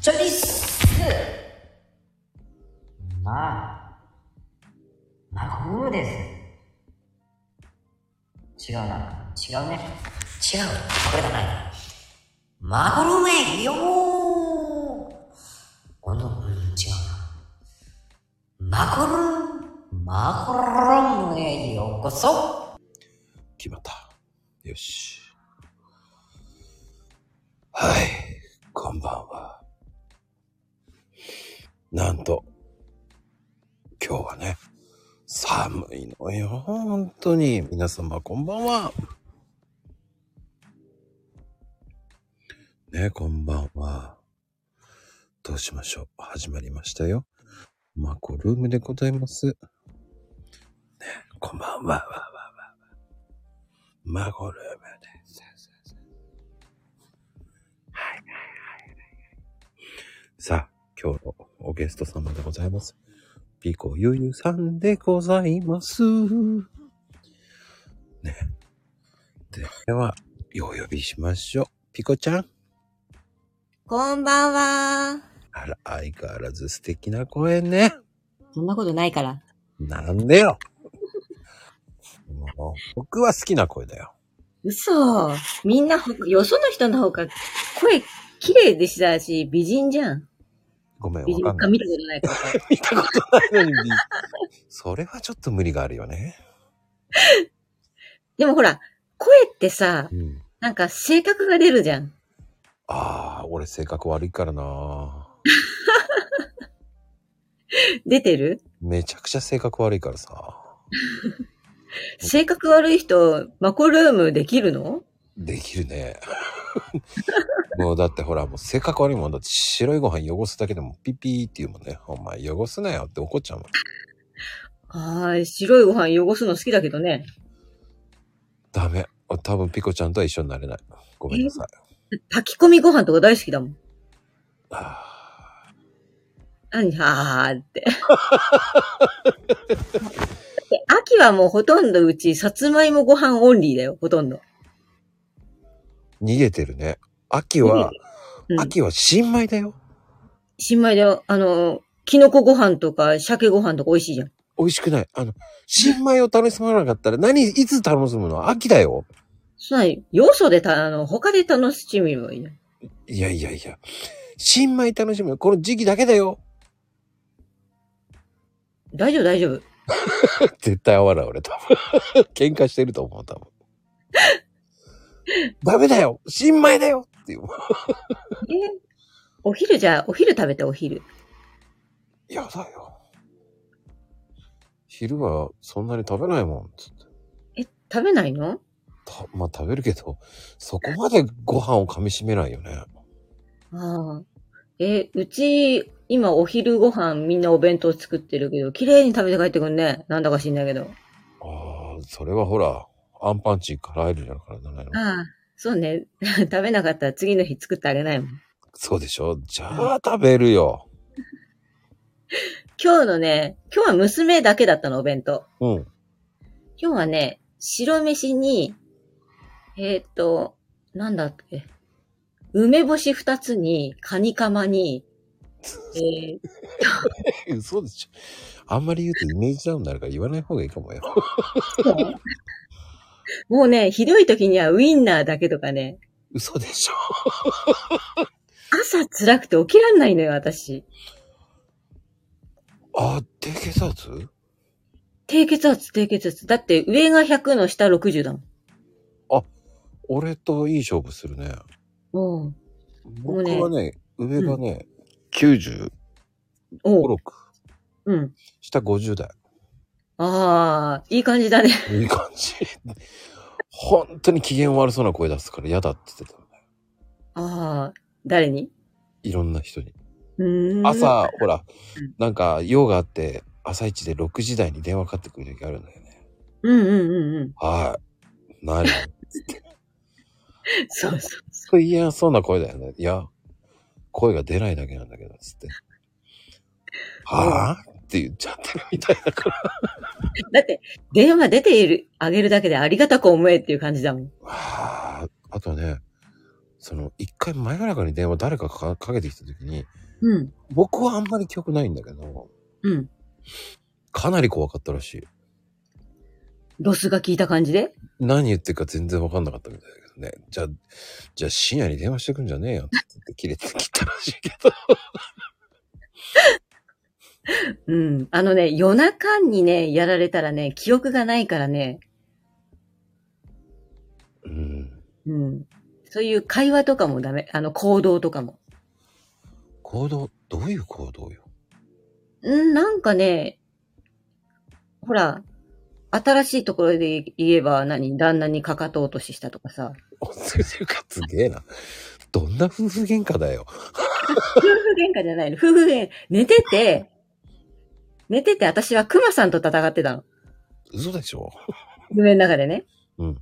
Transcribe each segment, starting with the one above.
チョリスああ。あ、こうです。違うな。違うね。違う。これだな。マグロめよー。ほんと、うん、違うな。マグロ、マグロめようこそ。決まった。よし。はい、こんばんは。なんと、今日はね、寒いのよ、本当に。皆様、こんばんは。ね、こんばんは。どうしましょう。始まりましたよ。マコルームでございます。ね、こんばんは、わわわわわ。マコルームです。はいはいはいはい。さあ、今日のおゲスト様でございます。ピコゆゆさんでございます。ね。では、お呼びしましょう。ピコちゃん。こんばんは。あら、相変わらず素敵な声ね。そんなことないから。なんでよ。もう僕は好きな声だよ。嘘。みんなほ、よその人の方が声綺麗でしたし、美人じゃん。ごめん、美人わかんなかい。見たことないから。見たことないのに。 それはちょっと無理があるよね。でもほら、声ってさ、うん。なんか性格が出るじゃん。ああ、俺性格悪いからな。出てるめちゃくちゃ性格悪いからさ。性格悪い人、マコルームできるのできる ね。もうだってほら、もう性格悪いもんだって白いご飯汚すだけでもピッピーって言うもんね。お前汚すなよって怒っちゃうもん。はーい、白いご飯汚すの好きだけどね。ダメ。多分ピコちゃんとは一緒になれない。ごめんなさい。炊き込みご飯とか大好きだもん。あ何はー って。だって秋はもうほとんどうち、さつまいもご飯オンリーだよ、ほとんど。ー逃げてるね。秋は、うん秋は新米だよ。新米で、あの、キノコご飯とか、鮭ご飯とか美味しいじゃん。美味しくない。あの、新米を楽しまなかったら何、いつ楽しむの秋だよ。そんなに、要素でた、あの、他で楽しみばいいじゃん。いやいやいや。新米楽しむのこの時期だけだよ。大丈夫、大丈夫。絶対合わない俺多分 喧嘩してると思う多分ダメだよ新米だよっていうえお昼じゃあ、お昼食べて、お昼。やだよ昼はそんなに食べないもんつって食べないのたまあ食べるけどそこまでご飯を噛みしめないよねああ。え、うち、今お昼ご飯みんなお弁当作ってるけど、綺麗に食べて帰ってくんね。なんだか知んないけど。ああそれはほらアンパンチからえるじゃんからじゃないのああ、そうね。 食べなかったら次の日作ってあげないもん。そうでしょじゃあ食べるよ今日のね、今日は娘だけだったの、お弁当。うん今日はね、白飯に、えーっ、と、なんだっけ、梅干し二つに、カニカマに、えー、嘘でしょあんまり言うとイメージダウンになるから言わない方がいいかもよもうね、ひどい時にはウインナーだけとかね、嘘でしょ朝辛くて起きらんないのよ、私。あ低血圧低血圧、低血圧。だって上が100の下60だもん。俺といい勝負するね。おう僕うねはね、上がね、95、おう6、うん。下50代。ああ、いい感じだね。いい感じ。本当に機嫌悪そうな声出すから嫌だって言ってた。ああ、誰にいろんな人に。うーん。朝、ほらうん、なんか用があって、朝一で6時台に電話かかってくる時あるんだよね。うんうんうんうん。はい。なにそうそう。そう嫌そうな声だよね。いや、声が出ないだけなんだけど、つ って。はぁって言っちゃってるみたいだから。だって、電話出ている、あげるだけでありがたく思えっていう感じだもん。はあ、あとね、その、一回真夜中に電話誰かかかけてきた時に、うん。僕はあんまり記憶ないんだけど、うん。かなり怖かったらしい。ロスが効いた感じで何言ってるか全然わかんなかったみたいだけどね。じゃあ、じゃあ深夜に電話してくんじゃねえよって言って切れてきたらしいけど。うん。あのね、夜中にね、やられたらね、記憶がないからね、 うん。うん。そういう会話とかもダメ。あの、行動とかも。行動、どういう行動よ。うん、なんかね、ほら、新しいところで言えば何旦那にかかと落とししたとかさ。それかすげえな。どんな夫婦喧嘩だよ。夫婦喧嘩じゃないの。夫婦喧嘩、寝てて、寝てて私は熊さんと戦ってたの。嘘でしょ夢の中でね。うん。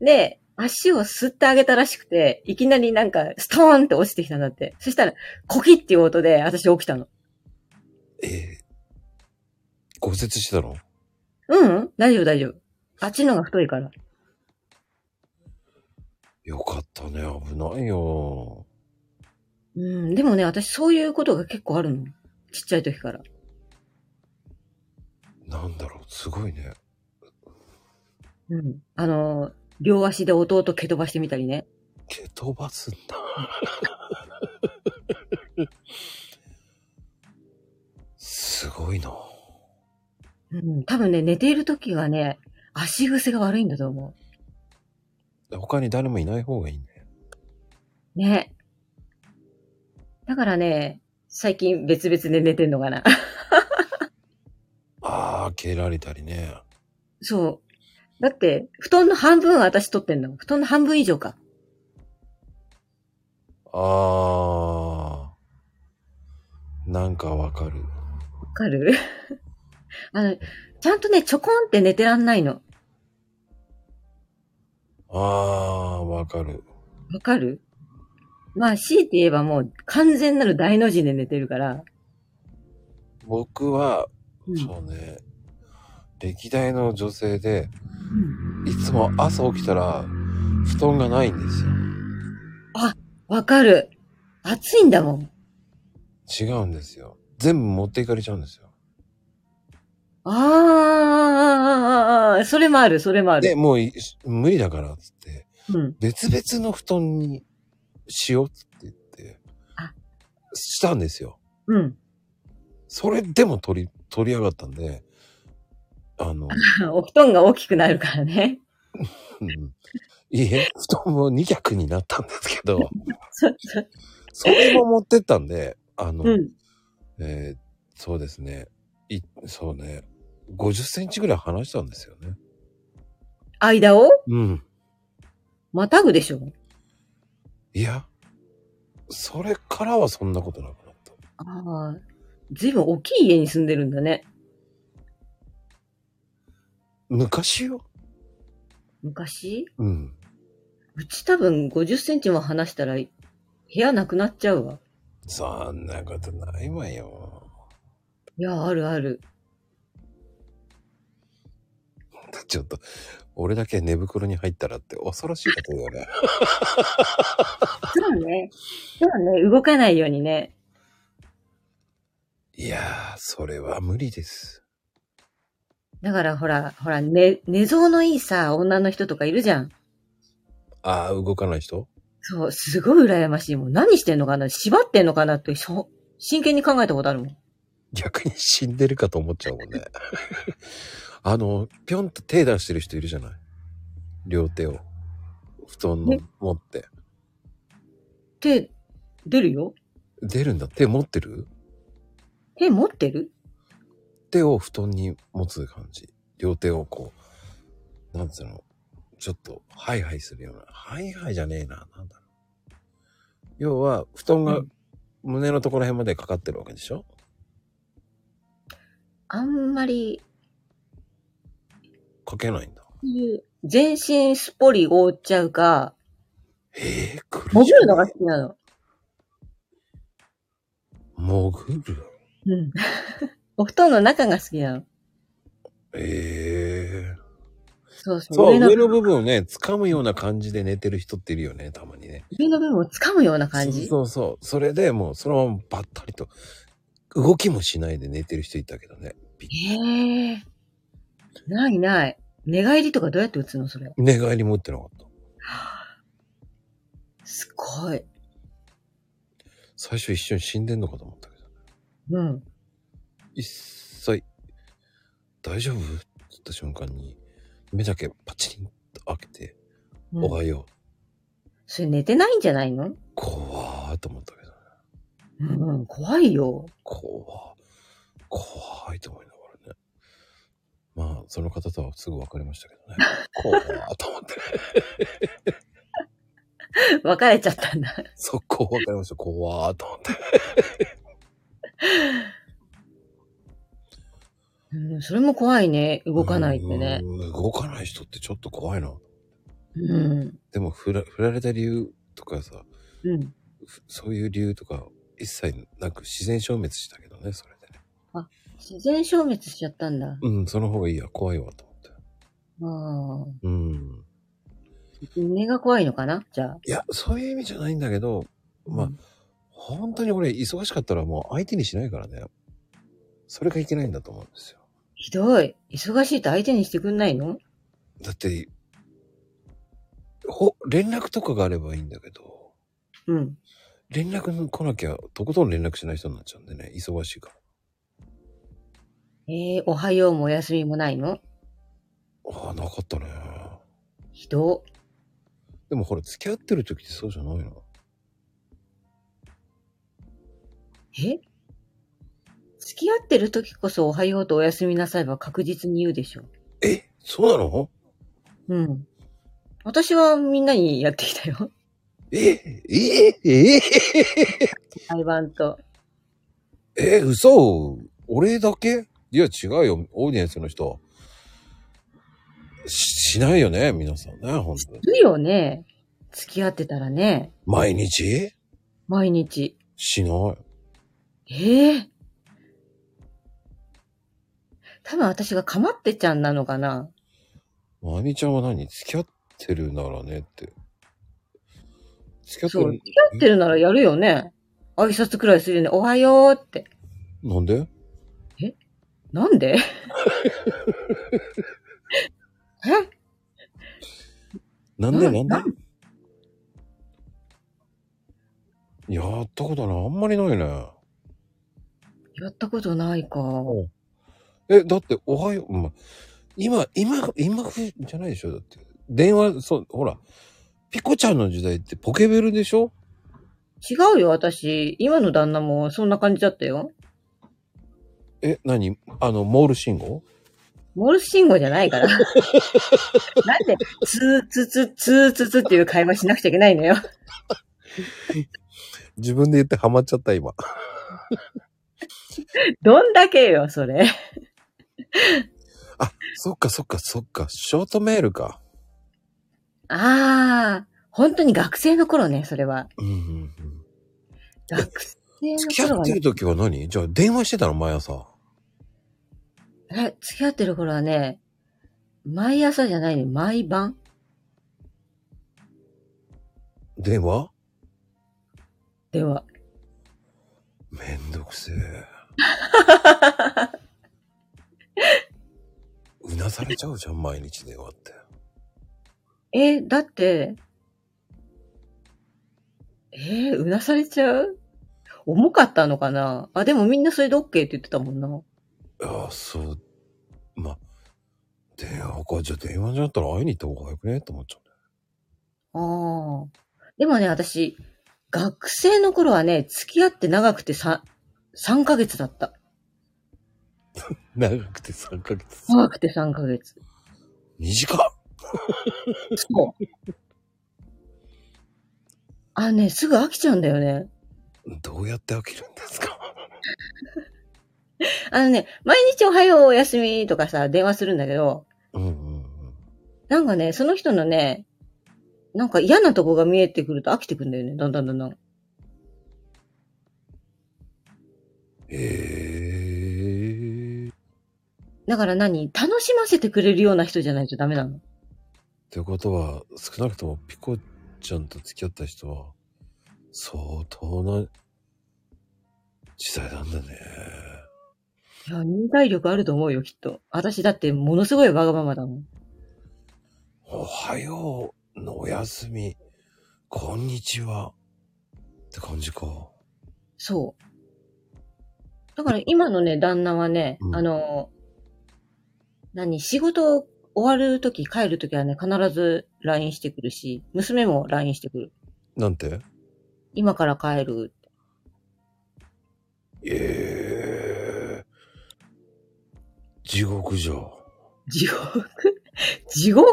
で、足をすってあげたらしくて、いきなりなんか、ストーンって落ちてきたんだって。そしたら、コキっていう音で私起きたの。ええ骨折してたのううん、大丈夫大丈夫。あっちの方が太いから。よかったね。危ないよ。うん、でもね、私そういうことが結構あるの。ちっちゃい時から。なんだろう。すごいね。うん。あの、両足で弟蹴飛ばしてみたりね。蹴飛ばすんだ。すごいな。うん。多分ね、寝ている時はね、足癖が悪いんだと思他に誰もいない方がいいね。う。ね。だからね、最近別々で寝てんのかな。ああ、蹴られたりね。そう。だって、布団の半分は私取ってんの。布団の半分以上か。ああ。なんかわかわる。かる あの、ちゃんとね、ちょこんって寝てらんないの。ああ、わかる。わかるまあ、強いて言えばもう完全なる大の字で寝てるから。僕は、うんそうね、歴代の女性で、いつも朝起きたら、布団がないんですよ。わかる。暑いんだもん。違うんですよ。全部持っていかれちゃうんですよ。あー、それもある、それもあで、る。もうい無理だからっつって、うん。別々の布団にしようっつって言ってあ、したんですよ。うん。 それでも取り、取り上がったんで、あの、お布団が大きくなるからね。うんいいえ、布団も2脚になったんですけど、 そうそうそれも持ってったんで、あの、うん。えーそうですね。い、そうね。50センチぐらい離したんですよね。間をうん。またぐでしょ。いや、それからはそんなことなくなった。ああ。ずいぶん大きい家に住んでるんだね。昔よ。昔うん。うち多分50センチも離したら部屋なくなっちゃうわ。そんなことないわよ。いや、あるある。ちょっと、俺だけ寝袋に入ったらって恐ろしいこと言うよね。そうね。そうね、動かないようにね。いやー、それは無理です。だからほら、ほら、寝、寝相のいいさ、女の人とかいるじゃん。あー、動かない人そう、すごい羨ましい。もう何してんのかな縛ってんのかなって、そう、真剣に考えたことあるもん。逆に死んでるかと思っちゃうもんね。あの、ぴょんと手出してる人いるじゃない両手を。布団のね持って。手、出るよ出るんだ。手持ってる手持ってる手を布団に持つ感じ。両手をこう、なんつうの、ちょっと、ハイハイするような。ハイハイじゃねえな。なんだろう。要は、布団がうん胸のところ辺までかかってるわけでしょ、あんまり、かけないんだ。全身すっぽり覆っちゃうか、ええー、苦しい。潜るのが好きなの。潜る。うん。 お布団の中が好きなの。ええそうそう。そう、上の上の部分をね、掴むような感じで寝てる人っているよね、たまにね。上の部分を掴むような感じ。そうそう。それでもう、そのままばったりと、動きもしないで寝てる人いたけどね。へえ。ないない。寝返りとかどうやって打つのそれ。寝返り持ってなかった。すごい。最初一瞬死んでんのかと思ったけど。うん。一切、大丈夫って言った瞬間に、目だけパチリンと開けて、うんおはよそれ寝てないんじゃないのう。怖ーと思ったけどね。うん、怖いよ。 怖ー。怖いと思いながらね。まあ、その方とはすぐ別れましたけ どね。怖ーと思って。別れちゃったんだ。速攻分かりました。怖ーと思って。うん、それも怖いね。動かないってね。うーん。動かない人ってちょっと怖いな。うん。でも振ら、振られた理由とかさ、うん。ふそういう理由とか一切なく自然消滅したけどね、それでね。自然消滅しちゃったんだ。うん、その方がいいや、怖いわと思って。ああ。うん。目が怖いのかなじゃあ。いや、そういう意味じゃないんだけど、まあうん、本当に俺忙しかったらもう相手にしないからね。それがいけないんだと思うんですよ。ひどい。忙しいと相手にしてくんないのだって、ほ、連絡とかがあればいいんだけど、うん。連絡来なきゃ、とことん連絡しない人になっちゃうんでね、忙しいから。えー、おはようもお休みもないのああ、なかったね。ひどっ。でもほら、付き合ってる時ってそうじゃないのえ付き合ってる時こそおはようとおやすみなさいは確実に言うでしょ。えそうなのうん。私はみんなにやってきた よ。ええええ毎晩と。え嘘俺だけいや、違うよ。オーディエンスの人。し、しないよね、皆さんね、本当に。いいよね。付き合ってたらね。毎日毎日。しない。ええ多分私がかまってちゃんなのかな。まみちゃんは何付き合ってるならねって。付き合そっう。て付き合ってるならやるよね。挨拶くらいするよね。おはようって。るなんでなん でえなんでななんでやったことない。あんまりないね。やったことないか。え、だって、おはよう、まあ、今、今、今風じゃないでしょだって。電話、そう、ほら、ピコちゃんの時代ってポケベルでしょ違うよ、私。今の旦那もそんな感じだったよ。え、何あの、モール信号モールス信号じゃない から。なんで、ツーツーツーツーツーツーっていう会話しなくちゃいけないのよ。自分で言ってハマっちゃった、今。どんだけよ、それ。あ、そっかそっかそっか、ショートメールか。ああ、本当に学生の頃ね、それは。うんうんうん。学生付のき合頃っはてねる。時は何じゃあ、電話してたの毎朝。え付き合ってる頃はね、毎朝じゃないの、毎晩。電話では。めんどくせえ。うなされちゃうじゃん、毎日電話って。え、だって、えー、うなされちゃう重かったのかなあ、でもみんなそれで OK って言ってたもんな。ああ、そう。まあ、電話か。じゃあ電話じゃったら会いに行った方がよくねと思っちゃああ。でもね、私、学生の頃はね、付き合って長くて3、3ヶ月だった。う。長くて3ヶ月。長くて3ヶ月。短っそう。あのね、すぐ飽きちゃうんだよね。どうやって飽きるんですかあのね、毎日おはよう、おやすみとかさ、電話するんだけど、うんうんうん。なんかね、その人のね、なんか嫌なとこが見えてくると飽きてくんだよね、だんだんだんだん。ええだから何楽しませてくれるような人じゃないとダメなの。ということは、少なくともピコちゃんと付き合った人は、相当な時代なんだね。いや、忍耐力あると思うよ、きっと。私だってものすごいわがままだもん。おはようのおやすみ、こんにちはって感じか。そう。だから今のね、旦那はね、うんあの、何、仕事終わるとき、帰るときはね、必ず LINE してくるし、娘も LINE してくる。なんて今から帰る。ええ地獄じゃん。地獄地獄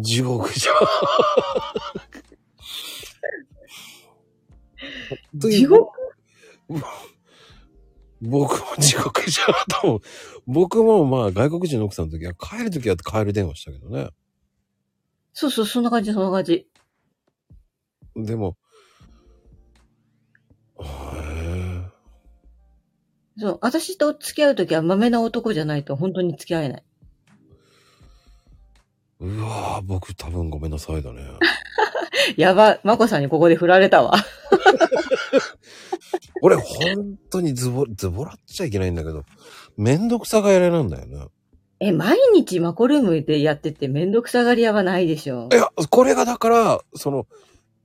地獄じゃん。地獄僕も地獄じゃんと思う。僕もまあ外国人の奥さんの時は帰る時は帰る電話したけどね。そうそう、そんな感じ、そんな感じ。でも、へえそう、私と付き合うときは豆な男じゃないと本当に付き合えない。 うわぁ、僕多分ごめんなさいだね。やば、まこさんにここで振られたわ。 俺本当にズボ、ズボラっちゃいけないんだけど、めんどくさが嫌いなんだよね。え、毎日マコルームでやっててめんどくさがり屋はないでしょい。や、これがだから、その、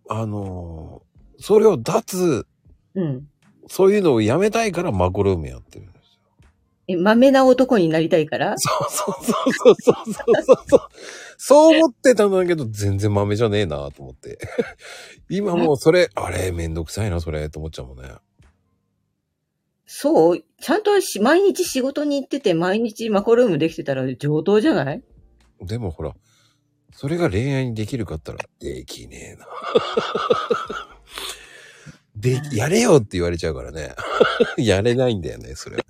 あのーそれを脱、うん。そういうのをやめたいからマコルームやってるんですよ。え、豆な男になりたいからそうそうそうそうそうそうそう。そう思ってたんだけど、全然豆じゃねえなと思って。今もうそれ、あれ、めんどくさいな、それ、と思っちゃうもんね。そうちゃんとし毎日仕事に行ってて毎日マコルームできてたら上等じゃないでもほら、それが恋愛にできるかったら、できねえ な。で、やれよって言われちゃうからね。 やれないんだよね、それは。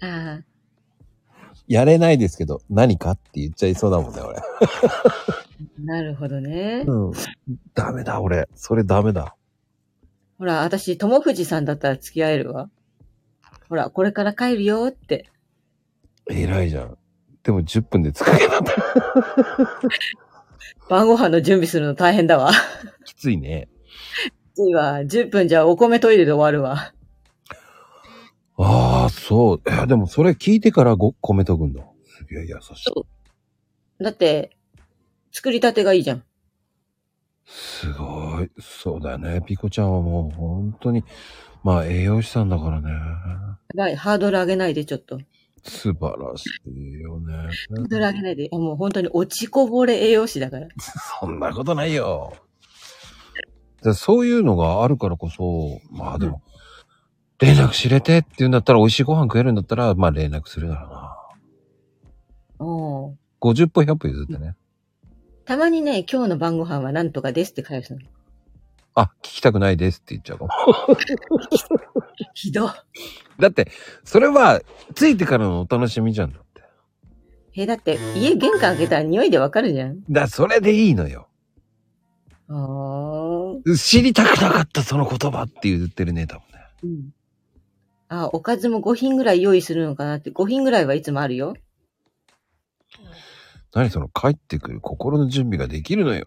ああ。やれないですけど、何かって言っちゃいそうだもんね、俺。なるほどね。うん。ダメだ、俺。それダメだ。ほら、私、友藤さんだったら付き合えるわ。ほら、これから帰るよって。偉いじゃん。でも10分で使えなった。晩ご飯の準備するの大変だわ。 きついね。次は10分じゃお米トイレで終わるわ。ああ、そう。いや、でもそれ聞いてからご米とぐんだ。すげえ優しい。だって、作りたてがいいじゃん。すごい。そうだね。ピコちゃんはもう本当に、まあ栄養士さんだからね。やばい、ハードル上げないで、ちょっと。素晴らしいよね。ハードル上げないで。もう本当に落ちこぼれ栄養士だから。そんなことないよ。だそういうのがあるからこそ、まあでも、連絡しれてって言うんだったら、美味しいご飯食えるんだったら、まあ連絡するだろうな。おー50歩100歩譲ってね。たまにね、今日の晩ご飯はなんとかですって返すの。あ、聞きたくないですって言っちゃうかも。ひどい。だって、それは、ついてからのお楽しみじゃんだって。え、だって、家玄関開けたら匂いでわかるじゃん。だ、それでいいのよ。あ知りたくなかったその言葉って言ってるね、多分ね。うん。あ、おかずも5品ぐらい用意するのかなって、5品ぐらいはいつもあるよ。何その帰ってくる心の準備ができるのよ。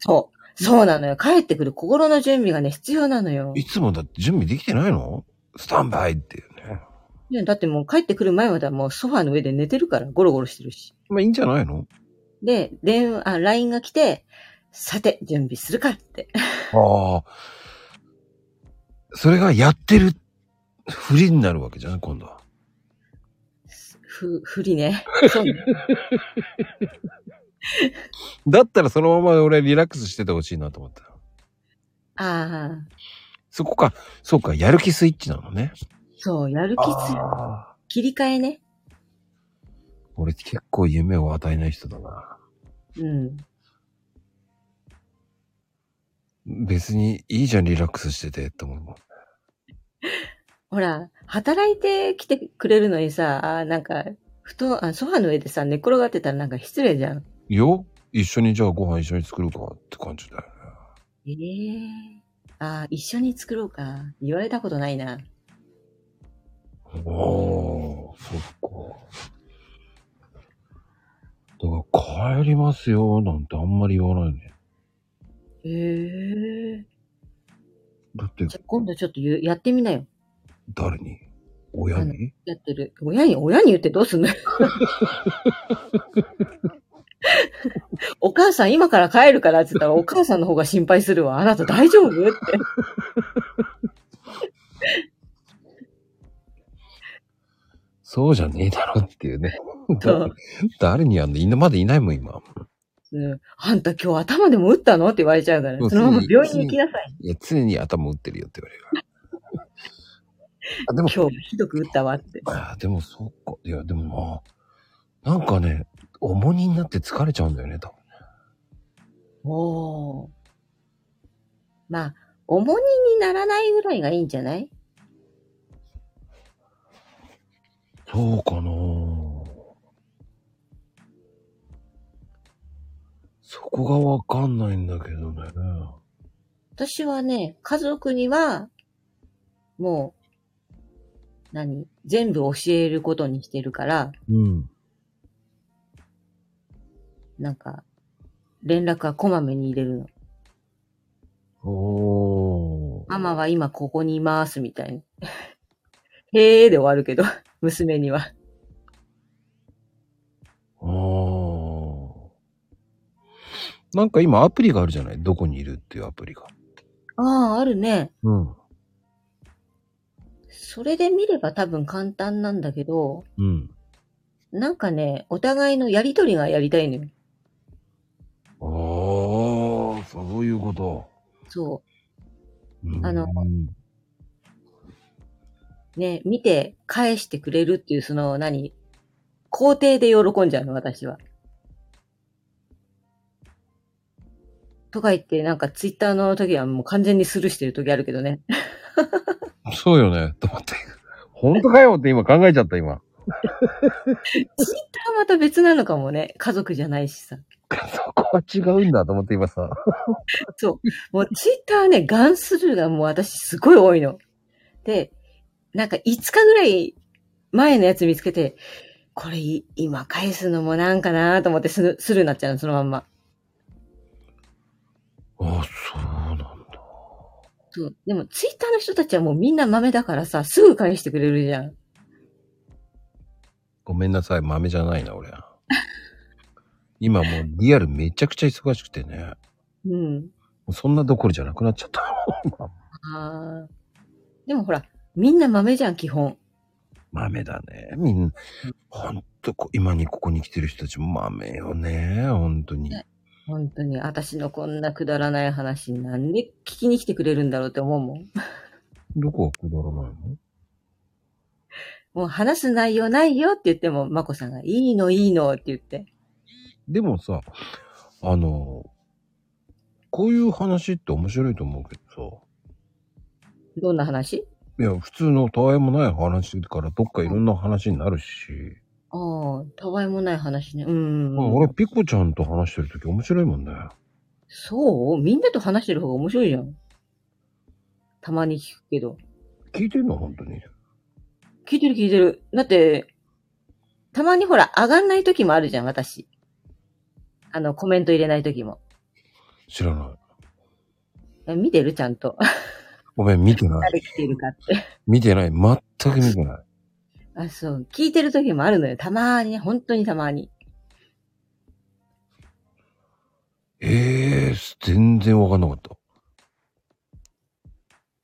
そう。そうなのよ。帰ってくる心の準備がね、必要なのよ。いつもだって準備できてないのスタンバイっていうね。いやだってもう帰ってくる前まではもうソファーの上で寝てるから、ゴロゴロしてるし。まあいいんじゃないので、電話、あ、LINE が来て、さて、準備するかって。 ああ。それがやってるふりになるわけじゃない今度は。ふ、ふりね。そうね。だったらそのまま俺リラックスしててほしいなと思った。ああ、そこか、そうか、やる気スイッチなのね。そう、やる気つ、ああ。切り替えね。俺結構夢を与えない人だな。うん。別にいいじゃん、リラックスしててって思うもん。ほら、働いてきてくれるのにさ、あーなんか、ふと、あソファーの上でさ、寝転がってたらなんか失礼じゃん。よ一緒にじゃあご飯一緒に作るかって感じだよね。ええあー一緒に作ろうか。言われたことないな。ああ、そっか。だから帰りますよ、なんてあんまり言わないね。へえ。だってじゃ、あ今度ちょっと言うやってみなよ。誰に親にやってる。親に、親に言ってどうすんのよお母さん今から帰るからって言ったらお母さんの方が心配するわ。あなた大丈夫って。そうじゃねえだろっていうね。そう 誰にやんの今までいないもん、今。うんあんた今日頭でも打ったのって言われちゃうから、そうそのまま病院に行きなさい。いや、常に頭打ってるよって言われる から。あ、でも、今日ひどく打ったわって。あーでもそっか。いや、でもまあ、なんかね、重荷になって疲れちゃうんだよね、多分。おー。まあ、重荷にならないぐらいがいいんじゃないそうかなそこがわかんないんだけどね。私はね、家族には、もう、何全部教えることにしてるから、うん。なんか、連絡はこまめに入れるの。おー。ママは今ここにい ます、みたいな。へーで終わるけど、 娘には。おー。なんか今アプリがあるじゃないどこにいるっていうアプリが。ああ、あるね。うん。それで見れば多分簡単なんだけど、うん。なんかね、お互いのやりとりがやりたいのよ。おー、そういうこと。そうんあの、う。ね、見て返してくれるっていう、その何、肯定で喜んじゃうの、私は。とか言って、なんかツイッターの時はもう完全にスルーしてる時あるけどね。そうよね。と思って。本当かよって今考えちゃった、今。 ツイッターはまた別なのかもね。家族じゃないしさ。そこは違うんだと思って今さ。もうツイッターね、ガンスルーがもう私すごい多いの。で、なんか5日ぐらい前のやつ見つけて、これい今返すのもなんかなと思ってスルスルーになっちゃうの、そのまんま。あ、そうなんだ。そう。でもツイッターの人たちはもうみんな豆だからさ、すぐ返してくれるじゃん。ごめんなさい、豆じゃないな、俺。今もうリアルめちゃくちゃ忙しくてね。うん。もうそんなどころじゃなくなっちゃった。ああ。でもほら、みんな豆じゃん、基本。豆だね。みんな、ほんとこ、今にここに来てる人たちも豆よね。本当に。本当に、私のこんなくだらない話、なんで聞きに来てくれるんだろうって思うもん。どこがくだらないのもう話す内容ないよって言っても、まこさんが、いいの、いいのって言って。でもさ、あの、こういう話って面白いと思うけどさ。どんな話いや、普通のたわいもない話からどっかいろんな話になるし、ああ、たわいもない話ね。うん。俺ピコちゃんと話してるとき面白いもんね。そうみんなと話してる方が面白いじゃん。たまに聞くけど。聞いてんの本当に。聞いてる聞いてる。だって、たまにほら、上がんない時もあるじゃん、私。あの、コメント入れない時も。知らない。え見てるちゃんと。ごめん、見てない。誰来てるかって。見てない。全く見てない。 あ、そう。聞いてる時もあるのよ。たまーにね。本当にたまーに。ええー、全然わかんなかった。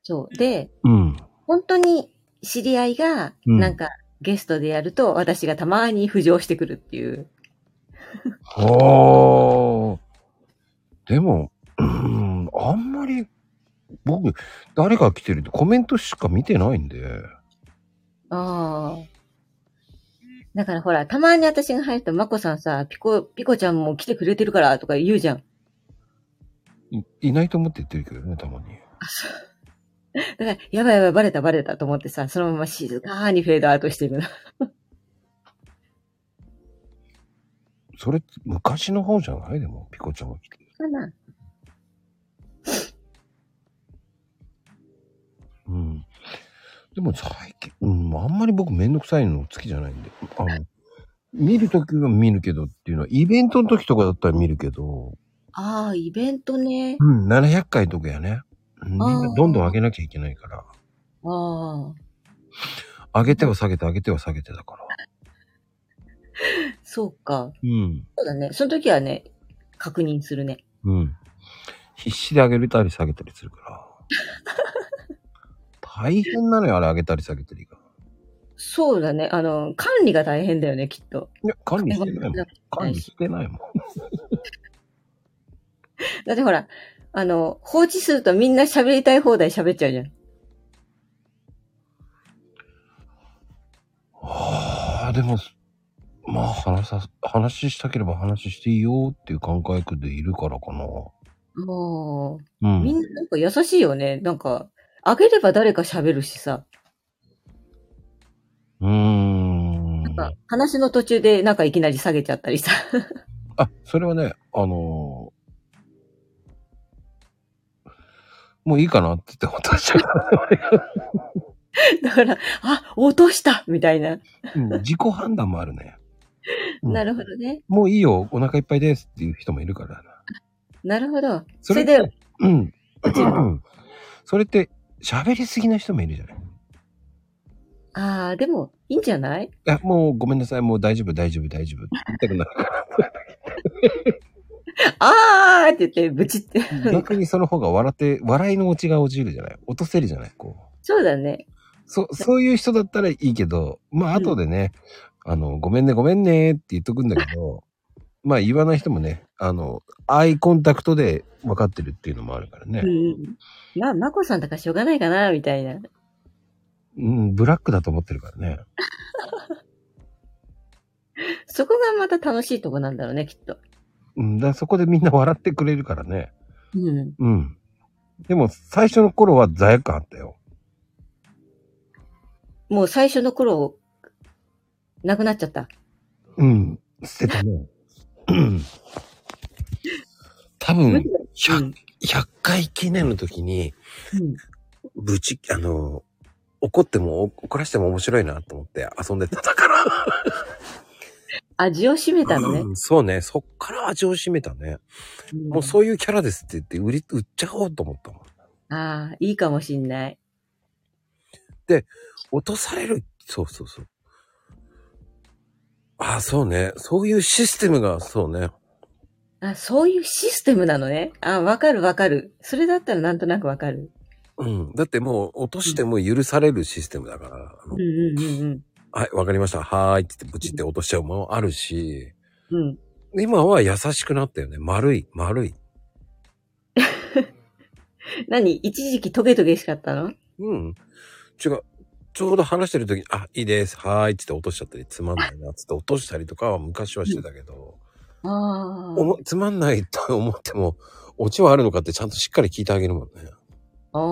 そう。で、うん。本当に知り合いが、うんなんか、ゲストでやると、私がたまーに浮上してくるっていう。おー。でも、うん、あんまり、僕、誰が来てるってコメントしか見てないんで。ああ。だからほら、たまに私が入ると、まこさんさ、ピコ、ピコちゃんも来てくれてるからとか言うじゃん。いいないと思って言ってるけどね、たまに。だから、やばいやばい、バレたバレたと思ってさ、そのまま静かにフェードアウトしてるの。それ、昔の方じゃないでも、ピコちゃんが来てる。かなうん。でも最近、うん、あんまり僕めんどくさいの好きじゃないんで。あの、見るときは見るけどっていうのは、イベントの時とかだったら見るけど、ああ、イベントね。うん、700回とかやね。うんみんあなーどんどん上げなきゃいけないから。ああ、上げては下げて、上げては下げてだから。そうか。うん。そうだね。その時はね、確認するね。うん。必死で上げれたり下げたりする から。大変なのよ、あれ上げたり下げたりが。そうだね。あの、管理が大変だよね、きっと。いや、管理してないもん。管理してないもん。だってほら、あの、放置するとみんな喋りたい放題喋っちゃうじゃん。ああ、でも、まあ話さ、話したければ話していいよっていう感覚でいるからかな。もうう、みん。んななんか優しいよね。なんか、あげれば誰か喋るしさ。うーん。なんか、話の途中でなんかいきなり下げちゃったりさ。 あ、それはね、あのーもういいかなって言って渡 したから、俺がだから、あ、落としたみたいな。うん自己判断もあるね。うんなるほどね。もういいよ、お腹いっぱいですっていう人もいるからな。なるほど。そそれれでで、うん。うんそれって、喋りすぎな人もいるじゃない。いああ、でも、いいんじゃない や、もうごめんなさい、もう大丈夫、大丈夫、大丈夫って言いたくなるから。あーって言って、ブチって。逆にその方が笑って、笑いの落ちが落ちるじゃない。落とせるじゃない、こう。 そうだね。そ、そういう人だったらいいけど、まあ、うん後でね、あの、ごめんね、ごめんねって言っとくんだけ ど、まあ、言わない人もね、あの、アイコンタクトで分かってるっていうのもあるからうね。ん。まあ、まこさんだからしょうがないかな、みたいな。うん、ブラックだと思ってるからね。そこがまた楽しいとこなんだろうね、きっと。うん、だからそこでみんな笑ってくれるからね。うん。うん。でも、最初の頃は罪悪感あったよ。もう最初の頃、なくなっちゃった。うん。捨てたね。うん多無分理だう 100, ん100回記念の時に、うんぶち、あの、怒っても怒らしても面白いなと思って遊んでたから。味を占めたのね。うんそうね。そっから味を占めたね。もうそういうキャラですって言って売り、売っちゃおうと思ったもん。ああ、いいかもしんない。落とされる。そうそうそう。ああ、そうね。そういうシステムが、そうね。あ、そういうシステムなのね。あ、わかるわかる。それだったらなんとなくわかる。うん。だってもう落としても許されるシステムだから。あのうんうんうんはい、わかりました。はーいって言ってブチって落としちゃうものあるし、うん。うん。今は優しくなったよね。丸い、丸い。何一時期トゲトゲしかったのうん。違う。ちょうど話してる時に、あ、いいです。はーいって言って落としちゃったり、つまんないなってって落としたりとかは昔はしてたけど、あおもつまんないと思っても、オチはあるのかってちゃんとしっかり聞いてあげるもんね。あ。ああ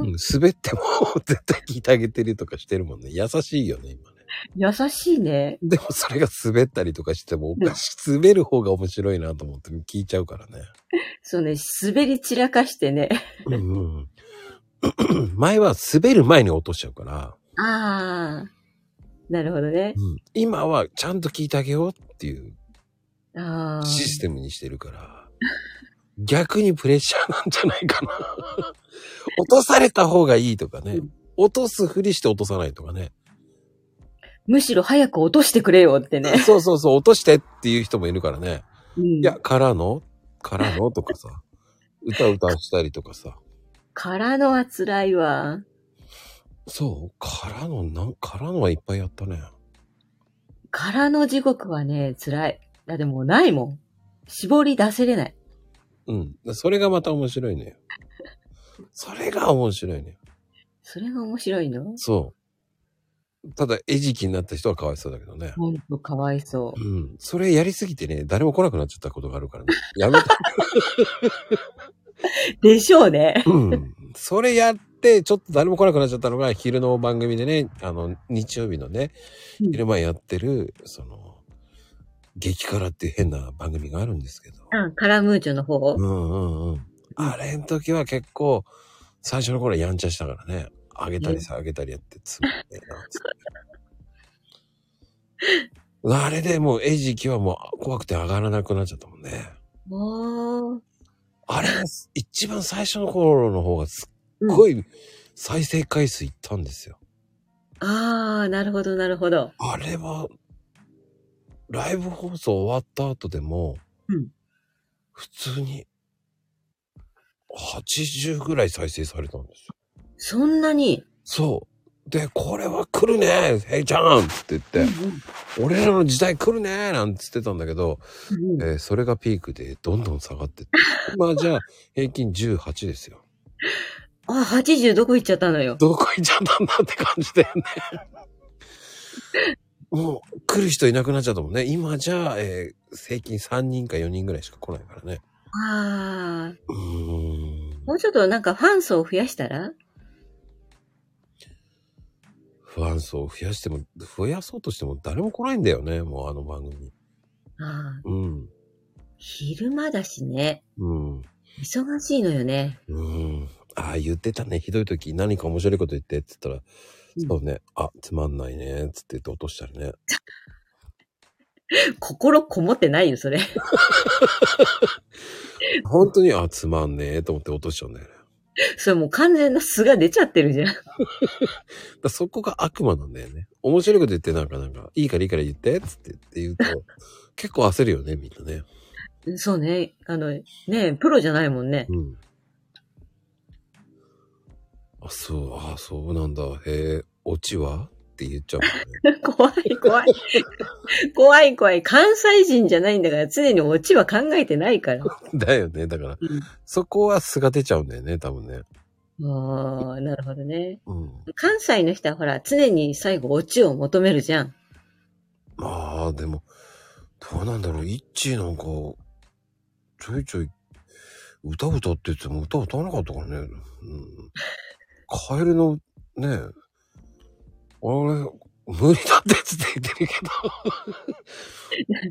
う。ん、滑っても絶対聞いてあげてるとかしてるもんね。優しいよね、今ね。優しいね。でもそれが滑ったりとかしてもおかしい。滑る方が面白いなと思って聞いちゃうからね。そうね、滑り散らかしてね。うん うん前は滑る前に落としちゃうから、ああ。なるほどね。今はちゃんと聞いてあげようっていうああ。システムにしてるから、逆にプレッシャーなんじゃないかな。 落とされた方がいいとかねうん。落とすふりして落とさないとかね。むしろ早く落としてくれよってね。そうそうそう、落としてっていう人もいるからね。うんいや、からのからのとかさ。歌歌したりとかさ。からのは辛いわ。そうからの、なん、からのはいっぱいやったね。からの地獄はね、辛い。だってもうないもん。絞り出せれない。うん。それがまた面白いのよ。それが面白いのよ。それが面白いのそう。ただ、餌食になった人はかわいそうだけどね。ほんとかわいそうう。ん。それやりすぎてね、誰も来なくなっちゃったことがあるからね。 やめた。でしょうね。うん。それやって、ちょっと誰も来なくなっちゃったのが、昼の番組でね、あの、日曜日のね、うん昼前やってる、その、激辛っていう変な番組があるんですけど。うん、カラムーチョの方。うんうんうん。あれの時は結構、最初の頃はやんちゃしたからね。あげたりさ、あげたりやって、つまんねえなっつって。あれでもう、エイジキはもう怖くて上がらなくなっちゃったもんね。おー。あれ、一番最初の頃の方がすっごい再生回数いったんですよ。あー、なるほど、なるほど。あれは、ライブ放送終わった後でも、うん普通に、80ぐらい再生されたんですよ。そんなに。そう。で、これは来るねヘイちゃんって言って、俺らの時代来るねなんつってたんだけど、うんうんえーそれがピークでどんどん下がってって、今じゃあ平均18ですよ。あ、80どこ行っちゃったのよ。どこ行っちゃったんだって感じだよね。もう来る人いなくなっちゃったもんね。今じゃあ、えー平均3人か4人ぐらいしか来ないからね。あー。うーん。もうちょっとなんかファン層を増やしたらファン層を増やしても、増やそうとしても誰も来ないんだよね。もうあの番組。あー。うん。昼間だしね。うん。忙しいのよね。うん。ああ、言ってたね。ひどい時何か面白いこと言ってって言ったら、そうね。あ、つまんないね。つって言って落としたらね。心こもってないよ、それ。本当に、あ、つまんねえと思って落としちゃうんだよね。それもう完全な素が出ちゃってるじゃん。だからそこが悪魔なんだよね。面白いこと言ってなんかなんか、いいからいいから言ってっつってって言 うと、結構焦るよね、みんなね。そうね。あの、ねえプロじゃないもんね。うん。あ、そう、あ、そうなんだ。へえ、オチはって言っちゃうもん ね。怖い、怖い。怖い、怖い。関西人じゃないんだから、常にオチは考えてない から。だよね。だからうん、そこは素が出ちゃうんだよね、多分ね。ああ、なるほどね。うん。関西の人はほら、常に最後オチを求めるじゃん。まあ、でも、どうなんだろう。イッチーなんか、ちょいちょい、歌歌ってても歌歌わなかったからね。うん。カエルの、ねえ、あれ、無理だってっつって言ってるけど。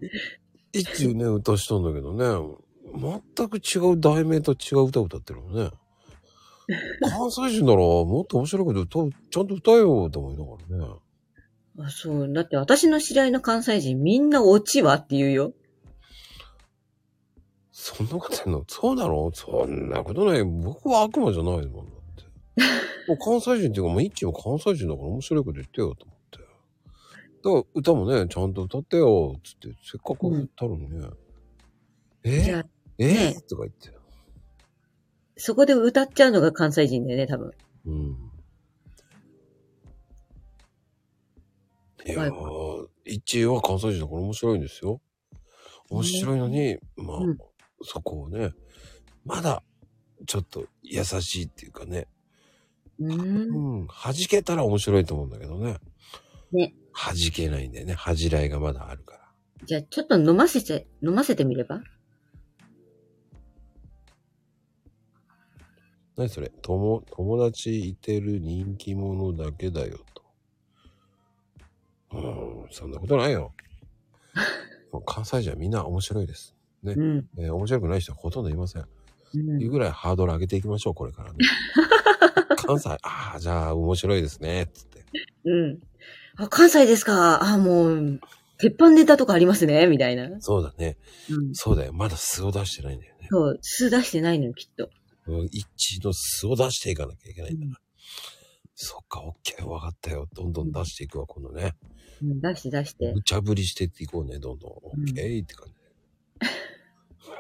イッチーね、歌したんだけどね。全く違う題名と違う歌歌ってるのね。関西人ならもっと面白いこと歌う、ちゃんと歌えよと思いながらね。あそう。だって私の知り合いの関西人みんなオチはって言うよ。そんなこと言うのそうなのそんなことない。僕は悪魔じゃない もんだって。もう関西人っていうか、もう一気も関西人だから面白いこと言ってよと思って。だから歌もね、ちゃんと歌ってよ、つって、せっかく歌るのにね。いやえ、えねとか言って。そこで歌っちゃうのが関西人だよね、多分。うん。いやー、一は関西人だから面白いんですよ。面白いのに、まあ、うんそこをね、まだ、ちょっと優しいっていうかね、う。うんん、弾けたら面白いと思うんだけどね。ね。弾けないんだよね。恥じらいがまだあるから。じゃあ、ちょっと飲ませて、飲ませてみれば何それ友、友達いてる人気者だけだよと。うん、そんなことな いよ。もう関西人はみんな面白いです。うん。えー面白くない人はほとんどいません。うんいうぐらいハードル上げていきましょう、こ れからね。関西、ああ、じゃあ面白いですね、つって。うん。あ、関西ですか。あ、もう、鉄板ネタとかありますね、みたいな。うん。そうだね。そうだよ。まだ素を出してないんだよね。そう、数出してないのよ、きっと。うん一度素を出していかなきゃいけないんだな。そっか、オッケー、わかったよ。どんどん出していくわ、今度ね。うん、出して出して。無茶ぶりしていこうね、どんどん。オうんッケーって感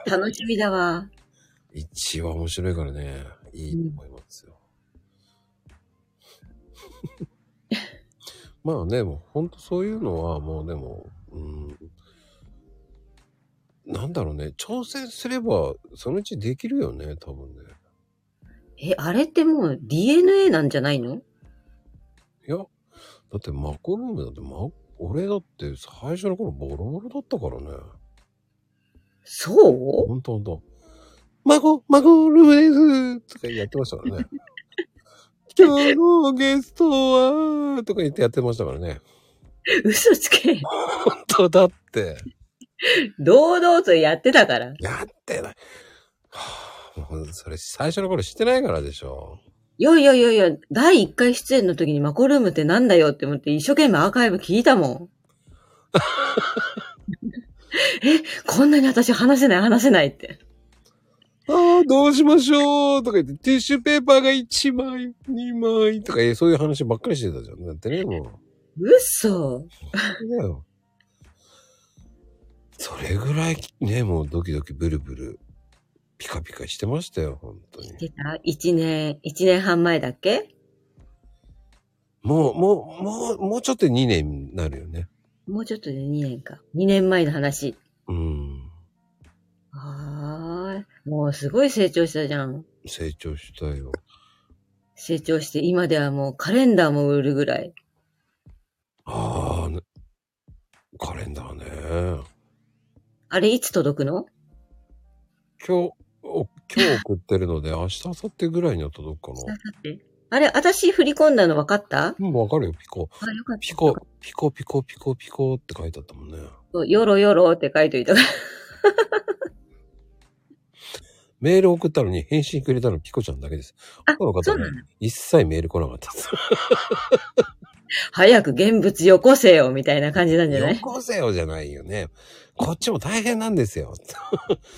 楽しみだわ。じ。一は面白いからね、いいと思いますよ。まあね、もうほんとそういうのはもうでも、うん。なんだろうね、挑戦すればそのうちできるよね、多分ね。え、あれってもう DNA なんじゃないのいや、だってマコルームだって、ま、俺だって最初の頃ボロボロだったからね。そうほんとほんと。マコ、マコルームですとかやってましたからね。 今日のゲストはとか言ってやってましたからね。嘘つけ。ほんとだって。堂々とやってたから。やってない。はあ、もうそれ最初の頃してないからでしょ。いやいやいやいや、第1回出演の時にマコルームってなんだよって思って一生懸命アーカイブ聞いたも こんなに私話せない話せないって。ああ、どうしましょうとか言って、ティッシュペーパーが1枚、2枚とか、えそういう話ばっかりしてたじゃん。だってね、もう。嘘。そうだよ。それぐらい、ね、もうドキドキブルブル、ピカピカしてましたよ、本当に。出た一年、一年半前だっけもう、もう、もう、もうちょっと2年になるよね。もうちょっとで2年か。2年前の話。うん。はーい。もうすごい成長したじゃん。成長したよ。成長して、今ではもうカレンダーも売るぐらい。ああ、ねカレンダーね。あれいつ届くの今日、お今日送ってるので、明日、明後日ぐらいには届くかな。あれ、私振り込んだの分かったうん、わかるよ、ピコ。あ、よかった。ピコ、ピコ、ピコ、ピコ、ピコって書いてあったもんね。そう。よろよろって書いといた から。メール送ったのに返信くれたのピコちゃんだけです。あ他の方そうになの一切メール来なかったです。早く現物よこせよ、みたいな感じなんじゃなよいこせよじゃないよね。こっちも大変なんですよ。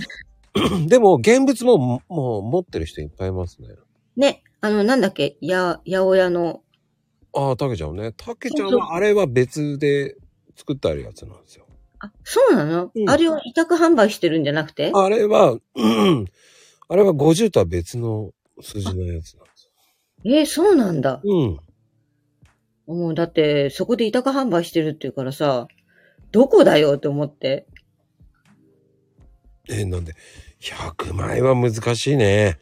でも、現物も、もう持ってる人いっぱいいますね。ね。あの、なんだっけ、や、八百屋の。ああ、たけちゃんね。たけちゃんはあれは別で作ってあるやつなんですよ。あ、そうなの、うんあれを委託販売してるんじゃなくてあれは、うんあれは50とは別の数字のやつなんですよ。えーそうなんだ。うん。もうだって、そこで委託販売してるっていうからさ、どこだよって思って。えーなんで、100枚は難しいね。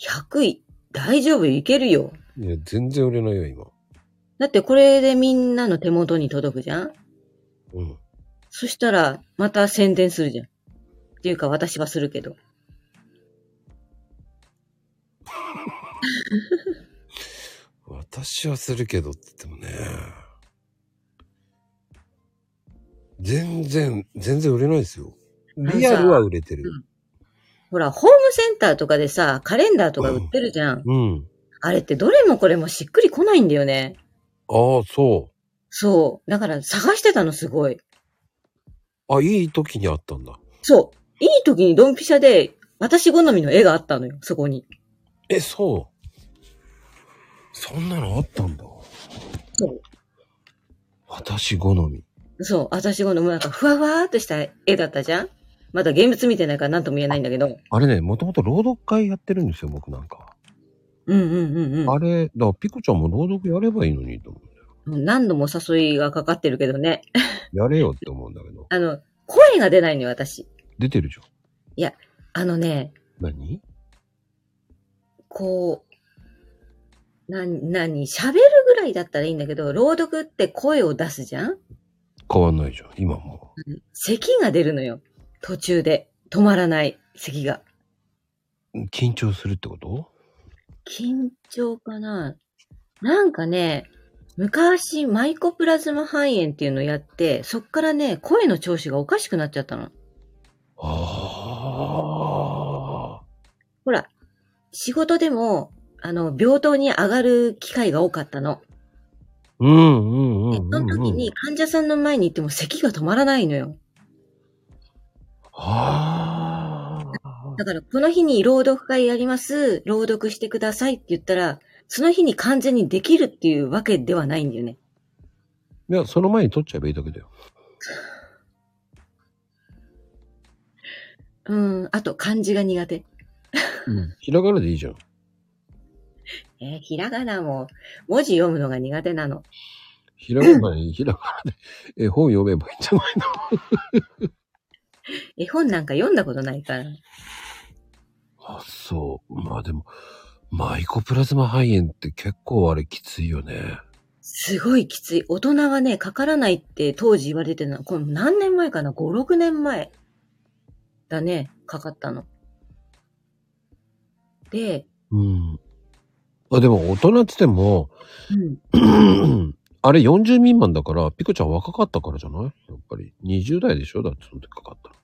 100位、大丈夫、いけるよ。いや全然売れないよ、今。だってこれでみんなの手元に届くじゃんうん。そしたら、また宣伝するじゃん。っていうか、私はするけど。私はするけどって言ってもね。全然、全然売れないですよ。リアルは売れてる。ほら、ホームセンターとかでさ、カレンダーとか売ってるじゃん。うん。あれってどれもこれもしっくり来ないんだよね。ああ、そそう。だから探してたのすごい。う。あ、いい時にあったんだ。そう。いい時にドンピシャで、私好みの絵があったのよ、そこに。え、そう。そんなのあったんだ。そう。私好み。そう、私好みのなんかふわふわーっとした絵だったじゃんまだ現物見てないから何とも言えないんだけど。あれね、もともと朗読会やってるんですよ、僕なんか。うんうんうんあれ、だからピコちゃんも朗読やればいいのにと思う。うん。何度もお誘いがかかってるけどね。やれよって思うんだけど。あの、声が出ないのよ、私。出てるじゃん。あのね、何こう、な、なに、喋るぐらいだったらいいんだけど、朗読って声を出すじゃん変わんないじゃん、今も。咳が出るのよ。途中で。止まらない咳が。緊張するってこと緊張かななんかね、昔、マイコプラズマ肺炎っていうのをやって、そっからね、声の調子がおかしくなっちゃったの。ああ。ほら、仕事でも、あの、病棟に上がる機会が多かったの。うんうんうんでうん、うん。その時に患者さんの前に行っても咳が止まらないのよ。ああ。だから、この日に朗読会やります、朗読してくださいって言ったら、その日に完全にできるっていうわけではないんだよね。いや、その前に取っちゃえばいいだけだよ。うん、あと漢字が苦手。うん。ひらがなでいいじゃん。えーひらがなも、文字読むのが苦手なの。ひらが なでいい、ひらがなで。え、本読めばいいんじゃないの絵本なんか読んだことないから。 あ、そう。まあでも、マイコプラズマ肺炎って結構あれきついよね。すごいきつい。大人はね、かからないって当時言われてるのは、これ何年前かな ?5、6年前。だね、かかったの。で、うん。あ、でも大人って言っても、 うん。あれ40未満だから、ピコちゃん若かったからじゃないやっぱり。20代でしょだってその時かかったの。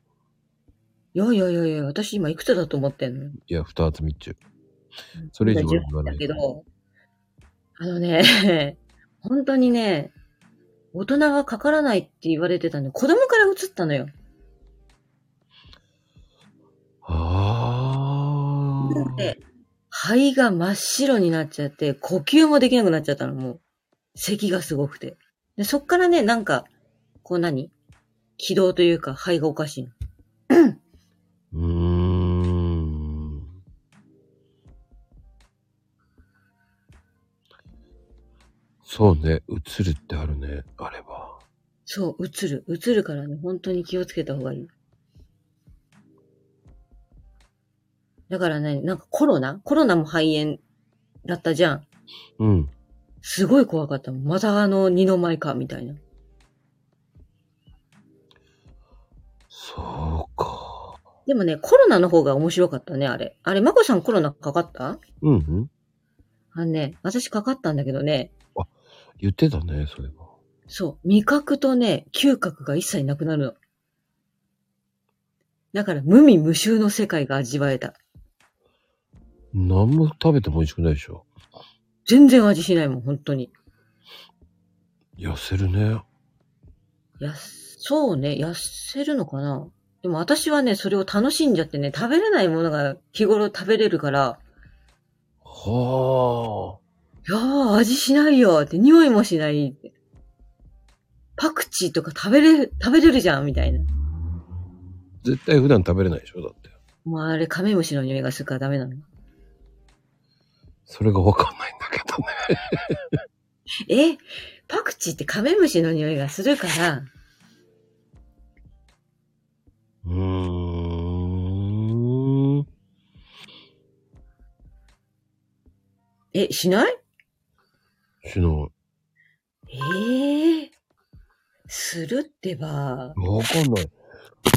いやいやいやいや、私今いくつだと思ってんのいや、二つ三つ。それ以上は言わなだ い。けど、あのね、本当にね、大人がかからないって言われてたの。子供から移ったのよ。ああ。で、肺が真っ白になっちゃって、呼吸もできなくなっちゃったの、もう。咳がすごくて。で、そっからね、なんか、こう何気道というか、肺がおかしいの。うーん。そうね、映るってあるね、あれば。そう、移る。移るからね、本当に気をつけた方がいい。だからね、なんかコロナコロナも肺炎だったじゃん。うん。すごい怖かったもん。またあの二の舞か、みたいな。そうか。でもね、コロナの方が面白かったね、あれ。あれ、まこさんコロナかかったうんうん。あのね、私かかったんだけどね、言ってたね、それは。そう、味覚とね、嗅覚が一切なくなるの。だから、無味無臭の世界が味わえた。何も食べても美味しくないでしょ。全然味しないもん、本当に。痩せるね。やす、そうね、痩せるのかなでも私はね、それを楽しんじゃってね、食べれないものが日頃食べれるから、はいやー、味しないよって、匂いもしないって。パクチーとか食べれ、食べれるじゃん、みたいな。あ。絶対普段食べれないでしょ、だって。もうあれ、カメムシの匂いがするからダメなの。それがわかんないんだけどね。え、パクチーってカメムシの匂いがするから、うーん。え、しないしない。ええするってば、わかんない。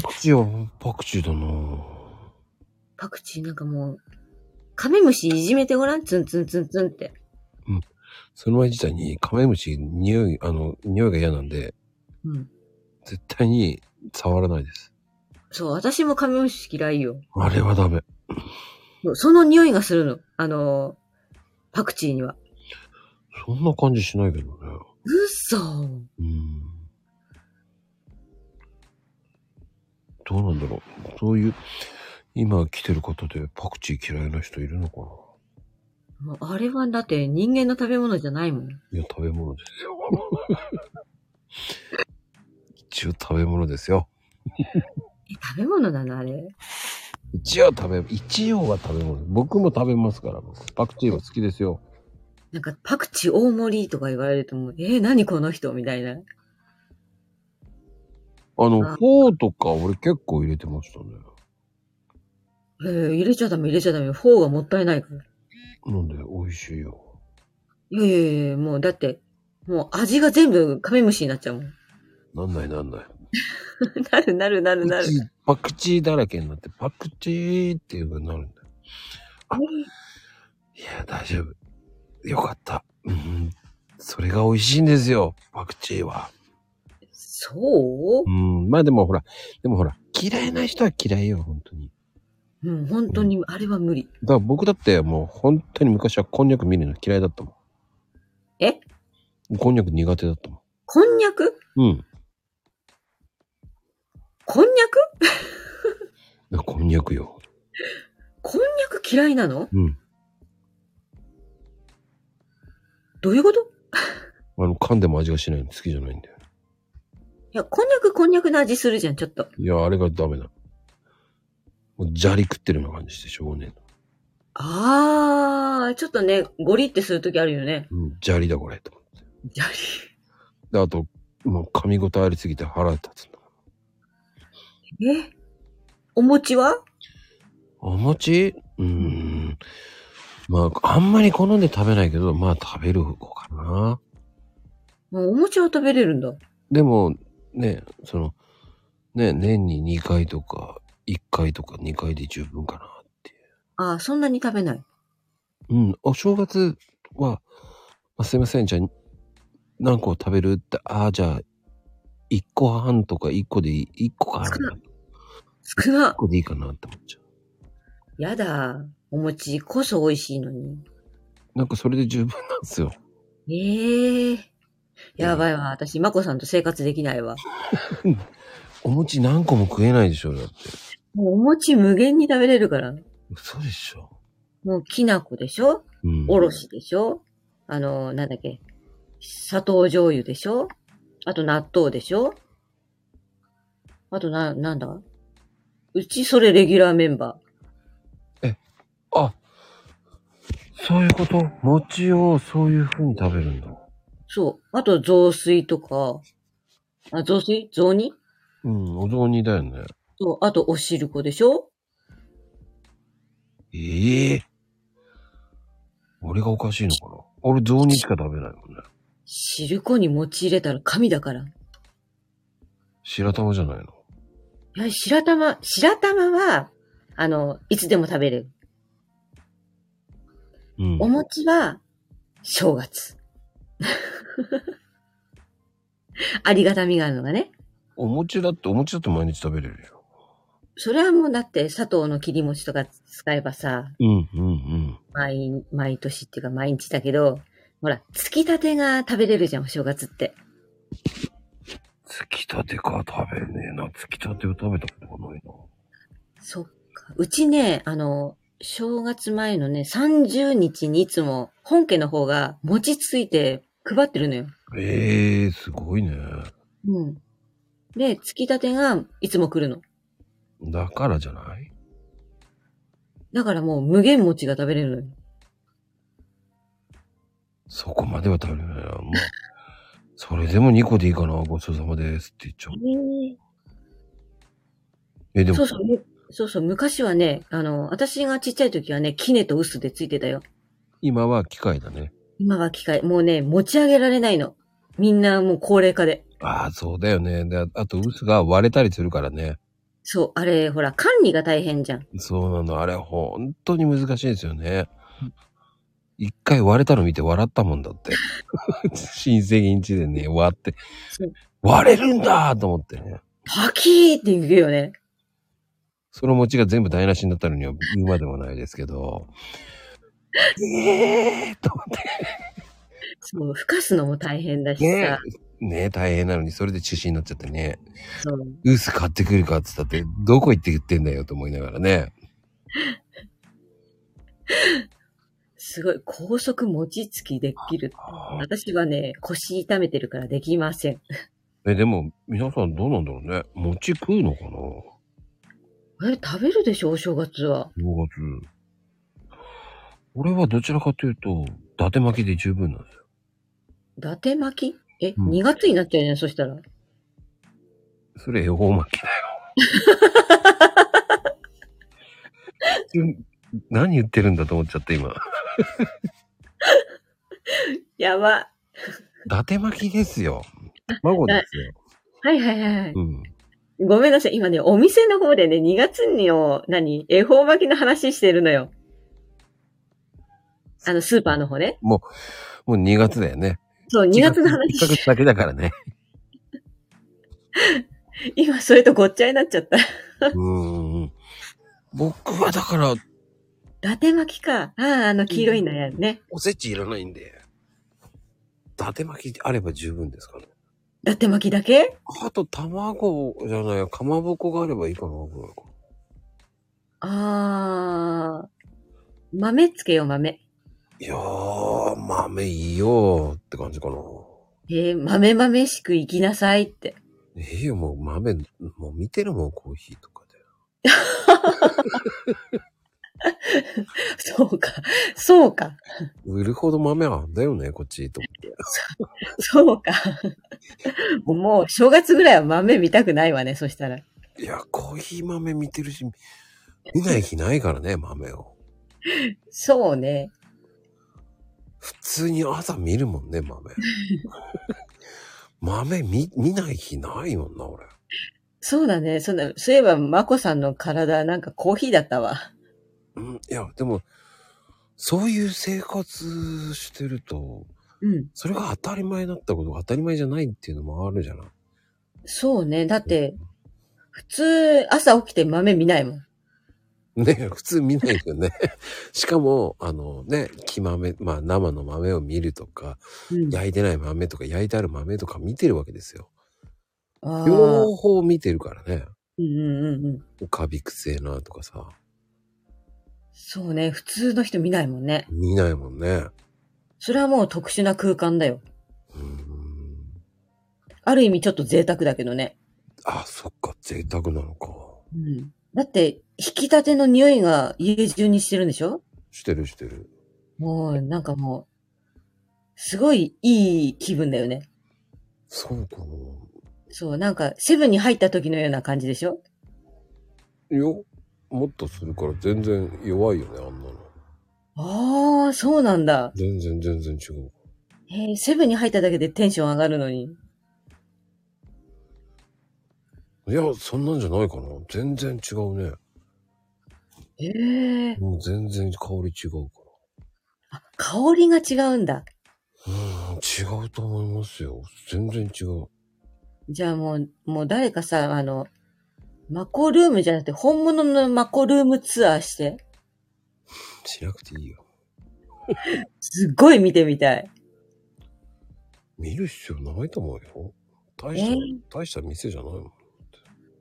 パクチーはパクチーだなパクチーなんかもう、カメムシいじめてごらん、ツンツンツンツンって。その前自体にカメムシ匂い、あの、匂いが嫌なんで、うん。絶対に触らないです。そう、私もカメムシ嫌いよ。あれはダメ。もうその匂いがするの。あのー、パクチーには。そんな感じしないけどね。嘘。うん。どうなんだろう。そういう、今来てる方でパクチー嫌いな人いるのかもうあれはだって人間の食べ物じゃないもん。ないや、食べ物ですよ。 一応食べ物ですよ。え、食べ物なのあれ。一応食べ、一応は食べ物。僕も食べますから、僕パクチーは好きですよ。なんかパクチー大盛りとか言われるともう、えー、何この人みたいな。あの、あフォーとか俺結構入れてましたね。えー、入れちゃダメ入れちゃダメ。フォーがもったいないから。なんで、美味しいよ。いやいやいやいやもうだって、もう味が全部カメムシになっちゃうもん。 なんないなんない。なるなるなるなパクるチ。ーパクチーだらけになって、パクチーっていう風になるんだよ。あいや、大丈夫。よかった。うん。それが美味しいんですよ、パクチーは。そうう、ん。まあでもほら、でもほら、嫌いな人は嫌いよ、本当に。うん、本当に、あれは無理。だから僕だってもう本当に昔はこんにゃく見るの嫌いだったもん。えこんにゃく苦手だったもこんにゃくん。うん。だかこんにゃくらこんにゃくよ。こんにゃく嫌いなのうん。どういうことあの、噛んでも味がしないの好きじゃないんだよ。いや、こんにゃくこんにゃくの味するじゃん、ちょっと。いや、あれがダメだ。もう砂利食ってるような感じしてしょうがねえあー、ちょっとね、ゴリってするときあるよね。の。うん、砂利だこれと思って。じゃあで、あと、もう噛み応えありすぎて腹立つんだ。えお餅はお餅うーん。まあ、あんまり好んで食べないけど、まあ食べる方かな。もうお餅は食べれるんだ。でも、ね、その、ね、年に2回とか、1回とか2回で十分かなっていあー、そんなに食べない。う。うん、お正月は、あすいません、じゃあ、何個食べるって、ああ、じゃあ、1個半とか1個でいい、1個かな。少な1少な個でいいかなって思っちゃやだ。お餅こそ美味しいのに。う。なんかそれで十分なんですよ。ええやばいわ、私、まこさんと生活できないわ。お餅何個も食えないでしょ、だって。もうお餅無限に食べれるから。嘘でしょ。もう、きな粉でしょうんおろしでしょあの、なんだっけ砂糖醤油でしょあと納豆でしょあとな、なんだうちそれレギュラーメンバあ、そういうこと餅をそういう風に食べるんだ。ー。そう。あと雑炊とか、あ、雑炊雑煮うん、お雑煮だよね。そう。あとお汁粉でしょええ俺がおかしいのかな俺雑煮しか食べないもんね。汁粉に餅入れたら神だから。白玉じゃないの。いや、白玉、白玉は、あの、いつでも食べれる。うん。お餅は、正月。 ありがたみがあるのがね。お餅だって、お餅だって毎日食べれるよ。それはもうだって、砂糖の切り餅とか使えばさ、うん、うん、うん。毎、毎年っていうか毎日だけど、ほら、つきたてが食べれるじゃん、お正月って。つきたてか食べねえな。つきたてを食べたことがないな。そっか。うちね、あの、正月前のね、30日にいつも、本家の方が餅ついて配ってるのよ。ええすごいね。うん。で、つきたてがいつも来るの。だからじゃないだからもう無限餅が食べれるのよ。そこまでは食べれないな。もう、それでも2個でいいかな。ごちそうさまですって言っちゃう。え、でもそう、そう、むそうそう、昔はね、あの、私がちっちゃい時はね、キネとウスでついてたよ。今は機械だね。今は機械、もうね、持ち上げられないの。みんなもう高齢化で。ああ、そうだよね。で、ああと、ウスが割れたりするからね。そう、あれ、ほら、管理が大変じゃん。そうなの。あれ、本当に難しいですよね。一回割れたの見て笑ったもんだ って。親戚ん家でね、割ってそう。割れるんだと思ってね。パキーって言うよね。その餅が全部台無しになったのには言うまでもないですけど。ええーと思って。そう、ふかすのも大変だしねさ。え。ねえ、大変なのに、それで中止になっちゃってね。そうウス買ってくるかって言ったって、どこ行って言ってんだよと思いながらね。すごい、高速餅つきできる。あー私はね、腰痛めてるからできません。え、でも、皆さんどうなんだろうね。餅食うのかなえ、食べるでしょ、お正月は。正月。俺はどちらかというと、伊達巻きで十分なんですよ。伊達巻きえ、うん2月になっちゃうじゃん、そしたら。それ恵方巻きだよ。 うん何言ってるんだと思っちゃった今。伊やば。達巻きですよ。孫ですよ。はいはいはいはい。うん。ごめんなさい。今ね、お店の方でね、2月にを、何恵方巻きの話してるのよ。あの、スーパーの方ね。もう2月だよね。そう、2月の話1ヶして、月だけだからね。今それとごっちゃになっちゃった。伊うんうん。僕はだから、達巻きか。ああ、あの、黄色いのやね。おせちいらないんで、伊達巻きあれば十分ですかね。伊達巻きだけあと卵じゃない、かまぼこがあればいいかな、ぐらいか。ああ、豆つけよう、豆。いやー、豆いいよーって感じかな。えー、豆豆しく生きなさいって。 ええよ、もう豆、もう見てるもん、コーヒーとかで。そうか。そうか。売るほど豆あんだよね、こっち、と思って。そうか。 もう、正月ぐらいは豆見たくないわね、そしたら。いや、コーヒー豆見てるし、見ない日ないからね、豆を。そうね。普通に朝見るもんね、豆。豆見、見ない日ないもんな、俺。そうだね。そうだ、そういえば、まこさんの体、なんかコーヒーだったわ。うん、いや、でも、そういう生活してると、うん。それが当たり前だったことが当たり前じゃないっていうのもあるじゃない。そうね。だって、普通、朝起きて豆見ないもん。ね、普通見ないですよね。 しかも、あのね、木豆、まあ生の豆を見るとか、うん、焼いてない豆とか、焼いてある豆とか見てるわけですよ。あー両方見てるからね。うんうんうんうん。カビくせえなとかさ、そうね、普通の人見ないもんね。見ないもんね。それはもう特殊な空間だよ。うーん。ある意味ちょっと贅沢だけどね。あ、そっか、贅沢なのか。うん。だって、引き立ての匂いが家中にしてるんでしょしてるしてる。もう、なんかもう、すごいいい気分だよね。そうかな。そう、なんか、セブンに入った時のような感じでしょよ、もっとするから全然弱いよね、あんなの。ああ、そうなんだ。全然全然違う。へえ、セブンに入っただけでテンション上がるのに。いや、そんなんじゃないかな。全然違うね。へえ。もう全然香り違うかあ、香りが違うんだ。ら。うーん、違うと思いますよ。全然違う。じゃあもう、もう誰かさ、あの、マコルームじゃなくて、本物のマコルームツアーして、しなくていいよ。すっごい見てみたい。見る必要ないと思うよ。大えした、大した店じゃないもん。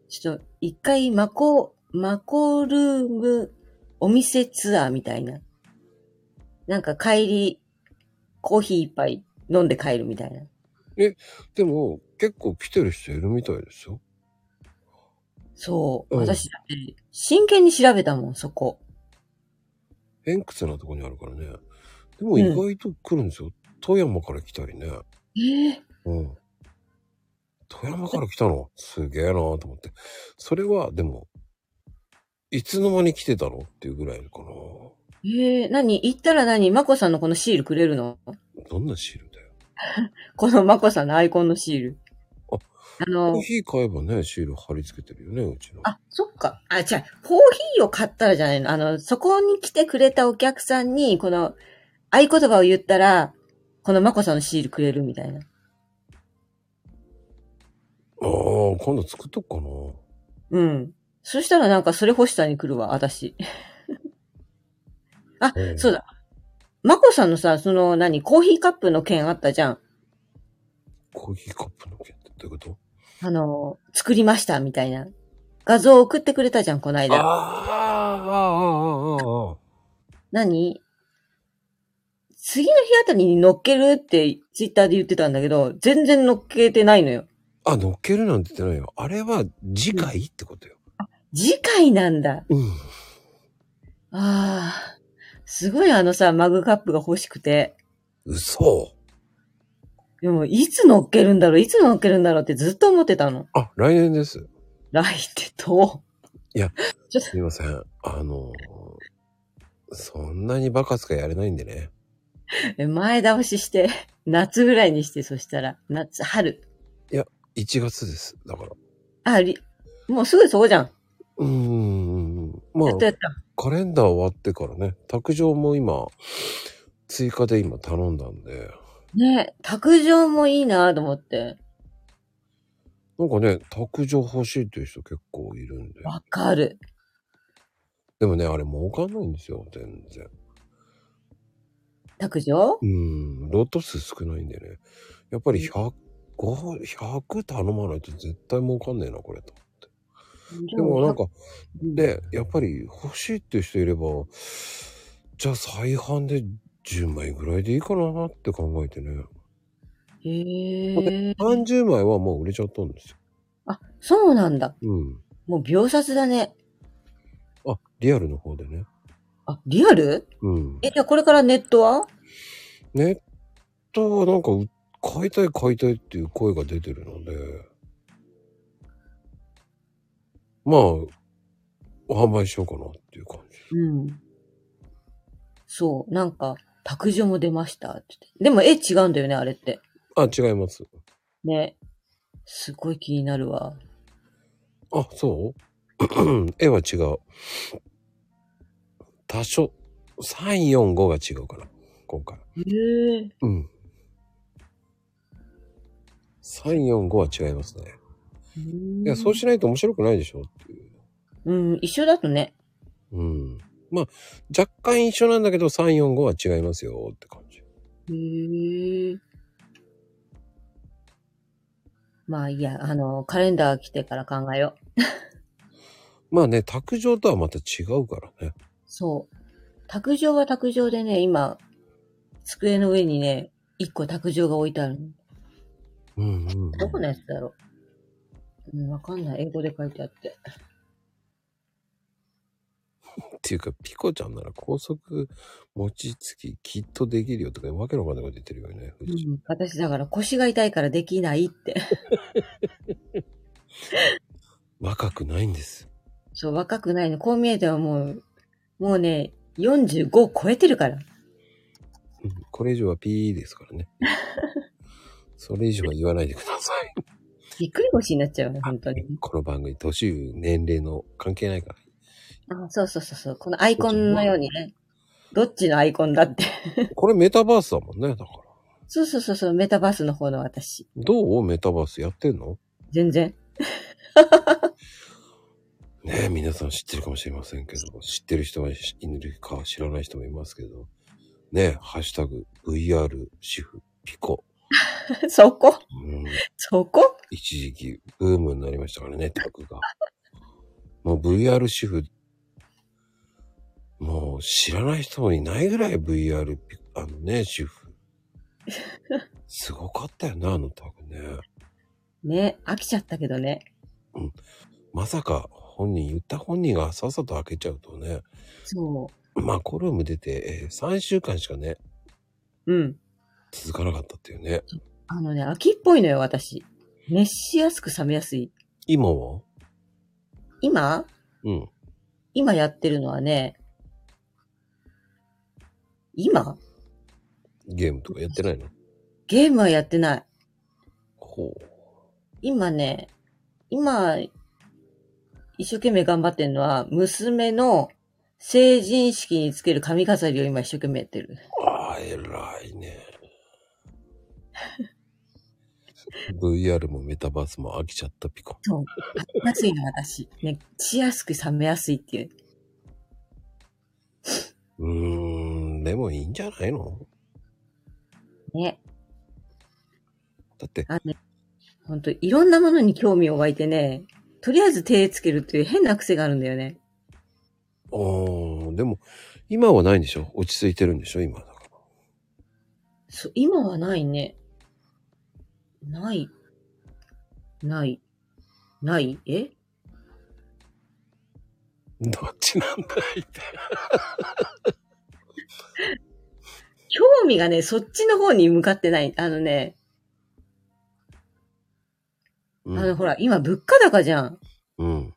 ちょっと、一回、マコ、マコルームお店ツアーみたいな。なんか帰り、コーヒー一杯飲んで帰るみたいな。でも、結構来てる人いるみたいですよ。そう。うん私だって、真剣に調べたもん、そこ。偏屈なとこにあるからね。でも意外と来るんですよ。富山から来たりね。ええうん。富山から来たのすげえなと思って。それは、でも、いつの間に来てたのっていうぐらいかな。ええ何行ったら何マコさんのこのシールくれるのどんなシールだよ。このマコさんのアイコンのシール。ああコーの、ヒー買えばね、シール貼り付けてるよね、うちの。あ、そっか。あ、違う。コーヒーを買ったらじゃないの。あの、そこに来てくれたお客さんに、この、合言葉を言ったら、このマコさんのシールくれるみたいな。ああ、今度作っとくかな。うん。そしたらなんかそれ欲しさに来るわ、私。あ、うんそうだ。マコさんのさ、その何、コーヒーカップの件あったじゃん。コーヒーカップの件ってどういうことあの、作りました、みたいな。画像を送ってくれたじゃん、このああ、間。ああ、ああ、ああ。何次の日あたりに乗っけるってツイッターで言ってたんだけど、全然乗っけてないのよ。あ、乗っけるなんて言ってないよ。あれは次回ってことよ。次回なんだ。うん。ああ、すごいあのさ、マグカップが欲しくて。嘘。でも、いつ乗っけるんだろういつ乗っけるんだろうってずっと思ってたの。あ、来年です。来てと。すみません。あのーそんなにバカすかやれないんでね。え前倒しして、 夏ぐらいにして、そしたら、夏、春。 1月です。だから。あ、り、もうすぐそこじゃん。うーん。まあやっ、たやった。カレンダー終わってからね、卓上も今、追加で今頼んだんで、ね卓上もいいなと思って。なんかね、卓上欲しいっていう人結構いるんで。わかる。でもね、あれ儲かんないんですよ、全然。卓上うーん、ロット数少ないんでね。やっぱり100、5 100頼まないと絶対儲かんねえな、これと。でもなん、か、で、やっぱり欲しいっていう人いれば、じゃあ再販で10枚ぐらいでいいかなって考えてね。へえ30枚はもう売れちゃったんですよ。あ、そうなんだ。うん。もう秒殺だね。あ、リアルの方でね。あ、リアルうん。え、じゃあこれからネットはネットはなんかう、買いたい買いたいっていう声が出てるので、まあ、販売しようかなっていう感じ。うん。そう、なんか、卓上も出ましたって言って。でも絵違うんだよね、あれって。あ、違います。ね。すごい気になるわ。あ、そう絵は違う。 多少、3、4、5が違うかな。今回。へえ。うん。3、4、5は違いますね。いや、そうしないと面白くないでしょっていう。うん、一緒だとね。うん。まあ、若干一緒なんだけど、3、4、5は違いますよって感じ。へえ。まあいいや、あの、カレンダー来てから考えよう。まあね、卓上とはまた違うからね。そう。卓上は卓上でね、今、机の上にね、一個卓上が置いてあるの。うんうん、うん。どこのやつだろう。うん、わかんない。英語で書いてあって。っていうか、ピコちゃんなら高速餅つききっとできるよとか、わけのわかんないこと言ってるよね、う藤井ん、私だから腰が痛いからできないって。 若くないんです。そう、若くないの。こう見えてはもう、もうね、45を超えてるから。うんこれ以上はピーですから ね。それ以上は言わないでください。びっくり腰になっちゃうね、本当に。この番組、年、年齢の関係ないから。あそうそうそうそう。このアイコンのようにね。どっちのアイコンだって。これメタバースだもんね、だから。そうそうそうそう、メタバースの方の私。どうメタバースやってんの全然。 ねえ、皆さん知ってるかもしれませんけど、知ってる人がいるか知らない人もいますけど、ねえ、ハッシュタグ、VR、シフ、ピコ。そこうん、そこ一時期、ブームになりましたからね、タグが。もう VR シフ、もう知らない人もいないぐらい VR ピ、あのね、主婦。すごかったよね、あのタグね。ね、飽きちゃったけどね。まさか本人、言った本人がさっさと開けちゃうとね、そまあコルーム出て、えー3週間しかね、う。うん。続かなかったっていうね。あのね、飽きっぽいのよ、私。熱しやすく冷めやすい。今は今うん。今やってるのはね、今ゲームとかやってないのゲームはやってない。ほう。今ね、今、一生懸命頑張ってるのは、娘の成人式につける髪飾りを今一生懸命やってる。ああ、偉いね。VR もメタバースも飽きちゃったピコ。安いの私。ね、しやすく冷めやすいっていう。うーん、でもいいんじゃないのね。だって、あのね、ほんと、いろんなものに興味を湧いてね、とりあえず手つけるっていう変な癖があるんだよね。おーでも、今はないんでしょ落ち着いてるんでしょ今だから。そう、今はないね。ない。ない。ないえどっちなんだいって。興味がね、そっちの方に向かってない。あのね、うんあの、ほら、今物価高じゃん。うん。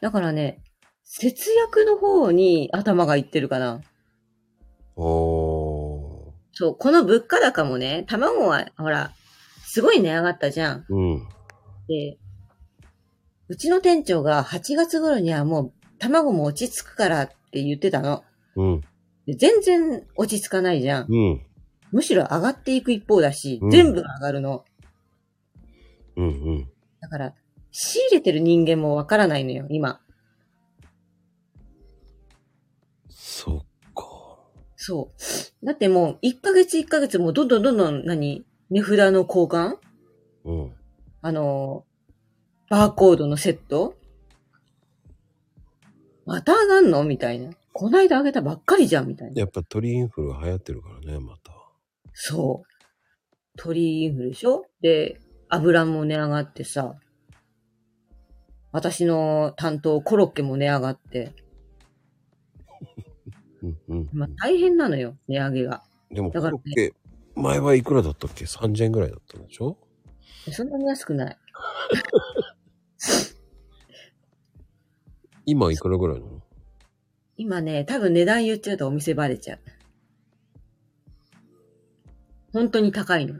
だからね、節約の方に頭がいってるかな。おーそう、この物価高もね、卵は、ほら、すごい値上がったじゃん。うん。で、うちの店長が8月頃にはもう卵も落ち着くからって言ってたの。うん。で全然落ち着かないじゃん。うん。むしろ上がっていく一方だし、うん全部が上がるの。うん。うん。だから、仕入れてる人間もわからないのよ、今。そっか。そう。だってもう、1ヶ月1ヶ月もうどんどんどんどん、何値札の交換うん。あの、バーコードのセットまた上がんのみたいな。こないだ上げたばっかりじゃんみたいな。やっぱ鳥インフルが流行ってるからね、また。そう。鳥インフルでしょで、油も値上がってさ。私の担当、コロッケも値上がって。うん。うん。まあ、大変なのよ、値上げが。でもコだからロッケ、前はいくらだったっけ ?3000 円ぐらいだったんでしょそんなに安くない。今いくらぐらいなの今ね、多分値段言っちゃうとお店バレちゃう。本当に高いの。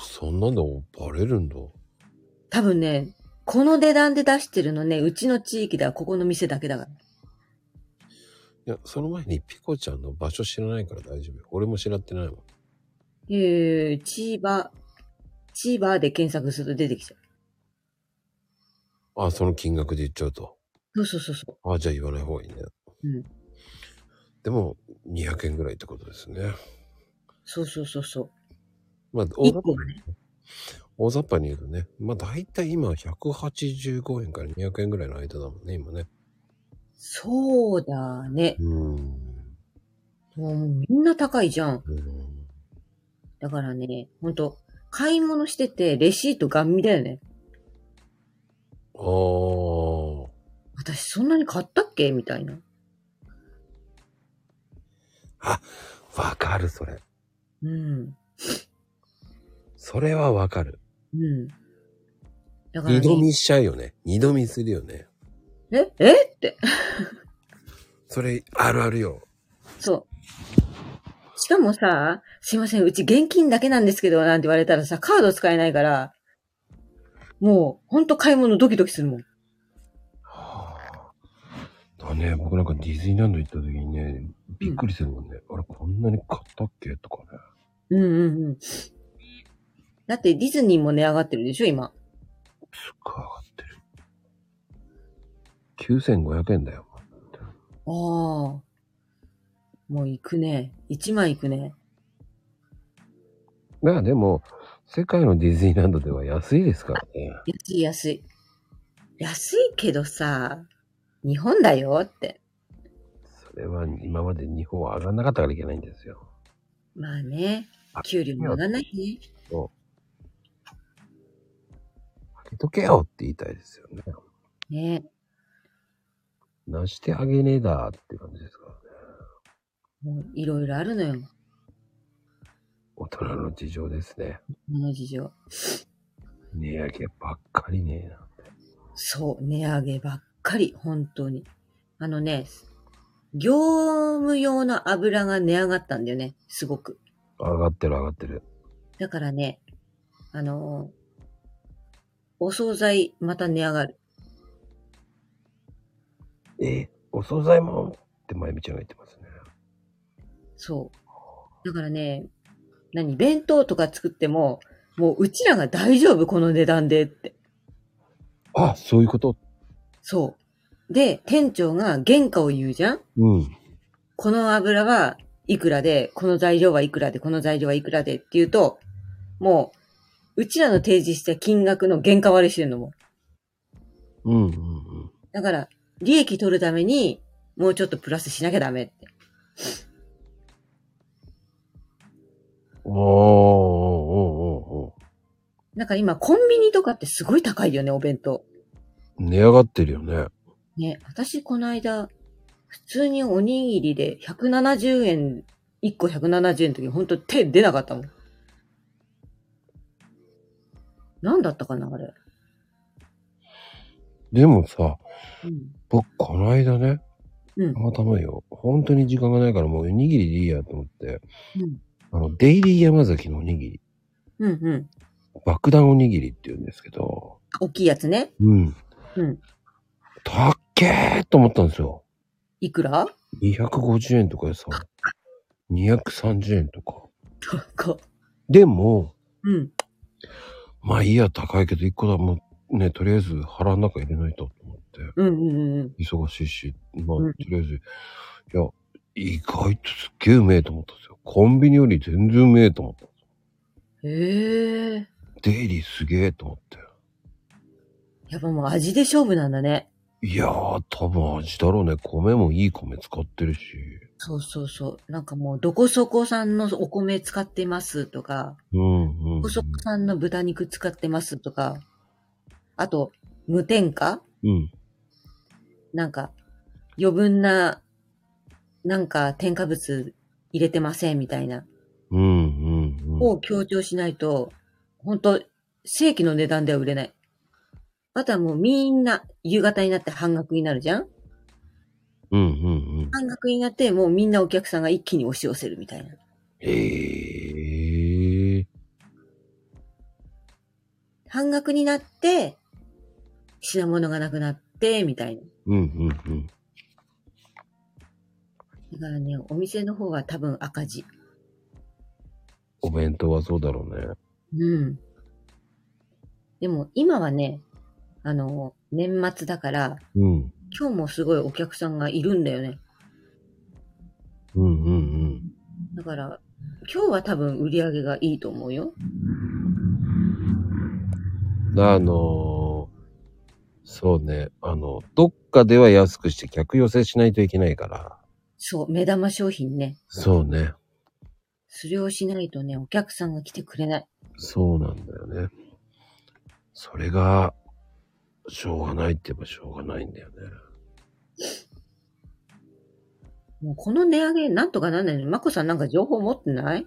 そんなんでバレるんだ。多分ね、この値段で出してるのね、うちの地域ではここの店だけだから。いや、その前にピコちゃんの場所知らないから大丈夫よ。俺も知らってないもん。えー、千葉、千葉で検索すると出てきちゃあ、その金額で言っちゃうと。う。そうそうそうそあ、じゃあ言わない方がいいね。うん。でも、200円ぐらいってことですね。う。そうそうそうそう。まあ、大一雑個把がにね。大雑把に言うとね、まあ大体今185円から200円ぐらいの間だもんね、今ね。そうだね。うん。もうみんな高いじゃん。うん。だからね、ほんと、買い物してて、レシートガン見だよね。ああ。私そんなに買ったっけみたいな。わかる、それ。うん。それはわかる。うん。だから、二度ね、見しちゃうよね。二度見するよね。ええって。 それ、あるあるよ。そう。しかもさ、すいません、うち現金だけなんですけど、なんて言われたらさ、カード使えないから、もう、ほんと買い物ドキドキするもん。はあ。だね、僕なんかディズニーランド行った時にね、びっくりするもんね。あれ、こんなに買ったっけとかね。うんうんうん。だってディズニーも値上がってるでしょ、今。すっごい上がってる。9500円だよ。ああ。もう行くね。1枚行くね。まあでも、世界のディズニーランドでは安いですからね。安い安い。安いけどさ、日本だよって。それは今まで日本は上がらなかったからいけないんですよ。まあねあ、給料も上がんないね。開けとけよって言いたいですよね。ね。なしてあげねえだって感じですからね。もういろいろあるのよ。大人の事情ですね。この事情。値上げばっかりねえな。そう、値上げばっかり、本当に。あのね、業務用の油が値上がったんだよね、すごく。上がってる上がってる。だからね、あのーお惣菜また値上がる。え、お惣菜もってまゆみちゃんが言ってますね。そう。だからね、何、弁当とか作っても、もううちらが大丈夫、この値段でって。あ、そういうことそう。で、店長が原価を言うじゃんうん。この油はいくらで、この材料はいくらで、この材料はいくらでって言うと、もう、うちらの提示した金額の原価割りしてるのも。うんうんうん。だから、利益取るために、もうちょっとプラスしなきゃダメって。おーおーおーおーなんか今、コンビニとかってすごい高いよね、お弁当。値上がってるよね。ね、私この間、普通におにぎりで170円、1個170円の時、ほんと手出なかったもん。なんだったかな、あれ。でもさ、うん。僕、この間ね、うんたまたまよ、本当に時間がないからもうおにぎりでいいやと思って、うんあの、デイリー山崎のおにぎり、うんうん。爆弾おにぎりって言うんですけど、大きいやつね。うん。うん。たっけーと思ったんですよ。いくら250円とかさ、230円とか。高っ。でも、うん。まあいいや、高いけど一個だ、もうね、とりあえず腹の中入れないとと思って。うんうんうんうん。忙しいし、まあ、うんとりあえず、いや、意外とすっげえうめえと思ったんですよ。コンビニより全然うめえと思った。へえ。デイリーすげえと思って。やっぱもう味で勝負なんだね。いやー、多分味だろうね。米もいい米使ってるし。そうそうそう。なんかもう、どこそこさんのお米使ってますとか、うんうん、うんどこそこさんの豚肉使ってますとか、あと、無添加うん。なんか、余分な、なんか添加物入れてませんみたいな、うんうんうん。を強調しないと、本当正規の値段では売れない。あとはもうみんな、夕方になって半額になるじゃんうんうんうん。半額になって、もうみんなお客さんが一気に押し寄せるみたいな。へえー。半額になって、品物がなくなって、みたいな。うんうんうん。だからね、お店の方が多分赤字。お弁当はそうだろうね。うん。でも今はね、あの、年末だから、うん。今日もすごいお客さんがいるんだよね。うんうんだから、今日は多分売り上げがいいと思うよ。うん。あのーそうね、あの、どっかでは安くして客寄せしないといけないから。そう、目玉商品ね。そうね。それをしないとね、お客さんが来てくれない。そうなんだよね。それが、しょうがないって言えばしょうがないんだよね。もうこの値上げなんとかなんないのマコさんなんか情報持ってない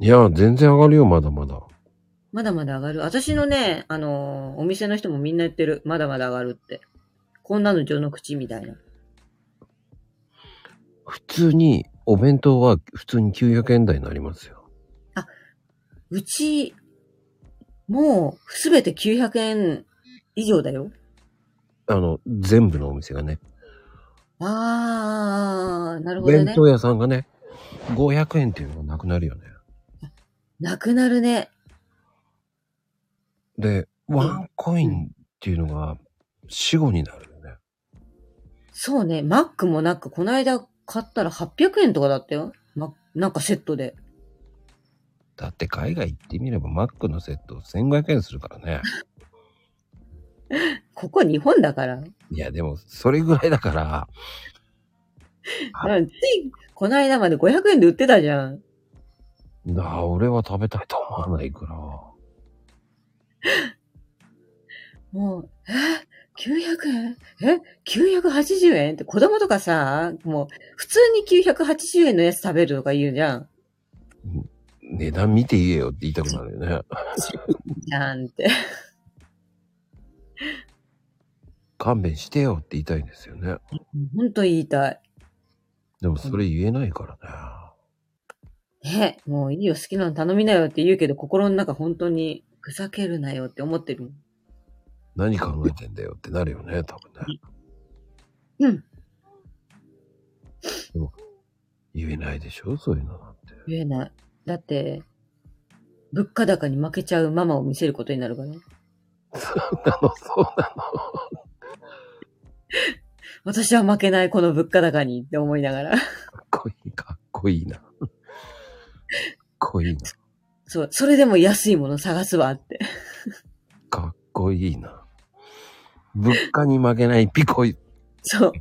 いや、全然上がるよ、まだまだ。まだまだ上がる。私のね、あのーお店の人もみんな言ってる。まだまだ上がるって。こんなの序の口みたいな。普通に、お弁当は普通に900円台になりますよ。うち、もう、すべて900円以上だよ。あの、全部のお店がね。あー、なるほど弁ね。当屋さんがね、500円っていうのがなくなるよね。なくなるね。で、ワンコインっていうのが死後になるよね。そうね。マックもなんか、この間買ったら800円とかだったよ。ま、なんかセットで。だって海外行ってみればマックのセット1500円するからね。ここ日本だから。いや、でもそれぐらいだから、はうんつい、この間まで500円で売ってたじゃん。な俺は食べたいと思わないから。もう、えー、900円え ?980 円って子供とかさ、もう、普通に980円のやつ食べるとか言うじゃん。値段見て言えよって言いたくなるよね。じゃんって。勘弁してよって言いたいんですよね。ほんと言いたい。でもそれ言えないからね、もういいよ、好きなの頼みなよって言うけど、心の中本当に、ふざけるなよって思ってるもん。ね。何考えてんだよってなるよね、多分ね。うん。でも、言えないでしょそういうの なんて。言えない。だって、物価高に負けちゃうママを見せることになるからね。そうなの、そうな私は負けない、この物価高にって思いながら。の。かっこいい、かっこいいな。かっこいいな。そう、それでも安いもの探すわって。かっこいいな。物価に負けないピコイ。そう。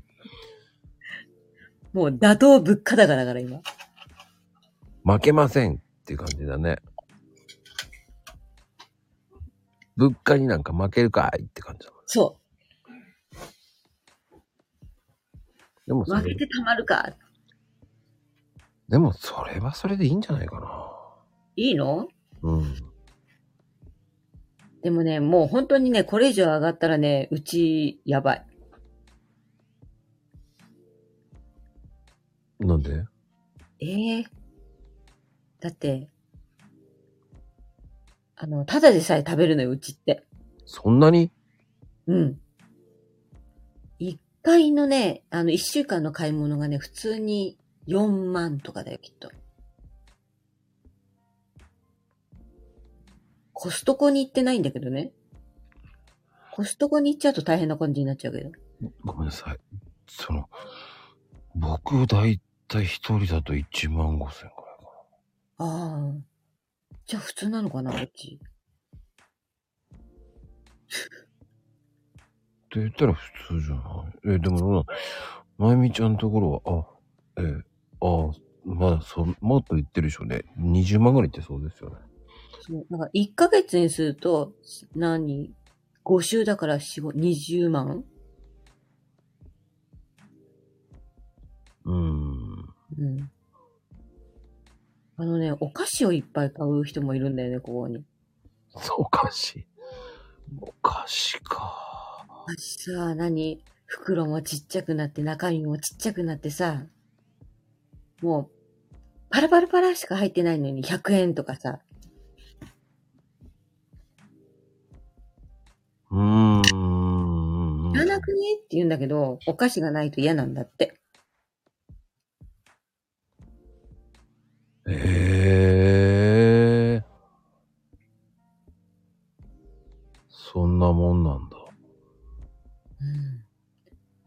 もう妥当物価高だから今。負けませんっていう感じだね。物価になんか負けるかいって感じだ。そでもう。そ負けれ、てたまるか。でもそれはそれでいいんじゃないかないいの。うん。でもね、もう本当にね、これ以上上がったらね、うち、やばい。なんでええだって、あの、ただでさえ食べるのよ、うちって。そんなにうん。一回のね、あの、一週間の買い物がね、普通に4万とかだよ、きっと。コストコに行ってないんだけどね。コストコに行っちゃうと大変な感じになっちゃうけど。ごめんなさい。その、僕大体一人だと1万5千くらいかな。ああ。じゃあ普通なのかな、こっち。って言ったら普通じゃない。え、でもな、まゆみちゃんのところは、あ、え、あ、まだそ、もっと言ってるでしょうね。20万ぐらい言ってそうですよね。そう。なんか1ヶ月にすると、何 ?5 週だから4、5、20万うーん。うん。あのね、お菓子をいっぱい買う人もいるんだよね、ここに。そう、おかしい。おかしか。お菓子さ、何袋もちっちゃくなって、中身もちっちゃくなってさ、もう、パラパラパラしか入ってないのに100円とかさ、うーん。いらなくねって言うんだけど、お菓子がないと嫌なんだって。ええそんなもんなんだ。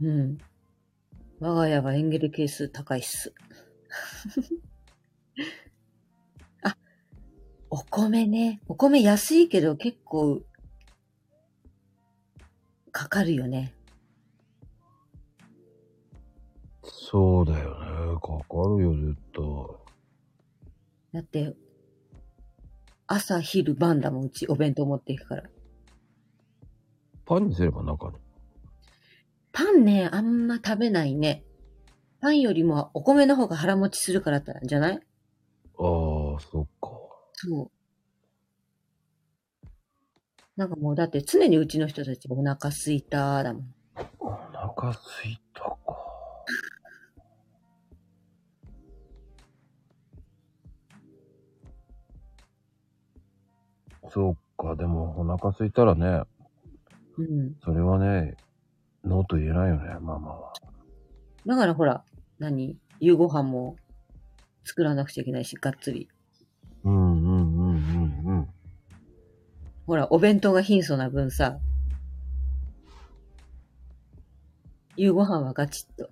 うん。うん。我が家はエンゲル係数高いっす。 あ、お米ね。お米安いけど結構、かかるよね。そうだよね。かかるよ、ずっと。だって、朝、昼、晩だもん、うちお弁当持っていくから。パンにすれば中に。パンね、あんま食べないね。パンよりもお米の方が腹持ちするからってなんじゃないああ、そっか。そう。なんかもうだって常にうちの人たちお腹すいただもん。お腹すいたか。そっか、でもお腹すいたらね、うん。それはね、ノーと言えないよね、ママは。だからほら、何夕ご飯も作らなくちゃいけないし、がっつり。うんうんうんうんうん。ほら、お弁当が貧相な分さ、夕ご飯はガチッと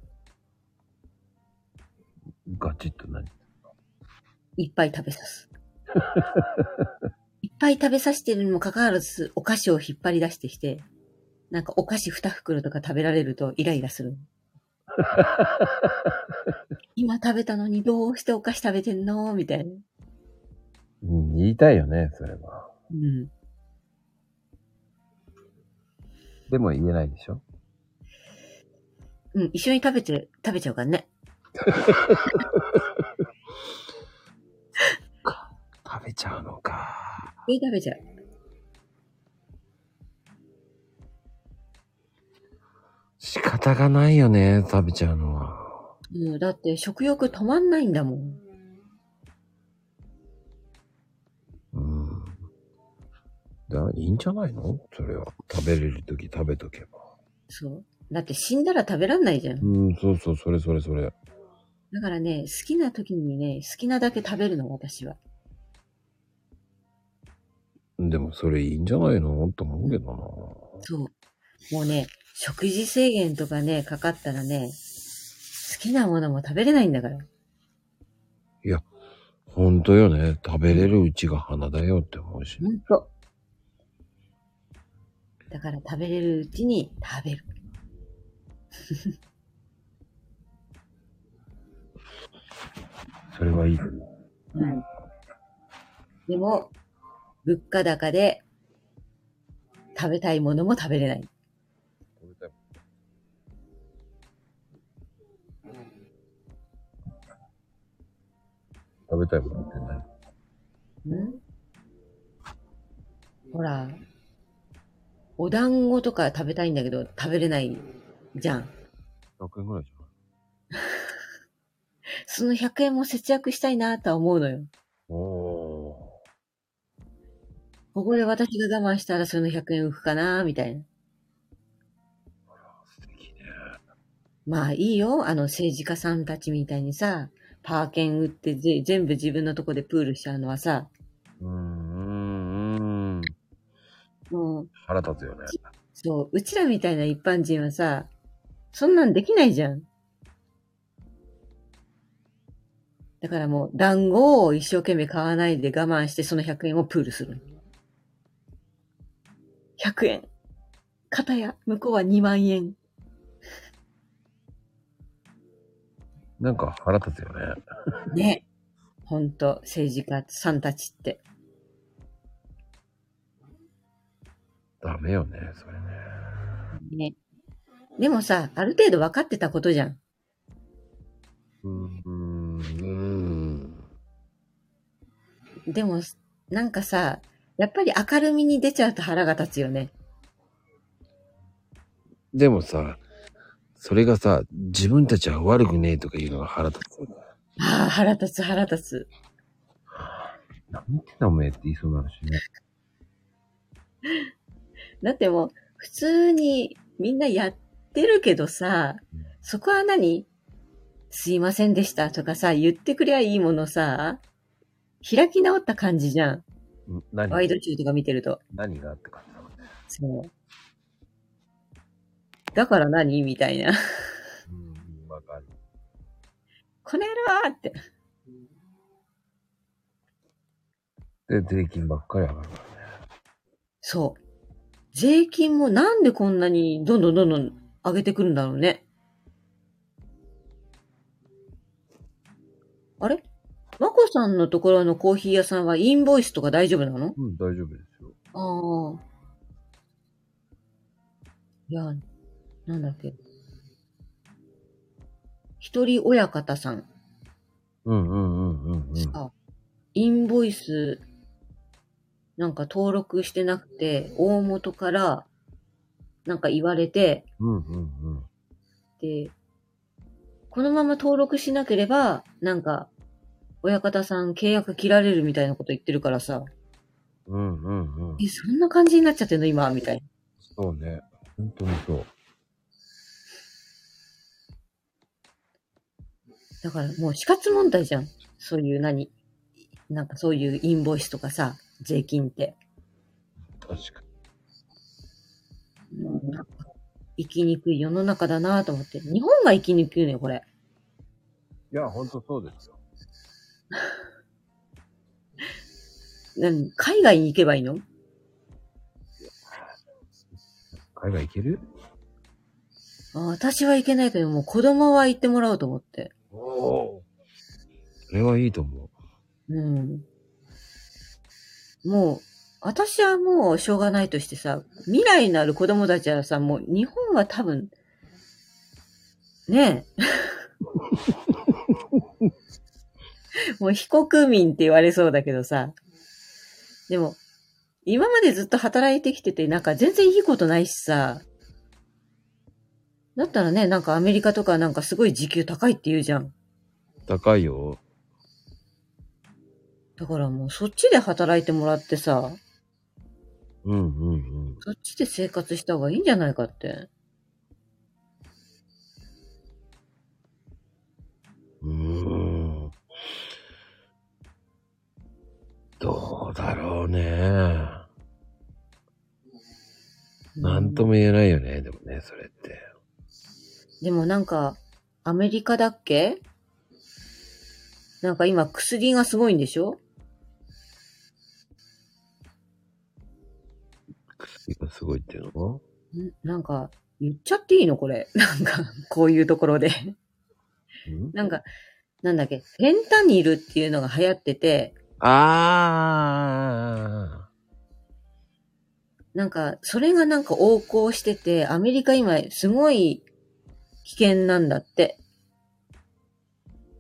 ガチッと何 いっぱい食べさす。いっぱい食べさせてるにもかかわらず、お菓子を引っ張り出してきて、なんかお菓子二袋とか食べられるとイライラする。今食べたのにどうしてお菓子食べてんのみたいな。うん言いたいよね、それは。うん。でも言えないでしょうん、一緒に食べて、食べちゃうからね。食べちゃうのか。一緒に食べちゃう。仕方がないよね、食べちゃうのは。うん、だって食欲止まんないんだもん。うん。だいいんじゃないのそれは。食べれるとき食べとけば。そう。だって死んだら食べらんないじゃん。うん、そうそう、それそれそれ。だからね、好きな時にね、好きなだけ食べるの、私は。でもそれいいんじゃないのと思うけどそう。もうね、食事制限とかね、かかったらね、好きなものも食べれないんだから。な。ほんとよね。食べれるうちが花だよって思うし。ほんと。だから食べれるうちに食べる。それはいい。うん。でも、物価高で、食べたいものも食べれない。食べたいものってない。んほら、お団子とか食べたいんだけど、食べれないじゃん。 100円ぐらいじゃないその100円も節約したいなとは思うのよ。おおここで私が我慢したらその100円浮くかなみたいな。ー。素敵ね。まあいいよ。あの政治家さんたちみたいにさ、パーケン売ってぜ全部自分のとこでプールしちゃうのはさ、うん、うん、うん。もう、腹立つよね。そう、うちらみたいな一般人はさ、そんなんできないじゃん。だからもう、団子を一生懸命買わないで我慢してその100円をプールする。100円。片や、向こうは2万円。なんか腹立つよね。ね。ほんと、政治家さんたちって。ダメよね、それね。ね。でもさ、ある程度分かってたことじゃん。うん、うん。でも、なんかさ、やっぱり明るみに出ちゃうと腹が立つよね。でもさ、それがさ、自分たちは悪くねえとか言うのが腹立つよね。ああ、腹立つ、腹立つ。なんてなおめえって言いそうになるしね。だってもう、普通にみんなやってるけどさうん、そこは何すいませんでしたとかさ、言ってくりゃいいものさ、開き直った感じじゃん。ん何ワイド中とか見てると。何がって感じだもんね。そう。だから何みたいな。 うん、わかる。この野郎って。で、税金ばっかり上がるからね。そう。税金もなんでこんなにどんどんどんどん上げてくるんだろうね。あれマコさんのところのコーヒー屋さんはインボイスとか大丈夫なのうん、大丈夫ですよ。ああ。いや、なんだっけ。一人親方さんうんうんうんうんうん。さ、インボイス、なんか登録してなくて、大元から、なんか言われて、うんうんうん。で、このまま登録しなければ、なんか、親方さん契約切られるみたいなこと言ってるからさ、うんうんうん。え、そんな感じになっちゃってんの今、みたいな。そうね。本当にそう。だからもう死活問題じゃん。そういう何、なんかそういうインボイスとかさ、税金って。確かなんか生きにくい世の中だなと思って。日本が生きにくいのよ、これ。に。いや、本当そうですよ。何海外に行けばいいの海外行けるあ私は行けないけど、もう子供は行ってもらおうと思って。おお。それはいいと思う。うん。もう、私はもうしょうがないとしてさ、未来のある子供たちはさ、もう日本は多分、ねえ。もう非国民って言われそうだけどさ。でも、今までずっと働いてきてて、なんか全然いいことないしさ。だったらね、なんかアメリカとかなんかすごい時給高いって言うじゃん。高いよ。だからもうそっちで働いてもらってさ、うんうんうん。そっちで生活した方がいいんじゃないかって。うーん。どうだろうね。なんとも言えないよね、でもね、それって。でもなんか、アメリカだっけなんか今薬がすごいんでしょ薬がすごいっていうのんなんか、言っちゃっていいのこれ。 なんか、こういうところで。んなんか、なんだっけ、フェンタニルっていうのが流行ってて、あなんか、それがなんか横行してて、アメリカ今すごい危険なんだって。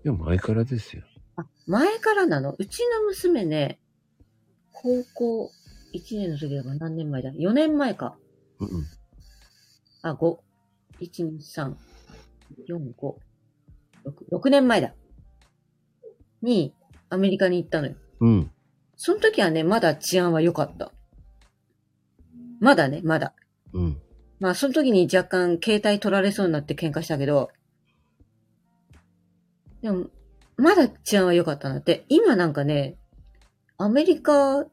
ー。いや、前からですよ。あ、前からなのうちの娘ね、高校1年の時だから何年前だ ?4 年前か。うんうん。あ、5。1、2、3、4、5、6。6年前だ。に、アメリカに行ったのよ。うん。その時はね、まだ治安は良かった。まだね、まだ。うん。まあ、その時に若干携帯取られそうになって喧嘩したけど、でも、まだ治安は良かったなって、今なんかね、アメリカ、危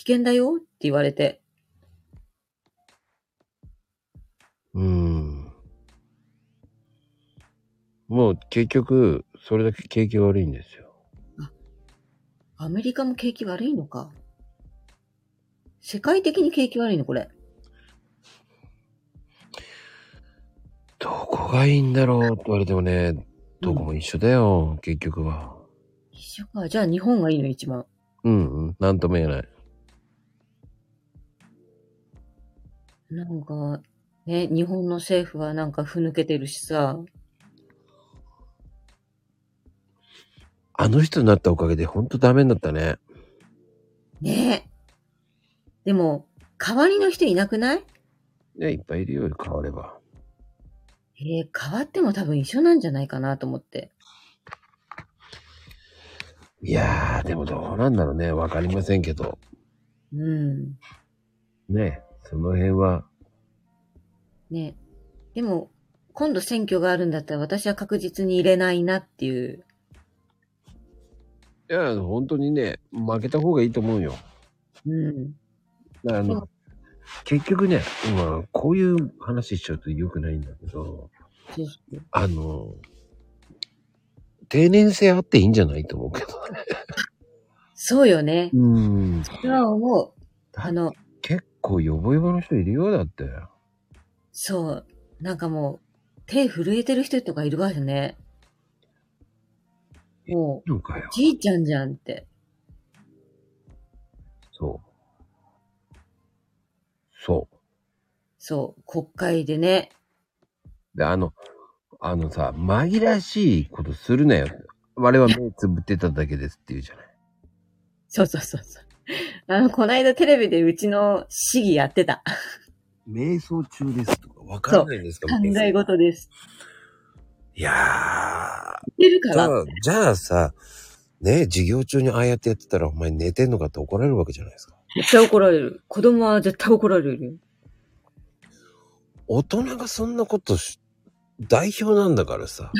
険だよって言われて、うん。もう結局、それだけ景気が悪いんですよ。アメリカも景気悪いのか。世界的に景気悪いのこれ。どこがいいんだろうって言われてもね、どこも一緒だよ、結局は。一緒か。じゃあ日本がいいの一番。うんうん。なんとも言えない。なんか、ね、日本の政府はなんかふぬけてるしさ。あの人になったおかげでほんとダメになったね。ねえ。でも、代わりの人いなくないね、いっぱいいるよ、変われば。えー、変わっても多分一緒なんじゃないかなと思って。いやー、でもどうなんだろうね。わかりませんけど。うん。ね、その辺は。ねでも、今度選挙があるんだったら私は確実に入れないなっていう。いや、本当にね、負けた方がいいと思うよ。うん。そあのう、結局ね、今、こういう話しちゃうと良くないんだけど、あの、定年制あっていいんじゃないと思うけどね。そうよね。うん。それは思う。あの、結構ヨボヨボの人いるよ、だって。そう。なんかもう、手震えてる人とかいるわよね。もそうかよう、。じいちゃんじゃんって。そう。そそう、国会でね。う。で、あの、あのさ、紛らわしいことするなよ。我々は目つぶってただけですって言うじゃない。そうそうそうそう。あの、こないだテレビでうちの市議やってた。瞑想中ですとか、わからないんですか考瞑想え事です。いやー、言ってるかじゃら。あ、じゃあさ、ね、授業中にああやってやってたら、お前寝てんのかって怒られるわけじゃないですか。絶対怒られる。子供は絶対怒られるよ。大人がそんなことし、代表なんだからさ、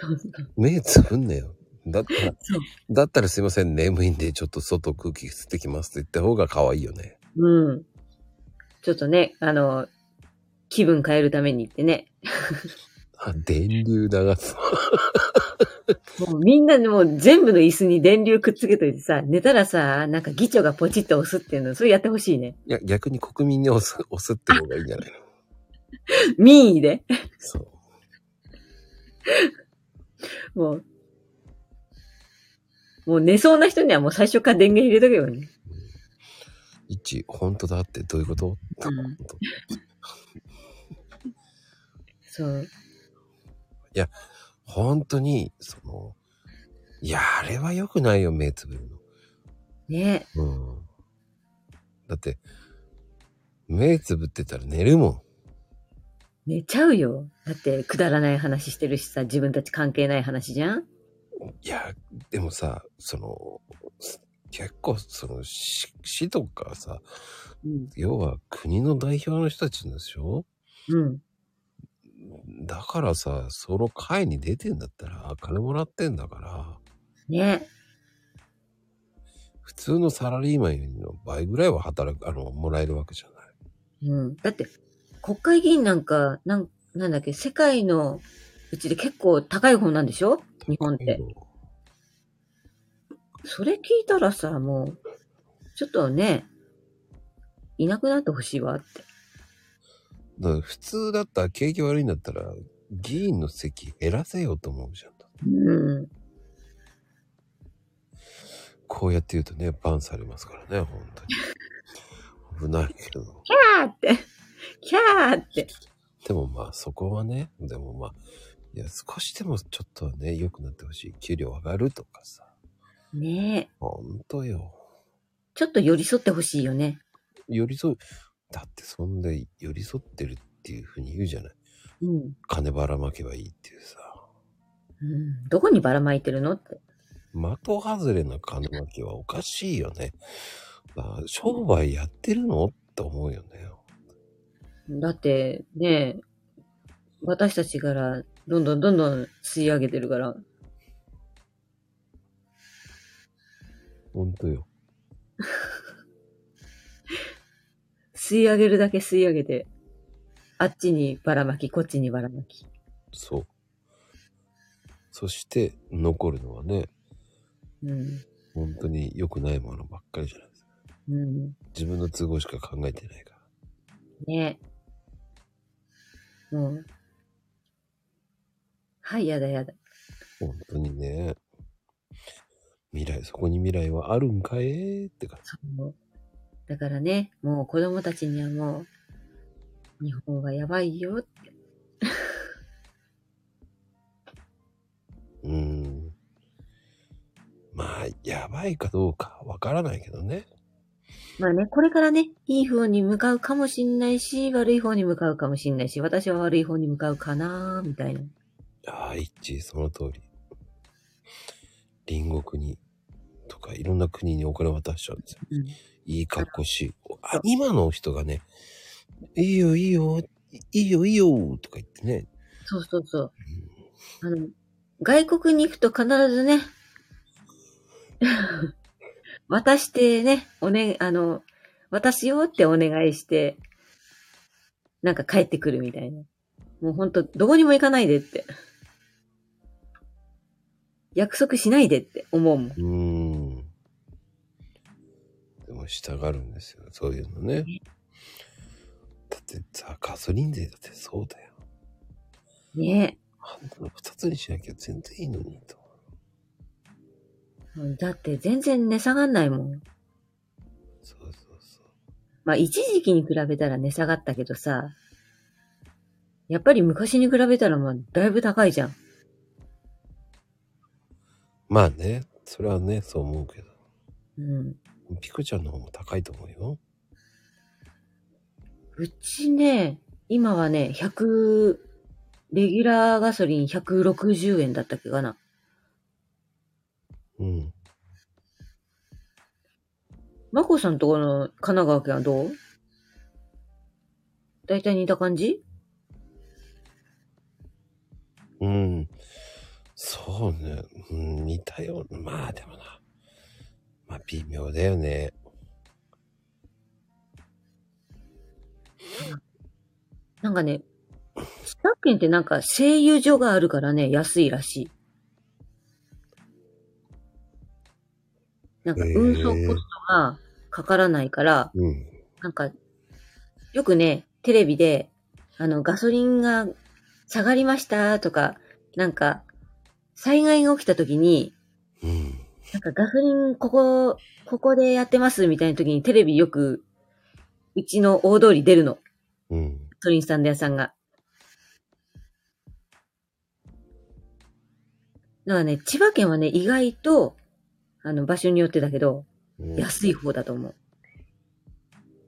そうそう目つぶんなよ。だったらそう、だったらすいません、眠いんで、ちょっと外空気吸ってきますって言った方が可愛いよね。うん。ちょっとね、あの、気分変えるためにってね。あ、電流流す。もうみんなでもう全部の椅子に電流くっつけといてさ、寝たらさ、なんか議長がポチッと押すっていうの、それやってほしいね。いや、逆に国民に押す、押すって方がいいんじゃないの民意で。そう。もう。もう寝そうな人にはもう最初から電源入れとけよね。一、本当だってどういうこと、うんそう。本当に、その、いや、あれは良くないよ、目つぶるの。ねうん。だって、目つぶってたら寝るもん。寝ちゃうよ。だって、くだらない話してるしさ、自分たち関係ない話じゃんいや、でもさ、その、す結構、その、市市とかさ、うん。要は国の代表の人たちでしょうん。だからさ、その会に出てんだったら、金もらってんだから、ね普通のサラリーマンよりの倍ぐらいは働く、あの、もらえるわけじゃない。うん。だって、国会議員なんか、なん、なんだっけ、世界のうちで結構高い方なんでしょ日本って。それ聞いたらさ、もう、ちょっとね、いなくなってほしいわって。だから普通だったら、景気悪いんだったら、議員の席減らせようと思うじゃん。うん。こうやって言うとね、バンされますからね、本当に。危ないけど。キャーって、キャーって。でもまあそこはね、でもまあ、いや少しでもちょっとはね、良くなってほしい。給料上がるとかさ。ねえ。本当よ。ちょっと寄り添ってほしいよね。寄り添う。だってそんで寄り添ってるっていうふうに言うじゃない。うん。金ばらまけばいいっていうさ。うん、どこにばらまいてるのって。的外れな金まきはおかしいよね。まあ、商売やってるのって思うよね。だって、ねえ、私たちから、どんどんどんどん吸い上げてるから。本当よ。吸い上げるだけ吸い上げて、あっちにばらまき、こっちにばらまき。そう。そして残るのはね、うん。本当に良くないものばっかりじゃないですか。うん。自分の都合しか考えてないから。ねえ。もう。はい、やだやだ。本当にね。未来、そこに未来はあるんかえって感そうだからね、もう子供たちにはもう、日本はやばいよ。じ。うーん。まあ、やばいかどうかわからないけどね。まあね、これからね、いい方に向かうかもしんないし、悪い方に向かうかもしんないし、私は悪い方に向かうかなーみたいな。ああ、一致、その通り。隣国に、とかいろんな国にお金渡しちゃうんですよ。うんいい格好しい。あ今の人がね、いいよいいよ、いいよいいよ、とか言ってね。そうそうそう。あの、外国に行くと必ずね、 渡してね、おね、あの、渡すよってお願いして、なんか帰ってくるみたいな。もうほんと、どこにも行かないでって。約束しないでって思うもん。うーん。でもしたがるんですよ。そういうのね。だってさ、ガソリン税だってそうだよ。ねあんなの二つにしなきゃ全然いいのにと。え。だって全然値下がんないもん。そうそうそう。まあ一時期に比べたら値下がったけどさ、やっぱり昔に比べたらまあだいぶ高いじゃん。まあね、それはね、そう思うけど。うん。ピコちゃんの方も高いと思うよ。うちね、今はね、100、レギュラーガソリン160円だったっけかな。うん。マコさんとこの神奈川県はどう大体似た感じうん。そうね。うん、似たような。まあでもな。まあ微妙だよね。なんかね、千葉県ってなんか製油所があるからね、安いらしい。なんか運送コストがかからないから、うん。なんか、よくね、テレビで、あの、ガソリンが下がりましたとか、なんか、災害が起きた時に、うん。なんかガソリンここ、ここでやってますみたいな時にテレビよく、うちの大通り出るの。うガん。ソリンスタンド屋さんが。だからね、千葉県はね、意外と、あの、場所によってだけど、うん、安い方だと思う。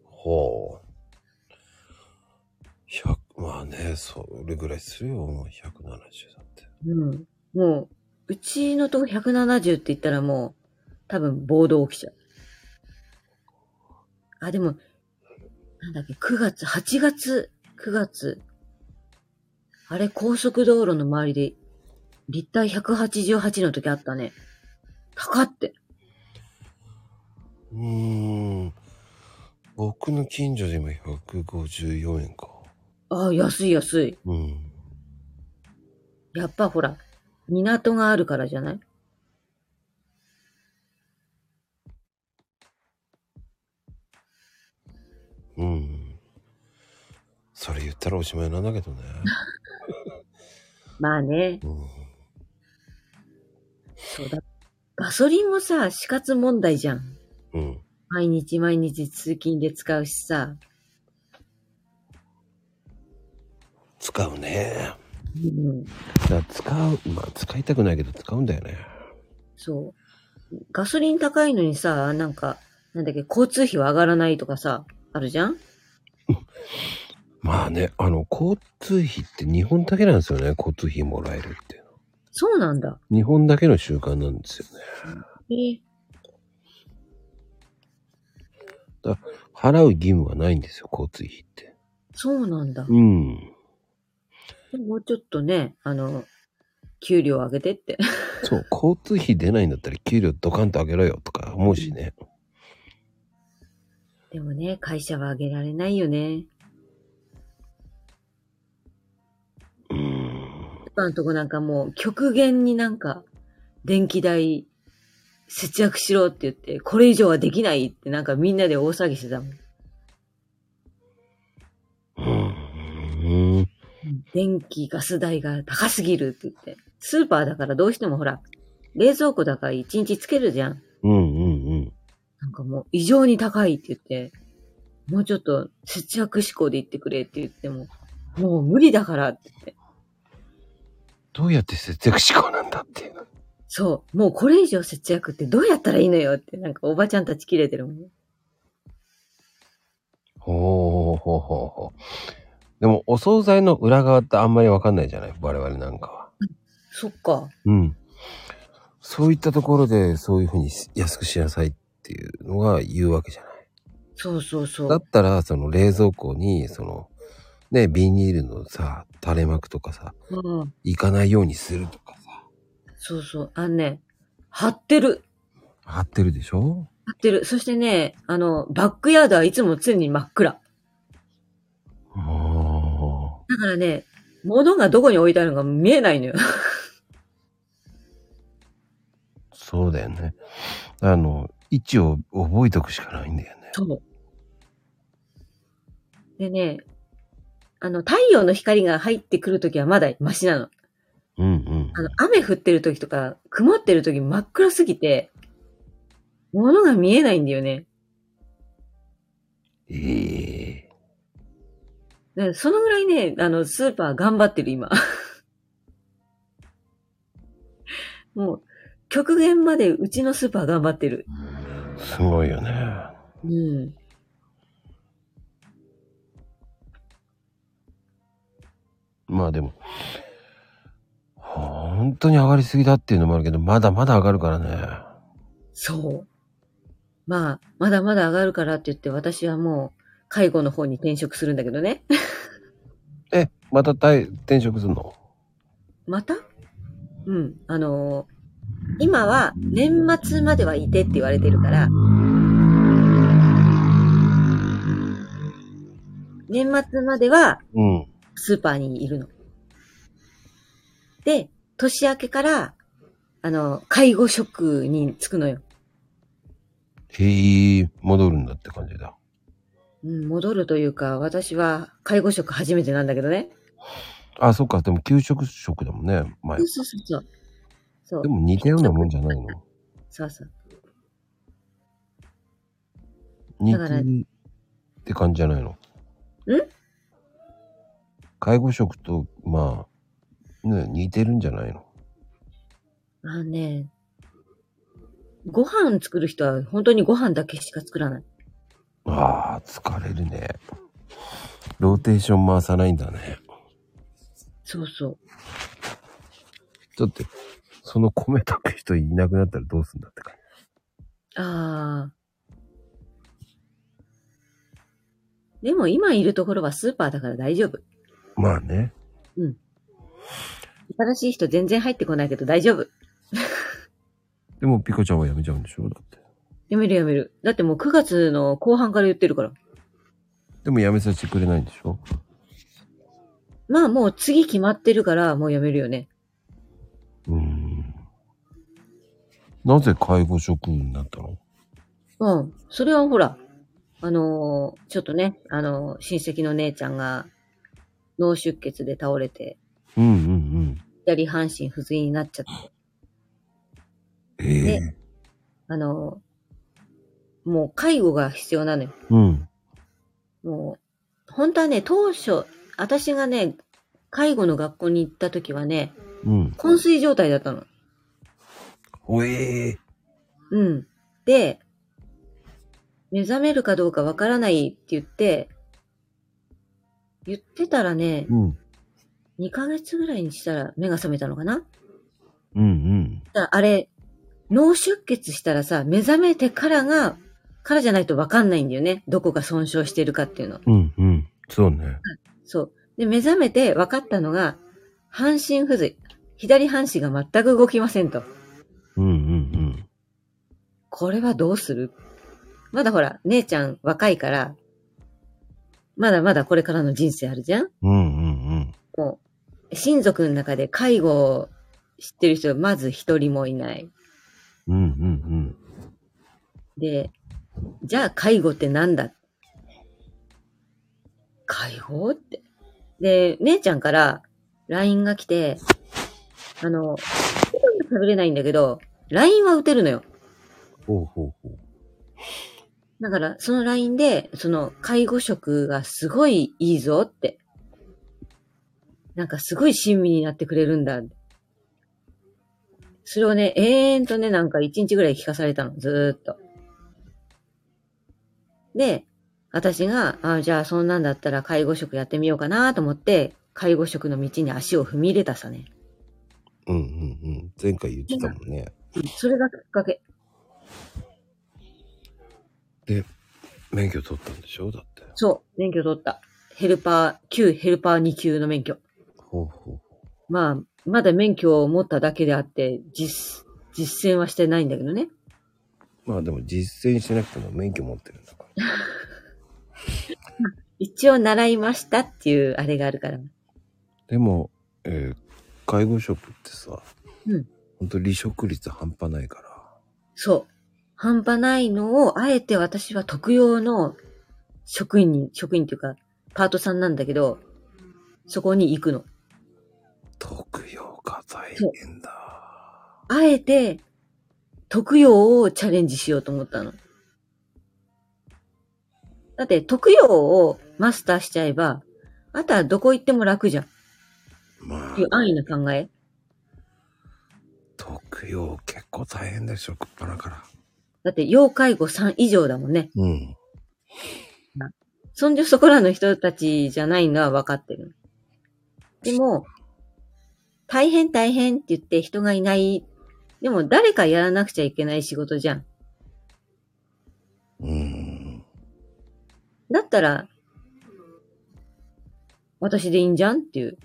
ほう。100、まあね、それぐらいするよ、もう170だって。うん。もう、うちのとこ170って言ったらもう、多分暴動起きちゃう。あ、でも、なんだっけ、9月、8月、9月。あれ、高速道路の周りで、立体188の時あったね。高って。うーん。僕の近所で今154円か。ああ、安い安い。うん。やっぱほら、港があるからじゃないうん。それ言ったらおしまいなんだけどね。まあね、うん。そうだ。ガソリンもさ、死活問題じゃん。うん。毎日毎日通勤で使うしさ。使うね。うん、だから使う、まあ使いたくないけど使うんだよね。そう。ガソリン高いのにさ、なんか、なんだっけ、交通費は上がらないとかさ、あるじゃんまあね、あの、交通費って日本だけなんですよね、交通費もらえるっていうそうなんだ。の。日本だけの習慣なんですよね。えー払う義務はないんですよ、交通費って。そうなんだ。うん。もうちょっとね、あの、給料上げてって。 そう、交通費出ないんだったら給料ドカンと上げろよとか思うしね。でもね、会社は上げられないよね。うん。一般のとこなんかもう極限になんか、電気代節約しろって言って、これ以上はできないってなんかみんなで大騒ぎしてたもん。うん。電気、ガス代が高すぎるって言って。スーパーだからどうしてもほら、冷蔵庫だから一日つけるじゃん。うんうんうん。なんかもう異常に高いって言って、もうちょっと節約志向で言ってくれって言っても、もう無理だからって言って。どうやって節約志向なんだっていう。そう、もうこれ以上節約ってどうやったらいいのよって、なんかおばちゃんたち切れてるもん。ほうほうほうほう。でも、お惣菜の裏側ってあんまりわかんないじゃない我々なんかは。そっか。うん。そういったところで、そういうふうに安くしなさいっていうのが言うわけじゃない。そうそうそだうっ。たら、その冷蔵庫に、その、ね、ビニールのさ、垂れ幕とかさ、うん。行かないようにするとかさ、そうそう。あのね、貼ってる。貼ってるでしょ貼ってる。そしてね、あの、バックヤードはいつも常に真っ暗。ああ。だからね、物がどこに置いてあるのか見えないのよ。 そうだよね。あの、位置を覚えておくしかないんだよね。そう。でね、あの、太陽の光が入ってくるときはまだマシなの。うんうん。あの、雨降ってるときとか、曇ってるとき真っ暗すぎて、物が見えないんだよね。ええだからそのぐらいね、あの、スーパー頑張ってる、今。 もう、極限までうちのスーパー頑張ってる。すごいよね。うん。まあでも、本当に上がりすぎだっていうのもあるけど、まだまだ上がるからね。そう。まあ、まだまだ上がるからって言って、私はもう、介護の方に転職するんだけどね。 え、また大転職すんのまたうん。あのー今は年末まではいてって言われてるから、年末まではうん。スーパーにいるの。で、年明けから、あの、介護職に就くのよ。へえ、戻るんだって感じだ。うん、戻るというか、私は介護職初めてなんだけどね。あ、そっか。でも給食職だもんね、前そう。そうそうそう。そうで。も似たようなもんじゃないのそうそう。似だからてって感じじゃないのん介護職と、まあ、ね、似てるんじゃないのあのね、ご飯作る人は本当にご飯だけしか作らない。ああ、疲れるね。ローテーション回さないんだね。そうそう。だって、その米炊く人いなくなったらどうすんだって感ああ。でも今いるところはスーパーだから大丈夫。じ。まあね。新しい人全然入ってこないけど大丈夫。でも、ピコちゃんは辞めちゃうんでしょだって。やめるやめる。だってもう9月の後半から言ってるから。でも辞めさせてくれないんでしょまあもう次決まってるからもうやめるよね。うーん。なぜ介護職になったのうん。それはほら、あのーちょっとね、あのー親戚の姉ちゃんが脳出血で倒れて、うんうんうん。左半身不随になっちゃって、ええあのーもう介護が必要なのよ。うん。もう、本当はね、当初、私がね、介護の学校に行った時はね、うん。昏睡状態だったの。おええうん。で、目覚めるかどうかわからないって言って、言ってたらね、うん。 2ヶ月ぐらいにしたら目が覚めたのかなうんうん。だあれ、脳出血したらさ、目覚めてからが、からじゃないとわかんないんだよね。どこが損傷してるかっていうの。うんうん。そうね。そう。で、目覚めて分かったのが、半身不随。左半身が全く動きませんと。うんうんこれはどうするまだほら、姉ちゃん若いから、まだまだこれからの人生あるじゃんうん。うんうんうん。もう、親族の中で介護を知ってる人、まず一人もいない。うんうんで、じゃあ介護ってなんだ介護って。で、姉ちゃんから LINE が来て、あの、ほとんど喋れないんだけど、LINE は打てるのよ。うん。ほうほうほう。だから、その LINE で、その、介護職がすごいいいぞって。なんかすごい親身になってくれるんだ。それをね、延々とね、なんか一日ぐらい聞かされたの、ずーっと。で、私が、あじゃあそんなんだったら介護職やってみようかなと思って、介護職の道に足を踏み入れたさね。うんうんうん。前回言ってたもんね。それがきっかけ。免許取ったんでしょだって。そう、免許取った。ヘルパー、旧ヘルパー2級の免許。ほうほう。まあ、まだ免許を持っただけであって、実、実践はしてないんだけどね。まあでも実践してなくても免許持ってるんだから。一応習いましたっていうあれがあるから。でも、えー介護職ってさ、うんほんと離職率半端ないから。そう。半端ないのを、あえて私は特用の職員に、職員っていうか、パートさんなんだけど、そこに行くの。特養が大変だ。あえて、特養をチャレンジしようと思ったの。だって、特養をマスターしちゃえば、あとはどこ行っても楽じゃん。っまていうあ、安易な考え。特養結構大変でしょ、くっぱなから。だって、要介護3以上だもんね。うん。そんじょそこらの人たちじゃないのは分かってる。でも、大変大変って言って人がいない。でも誰かやらなくちゃいけない仕事じゃん。うん。だったら、私でいいんじゃんっていう。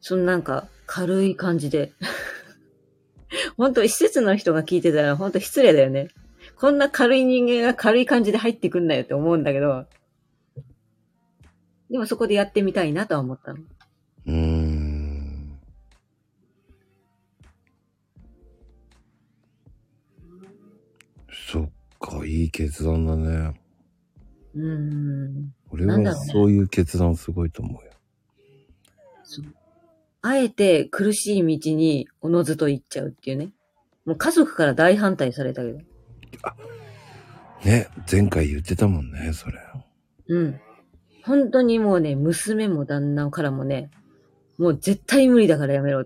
そのなんか軽い感じで。 本当施設の人が聞いてたら本当失礼だよね。こんな軽い人間が軽い感じで入ってくんなよって思うんだけど。でもそこでやってみたいなとは思ったの。うーん。そっか、いい決断だね。うーん。俺なんだはろうねそういう決断すごいと思うよ。そうあえて苦しい道におのずと行っちゃうっていうね。もう家族から大反対されたけど。ね、前回言ってたもんね、それ。うん。本当にもうね、娘も旦那からもね、もう絶対無理だからやめろ。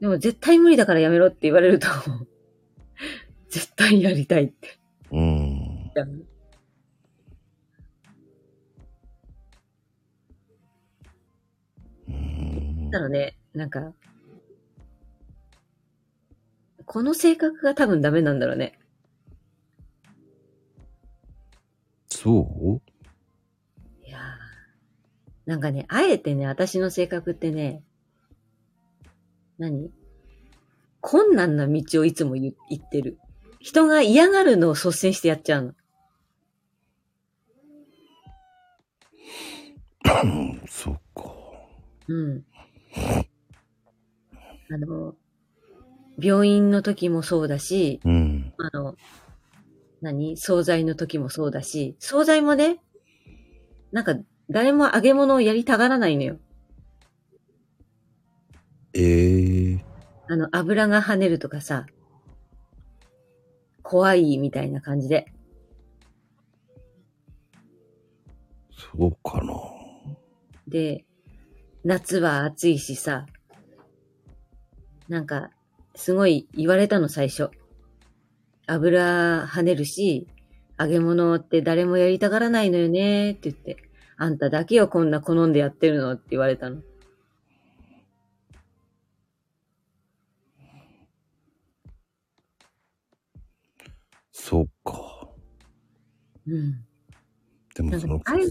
でも絶対無理だからやめろって言われると、 絶対やりたいって。うん。うんだからね、なんか、この性格が多分ダメなんだろうね。そういやーなんかね、あえてね、私の性格ってね、何困難な道をいつも言言ってる。人が嫌がるのを率先してやっちゃうの。うんそっか。うん。あの、病院の時もそうだし、うん。あの、何惣菜の時もそうだし、惣菜もね、なんか誰も揚げ物をやりたがらないのよ。ええあの、油が跳ねるとかさ、怖いみたいな感じで。そうかな。で、夏は暑いしさ、なんか、すごい言われたの最初。油跳ねるし、揚げ物って誰もやりたがらないのよねって言って、あんただけをこんな好んでやってるのって言われたの。そうか。うん。でもそのなんかあれ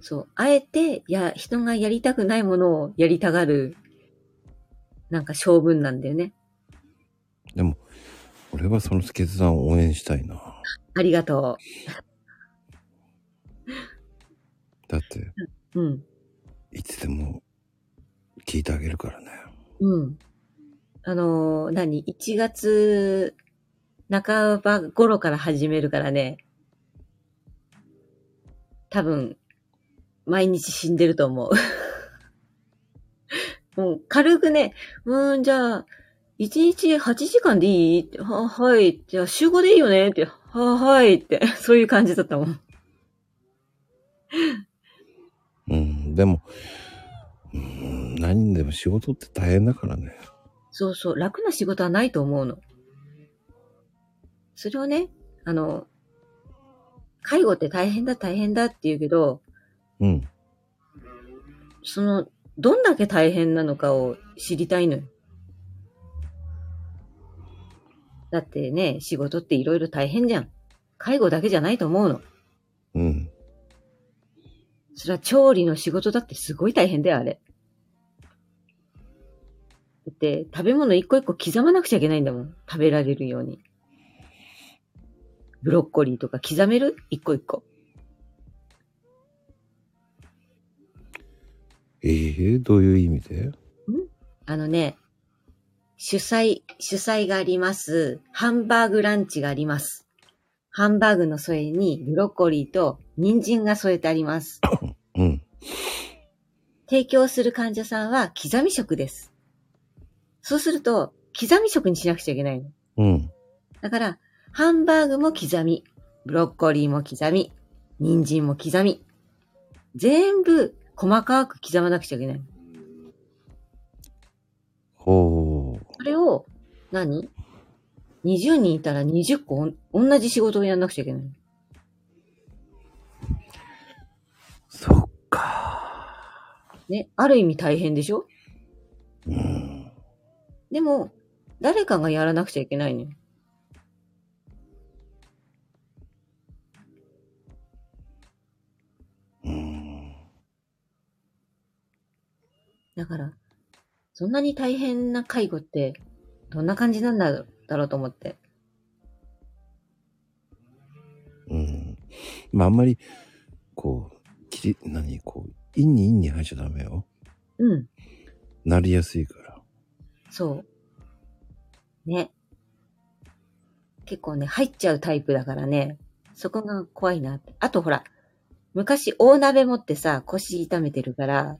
そう。あえて、や、人がやりたくないものをやりたがる、なんか性分なんだよね。でも、俺はその決断を応援したいな。ありがとだって、う。うん。いつでも聞いてあげるからね。うん。あのー何 ?1 月半ば頃から始めるからね。多分、毎日死んでると思う。 もう軽くね、うーん、じゃあ、1日8時間でいいっては、はい。じゃあ、週5でいいよねって、は、はい。って、そういう感じだったもん。うん。でも、うん、何でも仕事って大変だからね。そうそう、楽な仕事はないと思うの。それをね、あの、介護って大変だ大変だって言うけど、うん。その、どんだけ大変なのかを知りたいのよ。だってね、仕事っていろいろ大変じゃん。介護だけじゃないと思うの。うん。それは調理の仕事だってすごい大変だよ、あれ。だって、食べ物一個一個刻まなくちゃいけないんだもん。食べられるように。ブロッコリーとか刻める一個一個。ええどういう意味であのね、主催、主催があります。ハンバーグランチがあります。ハンバーグの添えにブロッコリーと人参が添えてあります。うん。提供する患者さんは刻み食です。そうすると、刻み食にしなくちゃいけないの。うん。だから、ハンバーグも刻み、ブロッコリーも刻み、人参も刻み。全部細かく刻まなくちゃいけないの。ほそれを何、?20 人いたら20個おん同じ仕事をやんなくちゃいけない。う。そっか。ね。ある意味大変でしょうん。でも、誰かがやらなくちゃいけないのよ。うん。だから、そんなに大変な介護って、どんな感じなんだろうだろうと思って。うん。まあ、あんまり、こう、きり、何、こう、陰に陰に入っちゃダメよ。うん。なりやすいから。そう。ね。結構ね、入っちゃうタイプだからね。そこが怖いなって。あとほら、昔大鍋持ってさ、腰痛めてるから、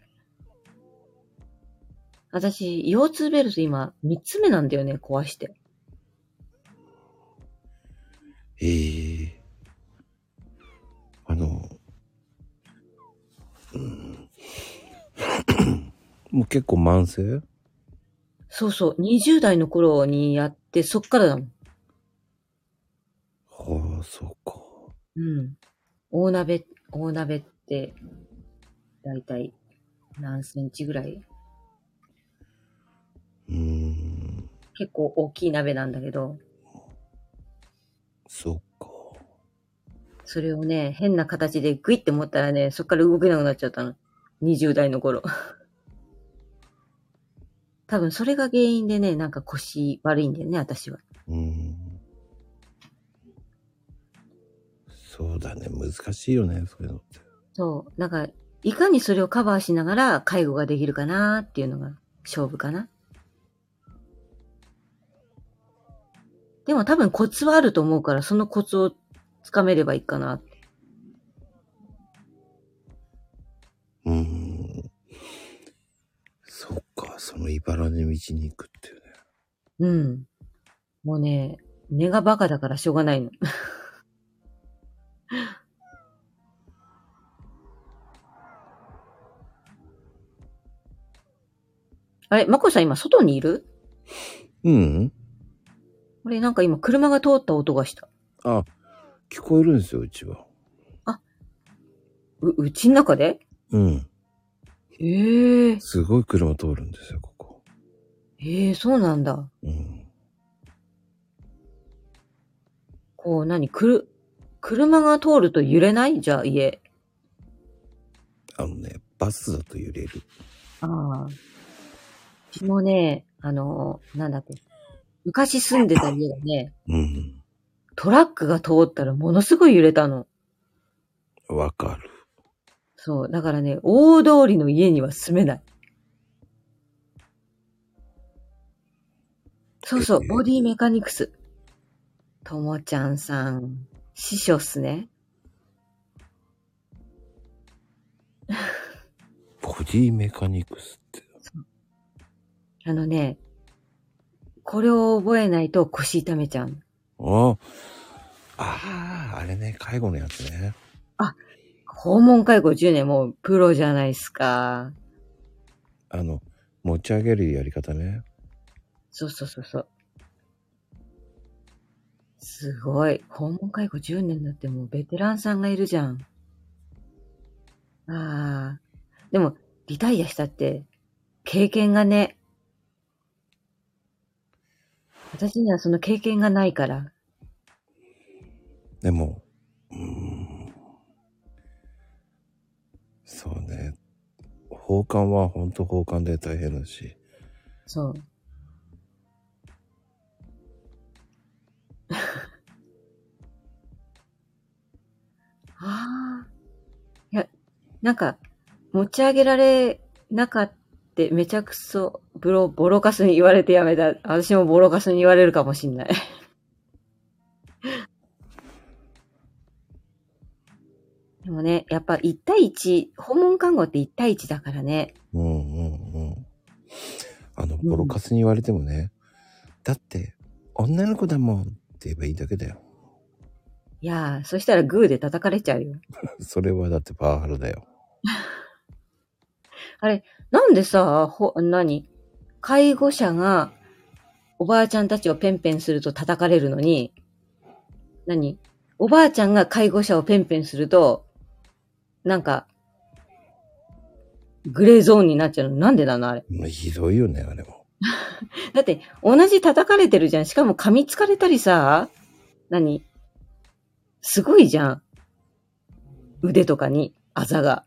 私、腰痛ベルト今、三つ目なんだよね、壊して。ええあの、うん。もう結構慢性そうそう、20代の頃にやって、そっからだもん。はあ、そうか。うん。大鍋、大鍋って、だいたい何センチぐらいうん。結構大きい鍋なんだけど、そっか。それをね、変な形でグイって持ったらね、そっから動けなくなっちゃったの。20代の頃。 多分それが原因でね、なんか腰悪いんだよね、私は。うん。そうだね。難しいよね、そういうのって。そう。なんか、いかにそれをカバーしながら介護ができるかなーっていうのが勝負かな。でも多分コツはあると思うから、そのコツをつかめればいいかなって。うん。そっか、その茨の道に行くっていうね。うん。もうね、根がバカだからしょうがないの。 あれ、まこさん今外にいるうん俺なんか今車が通った音がした。あ、聞こえるんですよ、うちは。う、うちの中でうん。へえ。すごい車通るんですよ、ここ。へえ、そうなんだ。うん。こう、何、くる、車が通ると揺れないじゃあ家。あのね、バスだと揺れる。ああ。うちもね、あの、なんだっけ。昔住んでた家がね、うん。トラックが通ったらものすごい揺れたの。わかる。そう。だからね、大通りの家には住めない。そうそうえ、えボディメカニクス。ともちゃんさん、師匠っすね。ボディメカニクスって。あのね、これを覚えないと腰痛めちゃうの。ああー、あれね、介護のやつね。訪問介護10年もうプロじゃないっすか。あの、持ち上げるやり方ね。そうそうそうそう。すごい。訪問介護10年だってもうベテランさんがいるじゃん。ああ。でも、リタイアしたって、経験がね。私にはその経験がないから。でも、うーん。そうね。奉還は本当奉還で大変だし。そう。 ああ。いや、なんか、持ち上げられ中ってめちゃくそ、ブロ、ボロカスに言われてやめた。私もボロカスに言われるかもしんない。 でもね、やっぱ1対1、訪問看護って1対1だからね。うんうんうん。あの、ボロカスに言われてもね、だって、女の子だもんって言えばいいだけだよ。いやー、そしたらグーで叩かれちゃうよ。それはだってパワハラだよ。なんでさ、ほ、何介護者が、おばあちゃんたちをペンペンすると叩かれるのに、何おばあちゃんが介護者をペンペンすると、なんか、グレーゾーンになっちゃうの。なんでなのあれ。ひどいよね、あれも。だって、同じ叩かれてるじゃん。しかも噛みつかれたりさ、何すごいじゃん。腕とかに、あざが。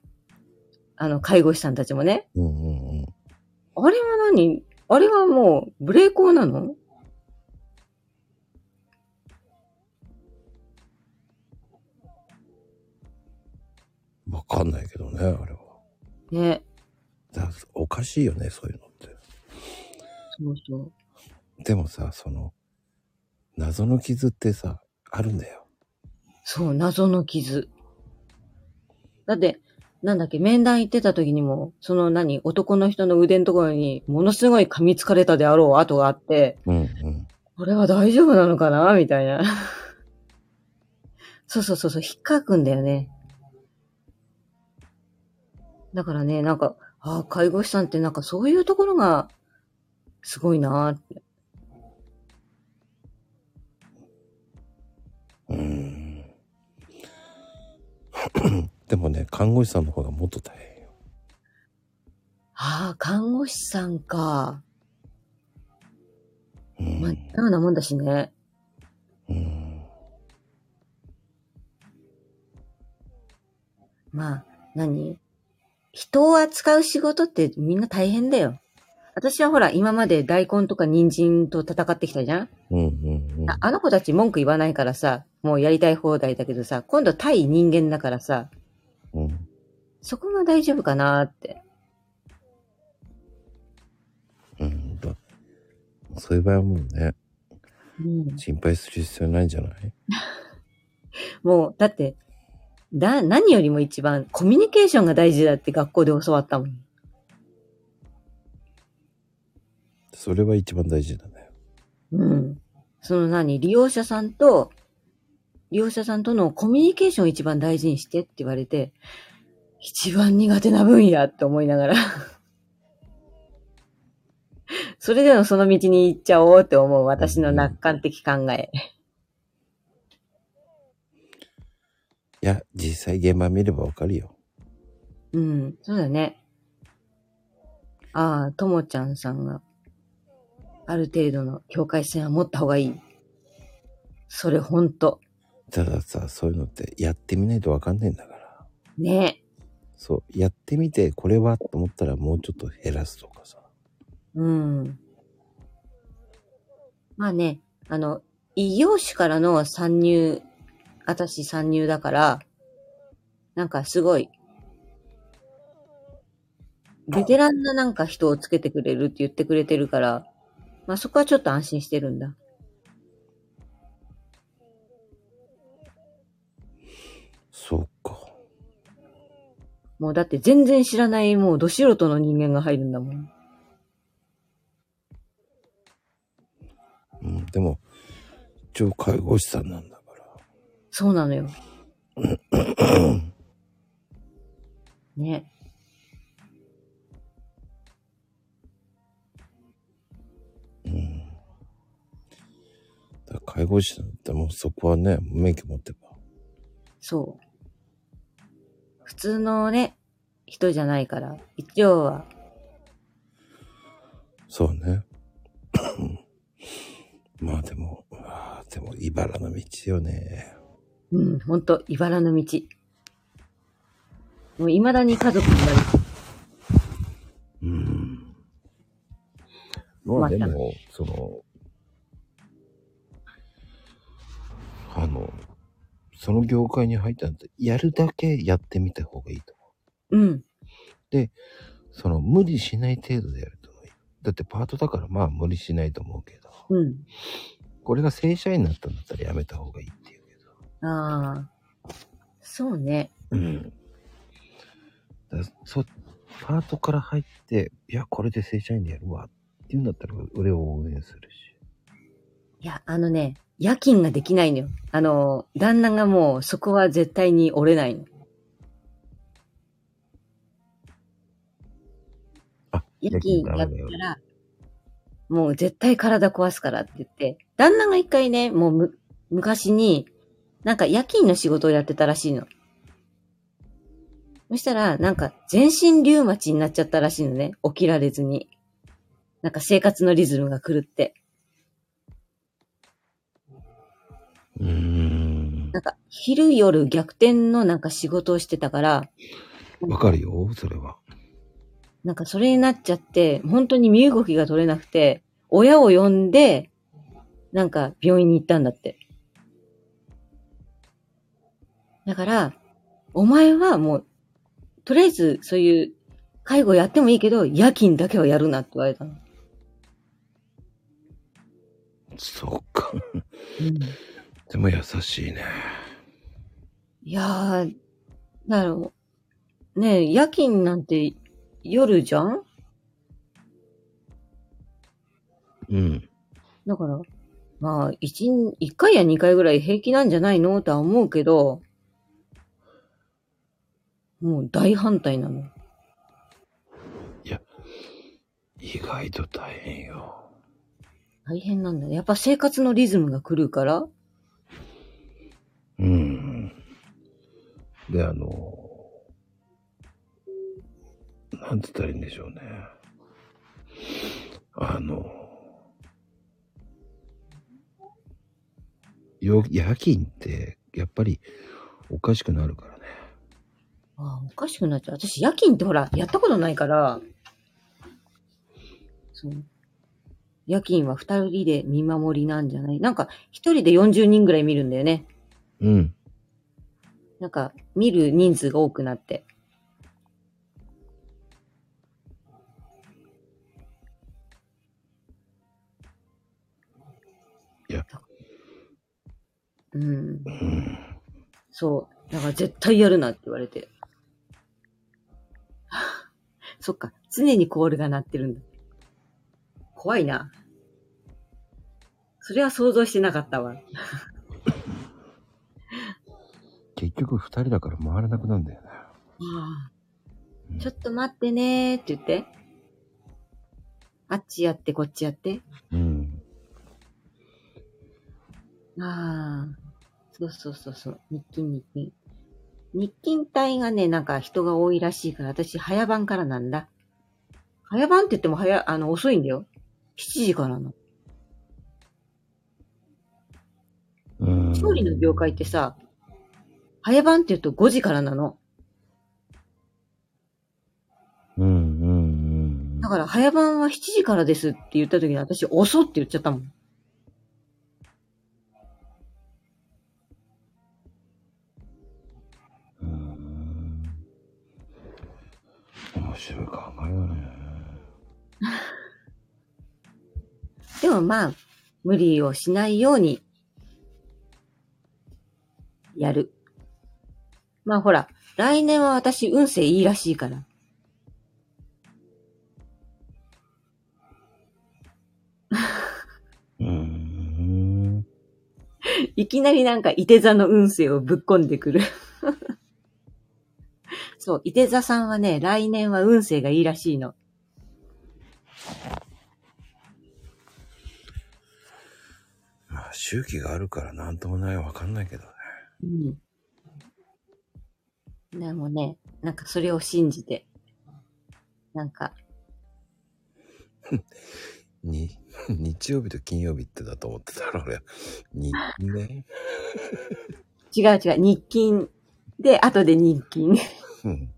あの、介護士さんたちもね。うんうんうん。あれは何あれはもう、ブレーコーなのわかんないけどね、あれは。ね。だからおかしいよね、そういうのっそうそう。て。でもさ、その、謎の傷ってさ、あるんだよ。そう、謎の傷。だって、なんだっけ、面談行ってた時にも、その何、男の人の腕のところに、ものすごい噛みつかれたであろう跡があって、うんうん。これは大丈夫なのかなみたいな。 そうそうそうそう、引っかくんだよね。だからね、なんか、ああ、介護士さんってなんかそういうところが、すごいなーって。うーんでもね、看護師さんの方がもっと大変よ。ああ、看護師さんか。うまあ、ん似たようなもんだしね。うん。まあ、何人を扱う仕事ってみんな大変だよ。私はほら、今まで大根とか人参と戦ってきたじゃん、うんうんうん。ああの子たち文句言わないからさ、もうやりたい放題だけどさ、今度対人間だからさ、うんそこが大丈夫かなーって。うんだそういう場合はもうね、うん、心配する必要ないんじゃないもう、だって、だ、何よりも一番、コミュニケーションが大事だって学校で教わったもん。それは一番大事だね。うん。その何利用者さんと、利用者さんとのコミュニケーションを一番大事にしてって言われて、一番苦手な分野って思いながら。 それでもその道に行っちゃおうって思う私の楽観的考え。いや、実際現場見ればわかるよ。うん、そうだね。ああ、ともちゃんさんが、ある程度の境界線は持った方がいい。それほんと。たださ、そういうのってやってみないとわかんないんだから。ねそう、やってみて、これはと思ったらもうちょっと減らすとかさ。うん。まあね、あの、異業種からの参入、私参入だから、なんかすごい、ベテランななんか人をつけてくれるって言ってくれてるから、まあそこはちょっと安心してるんだ。そうか。もうだって全然知らないもうど素人の人間が入るんだもん。うん、でも、一応介護士さんなんだから。そうなのよ。ね。うんだから介護士なんてもうそこはね、免許持ってば。そう。普通のね、人じゃないから、一応は、そうね。まあでも、ああ、でも茨の道よね。うん、ほんと、茨の道。もう未だに家族になる。うん。まあでも、その、あの、その業界に入ったんだったらやるだけやってみた方がいいと思うん、う。その無理しない程度でやると思うよ。だってパートだからまあ無理しないと思うけど、うこれが正社員になったんだったらやめた方がいいっていうけん。ど。ああ。そうね。うん。だそパートから入って、いや、これで正社員でやるわっていうんだったら俺を応援するし。いや、あのね、夜勤ができないのよ。あの、旦那がもうそこは絶対に折れないの。あ、夜勤だダっメだよたら、もう絶対体壊すからって言って、旦那が一回ね、もうむ昔に、なんか夜勤の仕事をやってたらしいの。そしたら、なんか全身リウマチになっちゃったらしいのね。起きられずに。なんか生活のリズムが狂って。うーん。なんか昼夜逆転のなんか仕事をしてたから、わかるよ、それは。なんかそれになっちゃって、本当に身動きが取れなくて、親を呼んで、なんか病院に行ったんだって。だから、お前はもう、とりあえずそういう介護やってもいいけど、夜勤だけはやるなって言われたの。そうか。でも優しいね。いやー、だからもう、ねえ、夜勤なんて夜じゃんうん。だから、まあ、一、一回や二回ぐらい平気なんじゃないのとは思うけど、もう大反対なの。意外と大変よ。大変なんだね。やっぱ生活のリズムが狂うからうん。で、あの、なんて言ったらいいんでしょうね。あの、よ夜勤って、やっぱりおかしくなるからね。ああ、おかしくなっちゃう。私、夜勤ってほら、やったことないから、そう。夜勤は二人で見守りなんじゃないなんか、一人で40人ぐらい見るんだよね。うん。なんか、見る人数が多くなって。いや。うん。うん。そう。だから絶対やるなって言われて。 そっか。常にコールが鳴ってるんだ。怖いな。それは想像してなかったわ。結局二人だから回らなくなるんだよね。うんちょっと待ってねーって言って。あっちやって、こっちやって。うん。ああ。そうそうそうそう。日勤日勤。日勤帯がね、なんか人が多いらしいから、私早番からなんだ。早番って言っても早、あの、遅いんだよ。7時からなの。うん。調理の業界ってさ、早番って言うと5時からなの。うんうんうん。だから早番は7時からですって言った時に私遅って言っちゃったもん。うーん面白い考えだね。でもまあ、無理をしないように、やる。まあほら、来年は私運勢いいらしいから。うーん。いきなりなんか、いて座の運勢をぶっ込んでくる。 そう、いて座さんはね、来年は運勢がいいらしいの。まあ、周期があるからなんともないわかんないけどね。うん。でもね、なんかそれを信じて。なんか、に、 日曜日と金曜日ってだと思ってたら俺、に、ね。違う違う、日勤。で、後で日勤。うん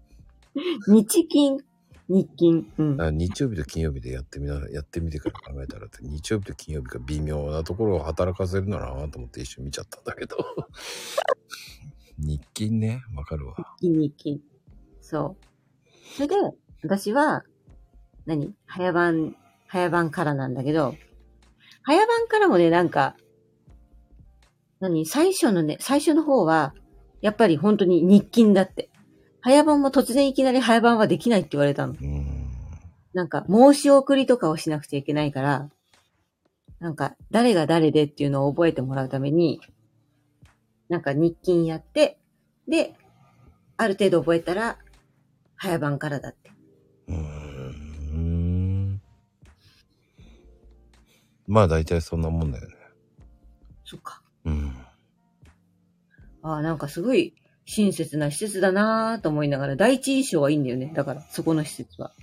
日勤。日勤。うん。あ日曜日と金曜日でやってみな、やってみてから考えたらって、日曜日と金曜日が微妙なところを働かせるならなと思って一瞬見ちゃったんだけど。 日勤ね、わかるわ。日勤、日勤。そう。それで、私は、何早番、早番からなんだけど、早番からもね、なんか、何最初のね、最初の方は、やっぱり本当に日勤だって。早番も突然いきなり早番はできないって言われたの。うん。なんか、申し送りとかをしなくちゃいけないから、なんか、誰が誰でっていうのを覚えてもらうために、なんか日勤やって、で、ある程度覚えたら、早番からだって。うん。まあ大体そんなもんだよね。そっか。うん。ああ、なんかすごい親切な施設だなぁと思いながら、第一印象はいいんだよね。だから、そこの施設は。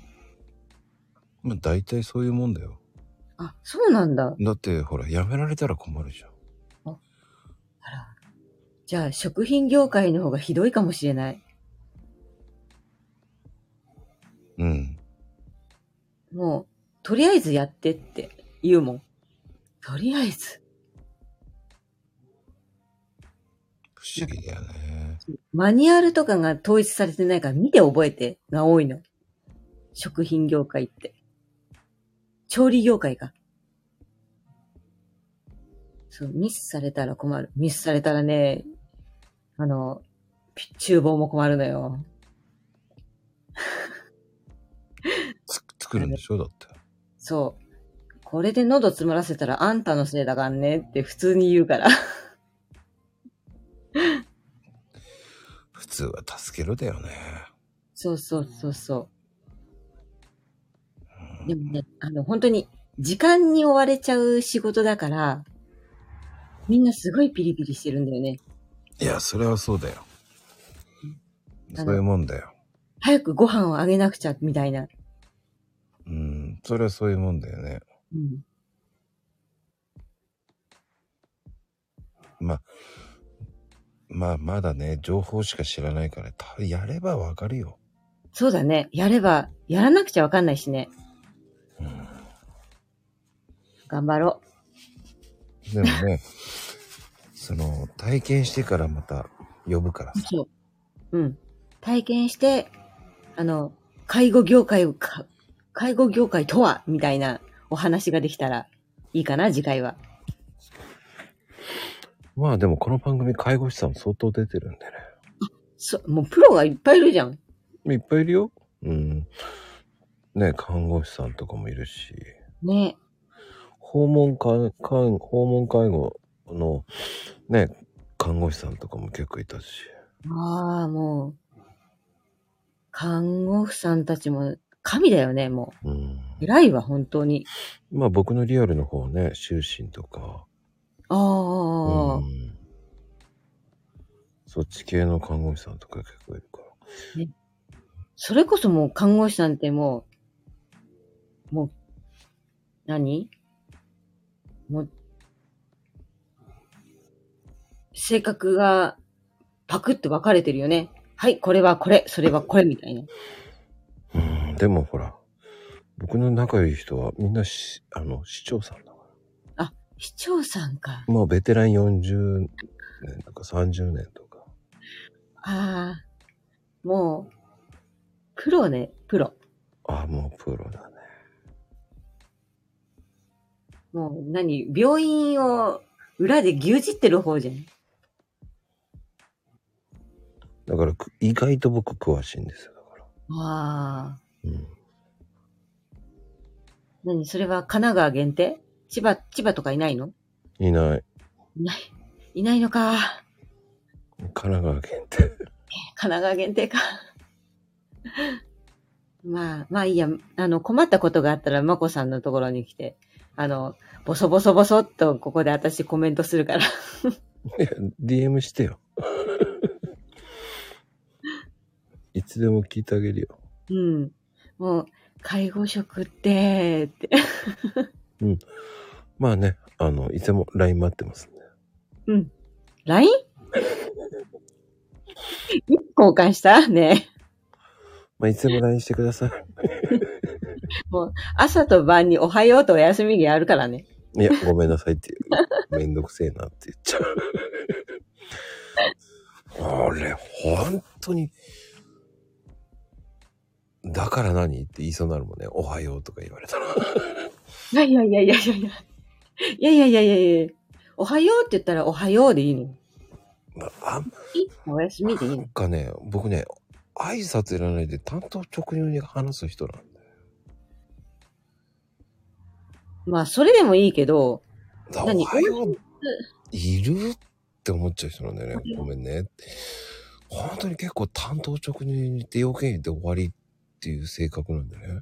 まあ大体そういうもんだよ。あ、そうなんだ。だってほら、やめられたら困るじゃん。あら。じゃあ、食品業界の方がひどいかもしれない。うん。もう、とりあえずやってって言うもん。とりあえず。不思議だよね。マニュアルとかが統一されてないから見て覚えてが多いの。食品業界って。調理業界が。そう、ミスされたら困る。ミスされたらね、あの、ピ厨房も困るのよ。つ作るんでしょだって。そう。これで喉詰まらせたらあんたのせいだからねって普通に言うから。普通は助けるだよね。そうそうそうそう。でもね、あの、本当に、時間に追われちゃう仕事だから、みんなすごいピリピリしてるんだよね。いや、それはそうだよ。あのそういうもんだよ。早くご飯をあげなくちゃ、みたいな。うん。それはそういうもんだよね。うん。まあ、まあ、まだね、情報しか知らないから、たやればわかるよ。そうだね。やれば、やらなくちゃわかんないしね。うん。頑張ろでもね、 その、体験してからまた呼ぶからう。さ。そう。うん。体験して、あの、介護業界をか、介護業界とは、みたいなお話ができたらいいかな、次回は。まあでもこの番組介護士さん相当出てるんでそ、もうプロがいっぱいいるじゃん。ね。いっぱいいるよ。うん。ね、看護師さんとかもいるし、ね訪問介、看訪問介護のね、看護師さんとかも結構いたし。ああ、もう、看護婦さんたちも神だよね、もうん。う。偉いわ、本当に。まあ僕のリアルの方ね、就寝とか、あうあ、ん。そっち系の看護師さんとか結構いるから。それこそもう看護師さんってもう、もう、何もう、性格がパクッと分かれてるよね。はい、これはこれ、それはこれ、みたいな。うん、でもほら、僕の仲いい人はみんなし、あの、市長さんだか市長さんか。ら。もうベテラン40年とか30年とか。ああ、もう、プロね、プロ。ああ、もうプロだね。もう何病院を裏で牛耳ってる方じゃん。だからく、意外と僕詳しいんですよ、だから。ああ。うん。何それは神奈川限定千葉、千葉とかいないのいない。いない。いないのか。神奈川県って。神奈川限定か。 まあ、まあいいや。あの、困ったことがあったら、まこさんのところに来て、あの、ボソボソボソっとここで私コメントするから。いや DM してよ。いつでも聞いてあげるよ。うん。もう、介護職って、って。まあね、あの、いつでも LINE 待ってますんで。うん。LINE? 交換したねえまあ、いつでも LINE してください。朝と晩におはようとお休みがあるからね。いや、ごめんなさいっていう。めんどくせえなって言っちゃう。あれ、本当に、だから何って言いそうになるもんね。おはようとか言われたら。いやいやいやいやいやいや。いやいやいやいやいやおはようって言ったらおはようでいいの。あいいおやすみでいいなのん。かね、僕ね、挨拶いらないで担当直入に話す人なんだよ。まあ、それでもいいけど、だ何おはよう、いるって思っちゃう人なんだよね。ごめんね。本当に結構担当直入に言って要件言って終わりっていう性格なんだよ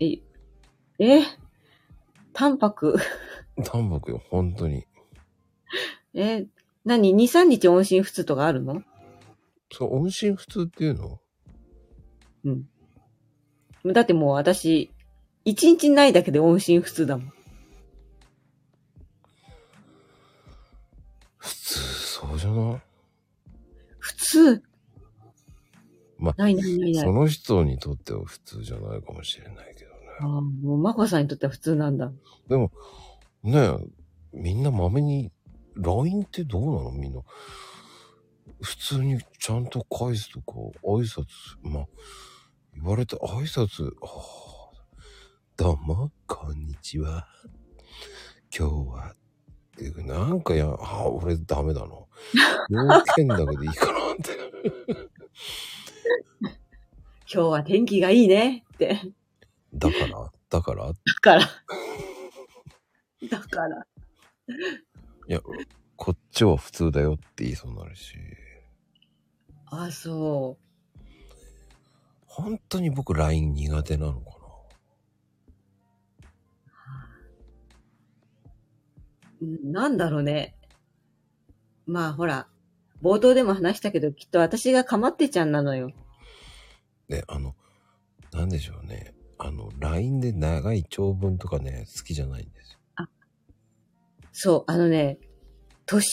ね。え、え、淡白。淡白よ、本当に。え、何 ?2、3日音信不通とかあるのそう、音信不通っていうのうん。だってもう私、1日ないだけで音信不通だもん。普通、そうじゃない普通。まないないないない。そあの人にとっては普通じゃないかもしれないけどね。あ、もう、まこさんにとっては普通なんだ。でも、ねえ、みんなまめに、LINE ってどうなのみんな。普通にちゃんと返すとか、挨拶、まあ、言われて挨拶、ああ、どうも、こんにちは。今日は、っていうなんかや、ああ、俺ダメだな。要件だけでいいかなって。 今日は天気がいいねって。だから、だから、いだから。だから。や、こっちは普通だよって言いそうになるし。あ、そ本当に僕 LINE 苦手なのかう。ななんだろうね。まあ、ほら、冒頭でも話したけど、きっと私がかまってちゃんなのよ。で、あの、なんでしょうね。あの、LINE で長い長文とかね、好きじゃないんですよ。そう、あのね、年、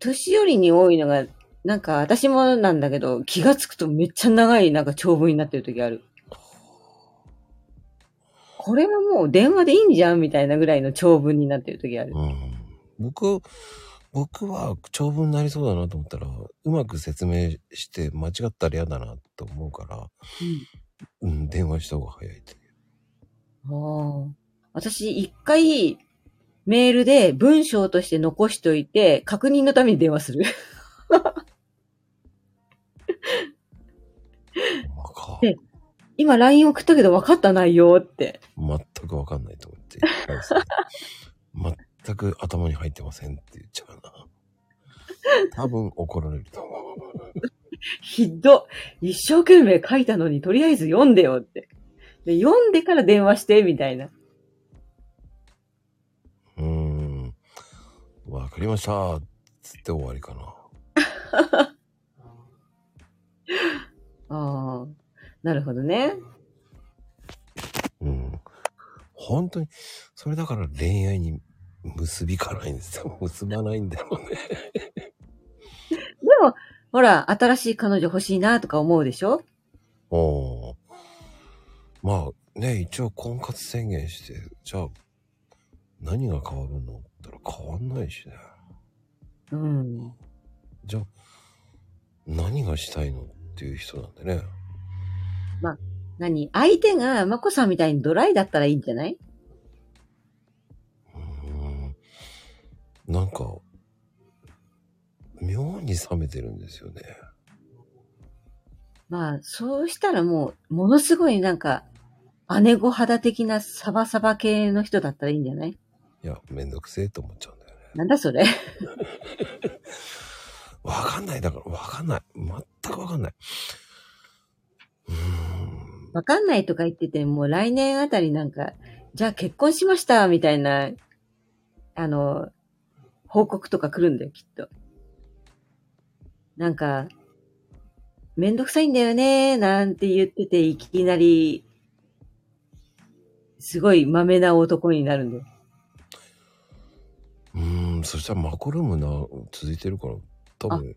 年寄りに多いのが、なんか私もなんだけど、気がつくとめっちゃ長いなんか長文になってる時ある。これはもう電話でいいんじゃんみたいなぐらいの長文になってる時ある。うん。僕、僕は長文になりそうだなと思ったら、うまく説明して間違ったら嫌だなと思うから、うん、電話した方が早いって。ああ。私、一回、メールで文章として残しといて、確認のために電話する。 まか。で今 LINE 送ったけど分かった内容って。全くわかんないと思って。全く頭に入ってませんって言っちゃうな。多分怒られると思う。ひどっ。一生懸命書いたのに、とりあえず読んでよって。で、読んでから電話して、みたいな。うーん。わかりました。つって終わりかな。ああ。なるほどね。うん。本当に、それだから恋愛に結びかないんです よ。結ばないんだろうね。でも、ほら、新しい彼女欲しいなとか思うでしょおーまあね、一応婚活宣言して、じゃあ、何が変わるのって言ったら変わんないしね。うん。じゃあ、何がしたいのっていう人なんでね。何相手が、まこさんみたいにドライだったらいいんじゃないうーん。なんか、妙に冷めてるんですよね。まあ、そうしたらもう、ものすごいなんか、姉御肌的なサバサバ系の人だったらいいんじゃないいや、めんどくせえと思っちゃうんだよね。なんだそれ。わかんない。だから、わかんない。全くわかんない。うーん。わかんないとか言ってて、もう来年あたりなんか、じゃあ結婚しました、みたいな、あの、報告とか来るんだよ、きっと。なんか、めんどくさいんだよね、なんて言ってて、いきなり、すごいまめな男になるんだよ。うーん。そしたらマコルームな、続いてるから、多分、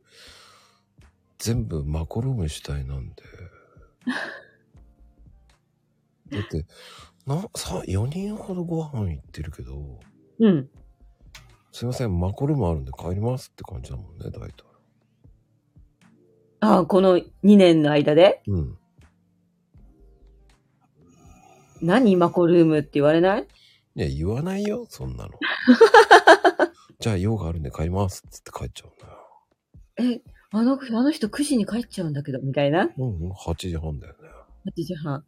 全部マコルーム主体なん で。だって、な、さ、4人ほどご飯行ってるけど、うん。すいません、マコルームあるんで帰りますって感じだもんね、大体。ああ、この2年の間でうん。何マコルームって言われないいや、言わないよ、そ んなの。じゃあ、用があるんで帰ります。つって帰っちゃうんだよ。え、あの、あの人9時に帰っちゃうんだけど、みたいな。8うんうん、8時半だよね。時半。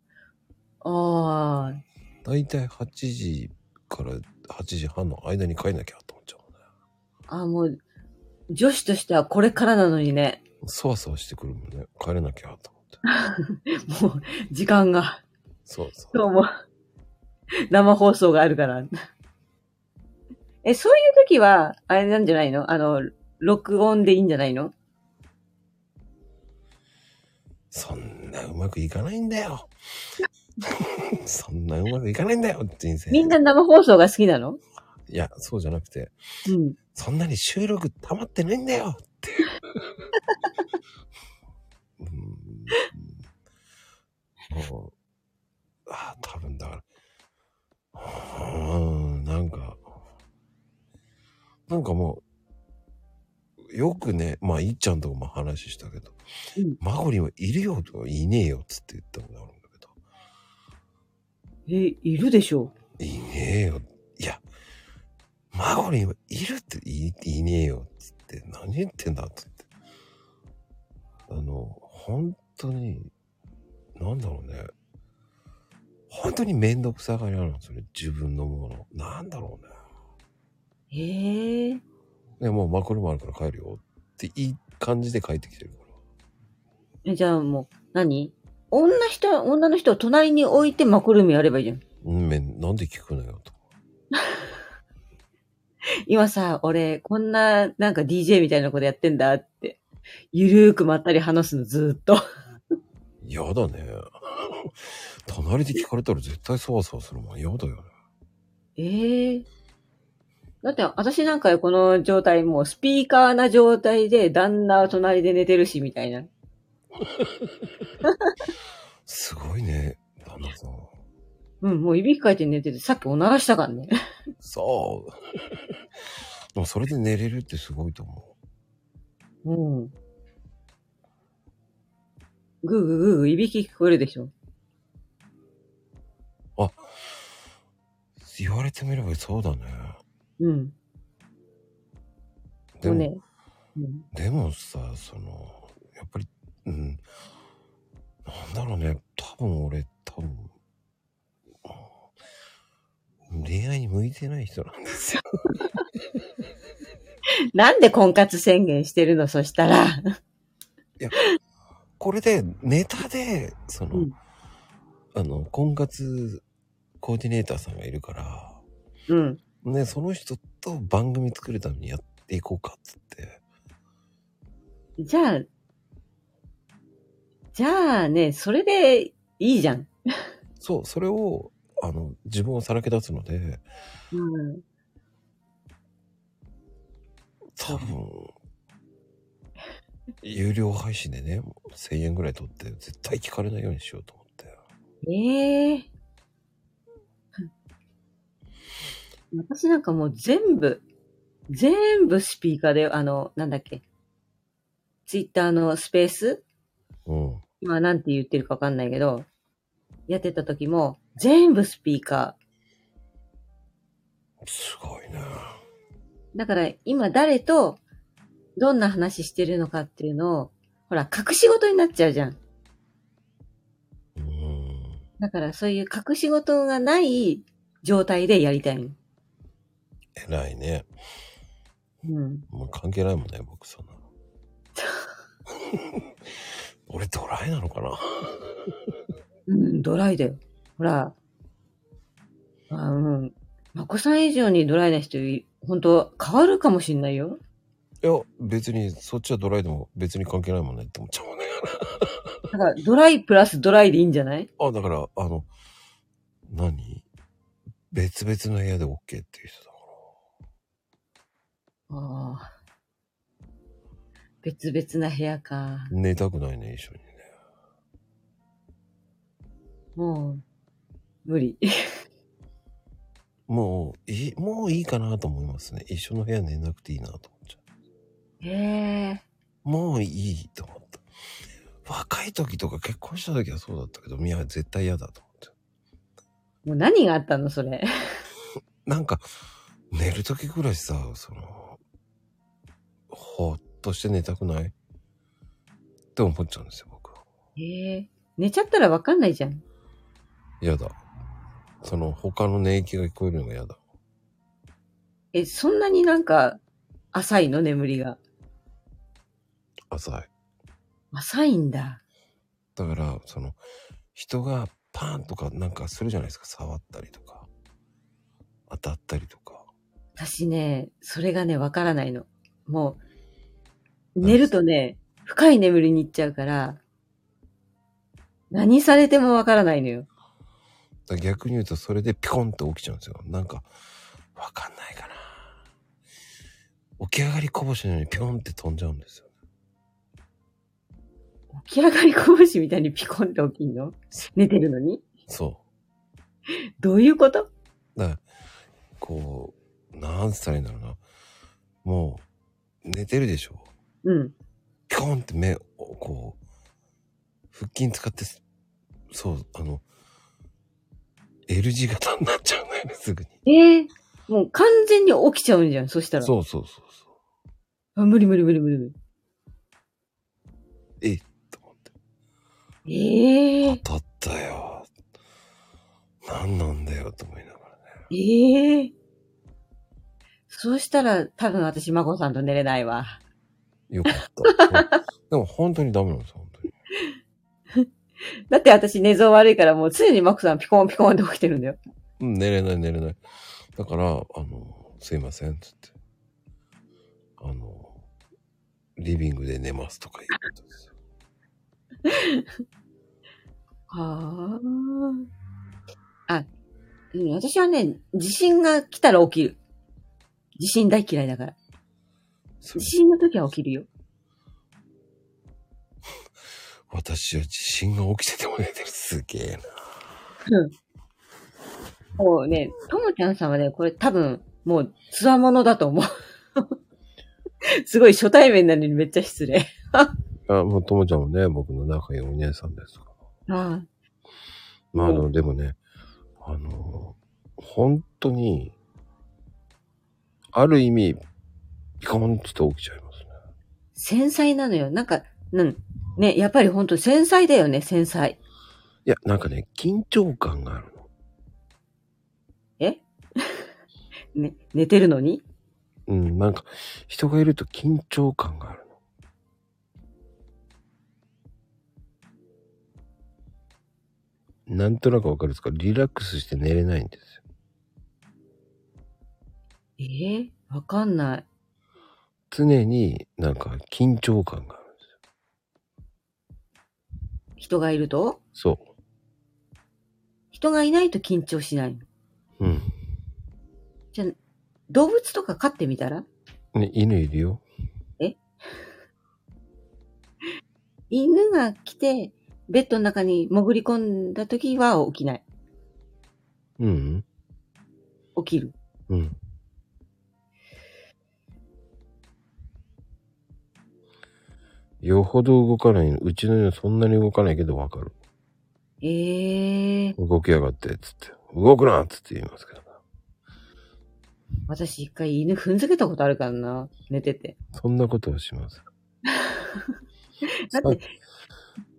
ああ、だいたい8時から8時半の間に帰んなきゃと思っちゃうんだよ。あーもう、女子としてはこれからなのにね、そわそわしてくるもんね。帰れなきゃと思って。もう、時間が、そうそう。今日も、生放送があるから。え、そういう時は、あれなんじゃないのあの、録音でいいんじゃないのそんなうまくいかないん だよ。そんなうまくいかないんだよ、人生。みんな生放送が好きなのいや、そうじゃなくて、うん。そんなに収録溜まってないんだよっていう。うんもう、ああ、多分だから。うーん、なんか、なんかもう、よくね、まあ、いっちゃんとも話したけど、うんマゴリンはいるよとかいねえよっつって言ったことあるんだけど、え、いるでしょいねえよ。いや、マゴリンはいるっていいねえよっつって、何言ってんだっつって。あの、本当に、なんだろうね。本当にめんどくさがり屋なんですよね。自分のもの。なんだろうね。へえ。でもうマコリンもあるから帰るよっていい感じで帰ってきてるから。えじゃあもう、何女人、女の人を隣に置いてマコルームやればいいじゃん。うん、めんなんで聞くのよと。今さ、俺、こんな、なんか DJ みたいなことやってんだって。ゆるーくまったり話すの、ずーっと。嫌だね。隣で聞かれたら絶対そわそわするもん。嫌だよね。ええだって、私なんかこの状態、もうスピーカーな状態で、旦那は隣で寝てるし、みたいな。すごいね、旦那さん。うん、もういびきかいて寝てて、さっきおならしたからね。 そう。 でもそれで寝れるってすごいと思うん。ぐーぐーぐーぐー、いびき聞こえるでしょ。う。言われてみればそうだね。うん。でもうも、ね。うんでもさ、その、やっぱり、うん。なんだろうね、多分俺、多分、恋愛に向いてない人なんです よ。なんで婚活宣言してるのそしたら。これで、ネタで、その、うんあの、婚活コーディネーターさんがいるから、うん。ね、その人と番組作るためにやっていこうかっつって。じゃあ、じゃあね、それでいいじゃん。そう、それを、あの、自分をさらけ出すので、うん。多分、有料配信でね、1000円ぐらい取って、絶対聞かれないようにしようと思って。ええ私なんかもう全部、全部スピーカーで、あの、なんだっけ。ツイッターのスペースうん。今なんて言ってるかわかんないけど、やってた時も、全部スピーカー。すごいね。だから今誰とどんな話してるのかっていうのを、ほら、隠し事になっちゃうじゃん。うん。だからそういう隠し事がない状態でやりたいの。偉いね。うん。もう関係ないもんね、僕そんなの。 俺ドライなのかなうん、ドライだよ。ほら。あうん。まこさん以上にドライな人い、本当変わるかもしんないよ。いや、別に、そっちはドライでも別に関係ないもんねって思っちゃうもんね。だからドライプラスドライでいいんじゃないあ、だから、あの、何別々の部屋で OK っていう人だかああ。別々な部屋か。ら。寝たくないね、一緒にね。もう、無理。もう、いい、もういいかなと思いますね。一緒の部屋寝なくていいなと思っちゃへえ。う。もういいと思った。若い時とか結婚した時はそうだったけど、いや、絶対嫌だと思って。もう何があったのそれ。なんか、寝る時ぐらいさ、その、ほーっとして寝たくないって思っちゃうんですよ、僕は。ええ寝ちゃったらわかんないじゃん。嫌だ。その、他の寝息が聞こえるのが嫌だ。え、そんなになんか、浅いの眠りが。浅い。浅いんだ。だから、その、人がパーンとかなんかするじゃないですか、触ったりとか、当たったりとか。私ね、それがね、わからないの。もう、寝るとね、深い眠りに行っちゃうから、何されてもわからないのよ。だから逆に言うとそれでピコンと起きちゃうんですよなんかわかんないかな起き上がりこぼしのようにピョンって飛んじゃうんですよ起き上がりこぼしみたいにピコンって起きんの寝てるのにそどういうことうだからこうなんつったらいいんだろうなもう寝てるでしょうん。ピコンって目をこう腹筋使ってそうあの L 字型になっちゃうんだよねすぐにええもう完全に起きちゃうんじゃん、そしたら。そうそうそうそうあ無理無理無理無理無えいと思って理。ええ当たったよ。何なんだよと思いながらね。ええそうしたら多分私、まこさんと寝れないわ。よかった。でも本当にダメなんですよ、本当に。だって私寝相悪いからもう常にマコさんピコンピコンって起きてるんだよ。うん、寝れない寝れない。だから、あの、すいません、つって。あの、リビングで寝ますとか言うことですよ。はあ。あ、うん、私はね、地震が来たら起きる。地震大嫌いだから。そ地れ震の時は起きるよ。私は地震が起きてても寝てる。すげえな。もうね、ともちゃんさんはね、これ多分、もう、つわものだと思う。すごい初対面なのにめっちゃ失礼。あ、もうともちゃんもね、僕の仲良いお姉さんですから。ああまあ、あうの、でもね、あの、本当に、ある意味、ピコンって起きちゃいますね。繊細なのよ。なんか、うん。ね、やっぱりほんと繊細だよね、繊細。いや、なんかね、緊張感があるの。えね、寝てるのにうん、なんか、人がいると緊張感があるの。なんとなくわかるんですかリラックスして寝れないんですよ。ええわかんない。常になんか緊張感があるんですよ。人がいるとそ人がいないと緊張しない。う。うん。じゃあ、動物とか飼ってみたらね、犬いるよ。犬が来て、ベッドの中に潜り込んだ時は起きない。うん。起きる。うん。よほど動かないの。うちの犬そんなに動かないけどわかる。ええ動きやがって、つって。動くなっつって言いますけどな。私一回犬踏んづけたことあるからな。寝てて。そんなことをします。ださって、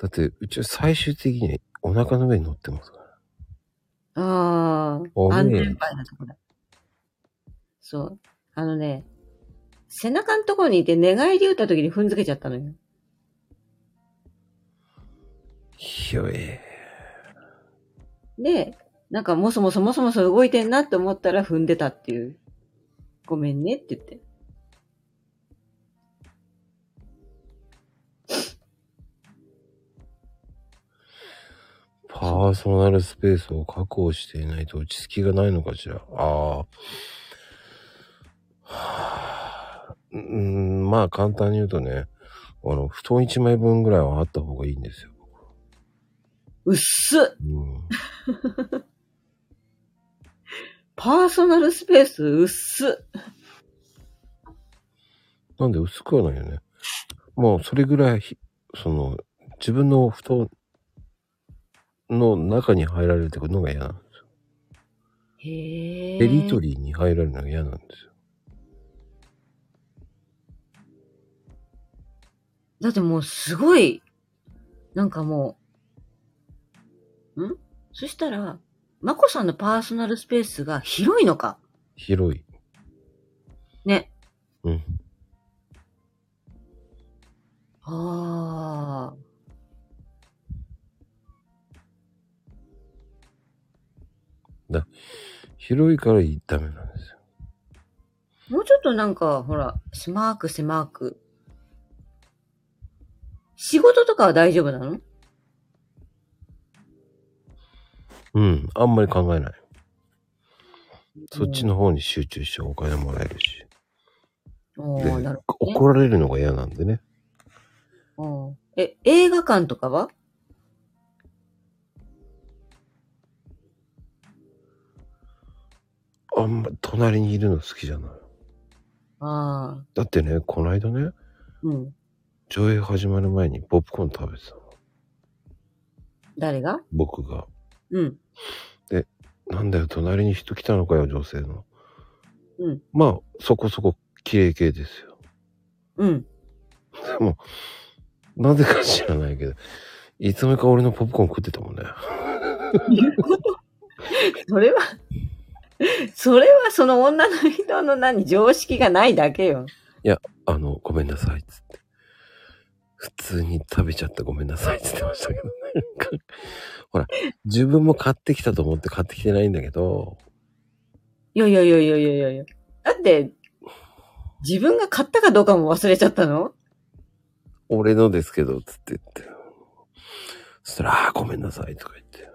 だって、うちは最終的にお腹の上に乗ってますから。ああ、あ安ね全牌なとこだ。そう。あのね、背中のところにいて寝返り打った時に踏んづけちゃったのよ。ひよえ。で、なんかもそもそもそもそ動いてんなって思ったら踏んでたっていう。ごめんねって言って。パーソナルスペースを確保していないと落ち着きがないのかしら。ああ。はあうーん、まあ簡単に言うとね、あの、布団一枚分ぐらいはあった方がいいんですよ。うっすうん。パーソナルスペースうっすなんで薄くはないよね。もうそれぐらいひ、その、自分の布団の中に入られるってことのが嫌なの。へえ。テリトリーに入られるのが嫌なんですよ。だってもうすごい、なんかもう、んそしたら、まこさんのパーソナルスペースが広いのか。広い。ね。うん。ああ。広いからダメなんですよ。もうちょっとなんか、ほら、狭く狭く。仕事とかは大丈夫なのうん。あんまり考えない。そっち。の方に集中してお金もらえるうし。んおでーなるほど、ね怒られるのが嫌なんでね。うん。え、映画館とかはあんま隣にいるの好きじゃない。ああ。だってね、こないだね、うん。上映始まる前にポップコーン食べてたの。誰が僕が。うん。なんだよ、隣に人来たのかよ、女性の。うん。まあ、そこそこ綺麗系ですよ。うん。でも、なぜか知らないけど、いつの間にか俺のポップコーン食ってたもんね。それは、 それはその女の人の何、常識がないだけよ。あの、ごめんなさい、つって。普通に食べちゃったごめんなさい、つってましたけどね。なんかほら、自分も買ってきたと思って買ってきてないんだけど、いやいやいやいやいやいやいや。だって、自分が買ったかどうかも忘れちゃったの俺のですけど、つって言って。そしたら、あーごめんなさい、とか言って。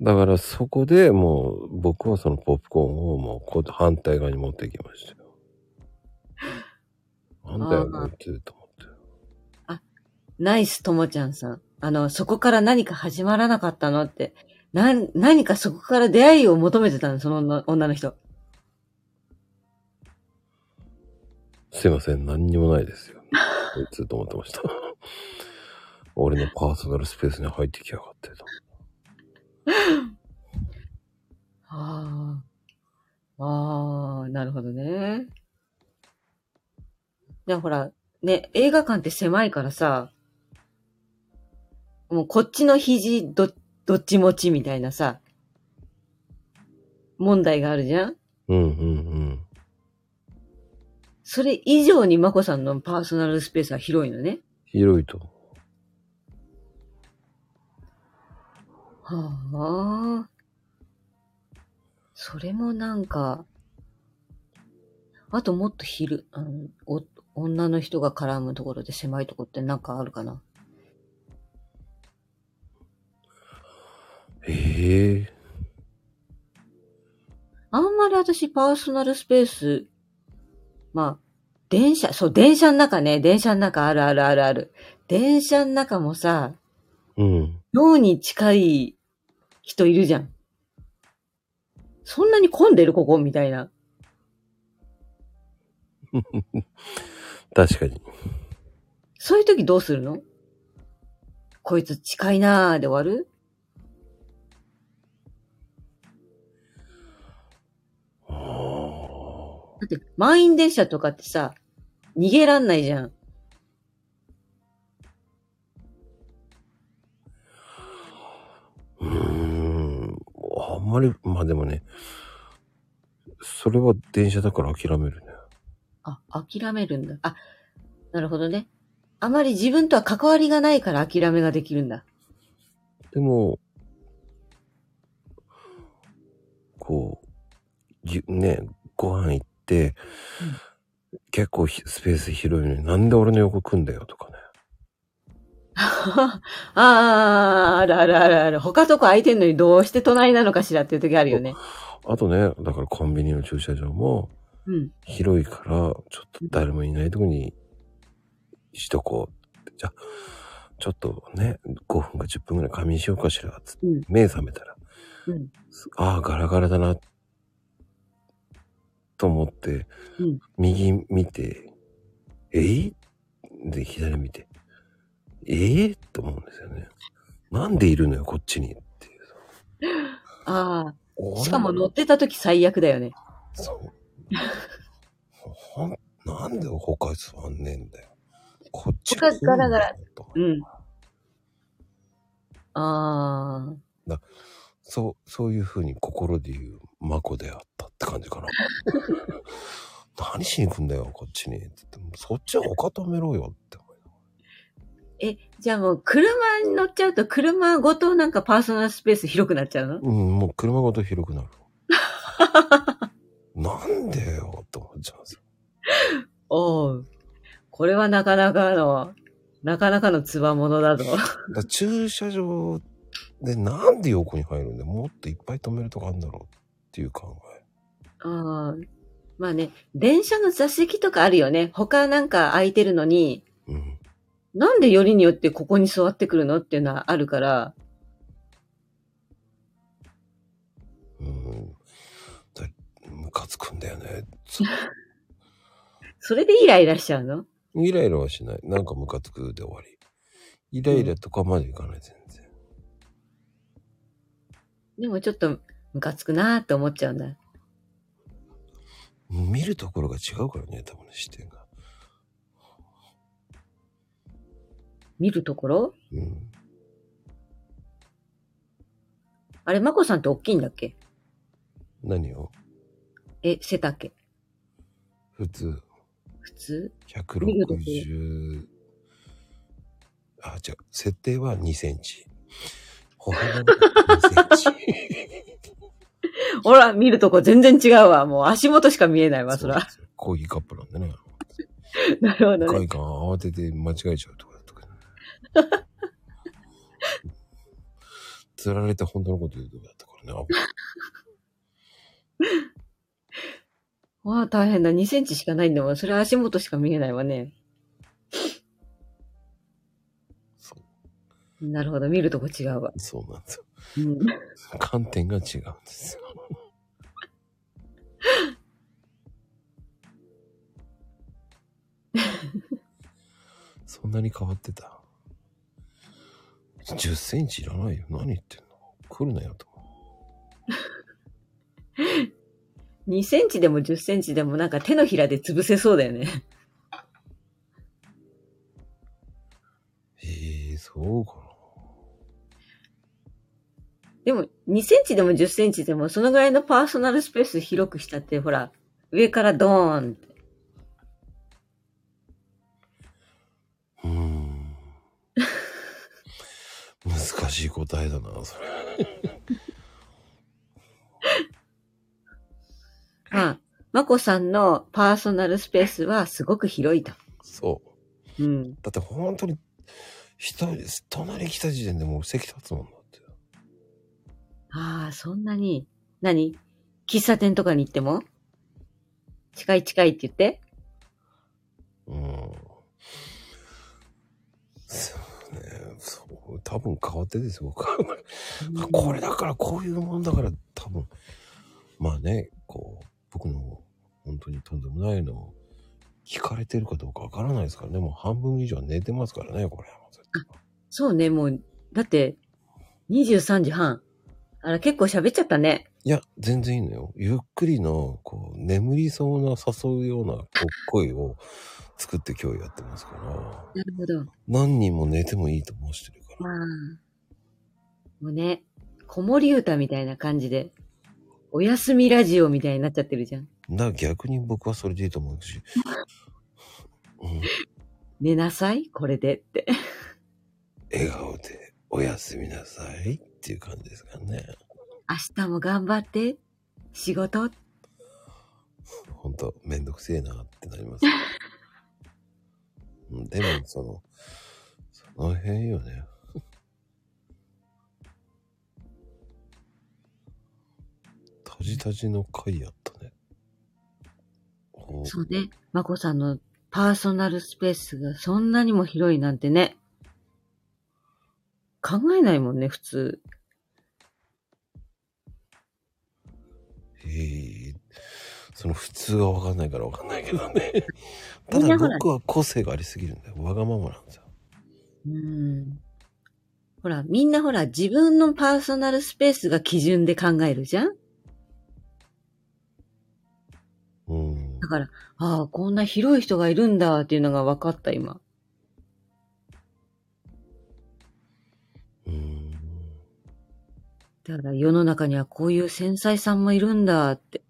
だからそこでもう僕はそのポップコーンをもうこう反対側に持っていきましたよ。なんだよ、あーこいつと思って。ナイスともちゃんさん。あの、そこから何か始まらなかったのって。な、何かそこから出会いを求めてたの、その女女の人。すいません、何にもないですよ。こいつと思ってました。 俺のパーソナルスペースに入ってきやがってと。ああ。ああ、なるほどね。でほら、ね、映画館って狭いからさ、もうこっちの肘ど、どっち持ちみたいなさ、問題があるじゃんうんうんそれ以上にまこさんのパーソナルスペースが広いのね。うん。広いと。はあ。それもなんか、あともっと昼、あのお女の人が絡むところで狭いところってなんかあるかなええあんまり私パーソナルスペース、まあ、電車、そう、電車の中ね、電車の中あるあるあるある。電車の中もさ、うん。脳に近い人いるじゃん。そんなに混んでるここみたいな。確かに。そういう時どうするのこいつ近いなーで終わるあーだって満員電車とかってさ、逃げらんないじゃん。うーん。あんまり、まあでもね、それは電車だから諦めるね。あ、諦めるんだ。あ、なるほどね。あまり自分とは関わりがないから諦めができるんだ。でも、こう、ぎね、ご飯行って、結構ひスペース広いのになんで俺の横組んだよとかね。ああ、あるあるあるある。他とこ空いてんのにどうして隣なのかしらっていう時あるよね。あとね、だからコンビニの駐車場もうん。広いから、ちょっと誰もいないとこにしとこうって。じゃあ、ちょっとね、5分か10分ぐらい仮眠しようかしら、つって、うん目覚めたら。うんああ、ガラガラだな、と思って、うん右見て、えいで、左見て、ええと思うんですよね。なんでいるのよ、こっちにっていうさ。あ俺あ。もしかも乗ってた時最悪だよね。そう。ほん、なんで他座んねえんだよ。こっち他来んだガよラガラとかうん。ああ。そう、そういうふうに心で言う、マコであったって感じかな。 何しに行くんだよ、こっちに。って言っても、そっちは他止めろよって思いながえ、じゃあもう車に乗っちゃうと車ごとなんかパーソナルスペース広くなっちゃうのら。うん、もう車ごと広く なる。なんでよ、と思っちゃうんですよ。おう。これはなかなかの、なかなかのつわものだ ぞ。だから駐車場でなんで横に入るんだよ。もっといっぱい止めるとこあるんだろうっていう考え。あーまあね、電車の座席とかあるよね。他なんか空いてるのに、うん。なんでよりによってここに座ってくるのっていうのはあるから。うん。だムカつくんだよね。つそれでイライラしちゃうのイライラはしない。なんかムカつくで終わり。イライラとかまでいかない、全然。でもちょっとムカつくなーって思っちゃうんだ。見るところが違うからね、多分ね視点が。見るところうん。あれ、マコさんって大きいんだっけ何をえ、背丈。普通、普通160、あ、違う。設定は2センチ。歩幅が2センチ。ほら、見るとこ全然違うわ。もう足元しか見えないわ、 そそうなんら。 ですよコーヒーカップなんでね。なるほどね。外観慌てて間違えちゃうとかだとかね。釣られて本当のこと言うとこだったからね。わあ、大変だ。2センチしかないんだもん。それは足元しか見えないわね。そなるほど。見るとこ違うわ。うそうなんですよ。うん。観点が違うんですよ。そんなに変わってた ?10 センチいらないよ。何言ってんの来るなよと。 2センチでも10センチでもなんか手のひらで潰せそうだよね。 ええそうかな。でも、2センチでも10センチでも、そのぐらいのパーソナルスペース広くしたって、ほら、上からドーンって。うーん難しい答えだな、それ。まあ、まこさんのパーソナルスペースはすごく広いと。そう。うん。だって本当に、人、隣来た時点でもう席立つもんだって。ああ、そんなに。何喫茶店とかに行っても近い近いって言ってうん。そうね。そう。多分変わってですよ、僕は。これだから、こういうもんだから、多分。まあね、こう、僕の本当にとんでもないのを聞かれてるかどうかわからないですからね。もう半分以上寝てますからね、これ。そうね、もう、だって、23時半。あら、結構喋っちゃったね。いや、全然いいのよ。ゆっくりの、こう、眠りそうな誘うようなこ声を作って今日やってますから、なるほど。何人も寝てもいいと申してるから。まあ、もうね、子守歌みたいな感じで、おやすみラジオみたいになっちゃってるじゃん。だから逆に僕はそれでいいと思うし、うん、寝なさい、これでって。笑顔でおやすみなさいっていう感じですかね。明日も頑張って、仕事。ほんと、めんどくせえなってなります。うんでも、その、その辺よね。 たじたじの回やったね。おそうね、まこさんのパーソナルスペースがそんなにも広いなんてね。考えないもんね、普通。へえその普通はわかんないからわかんないけどね。たみんだなほら僕は個性がありすぎるんだよ。わがままなんですよ。うん。ほら、みんなほら、自分のパーソナルスペースが基準で考えるじゃんうんだ。から、ああ、こんな広い人がいるんだっていうのが分かった、今。うん。だから世の中にはこういう繊細さんもいるんだって。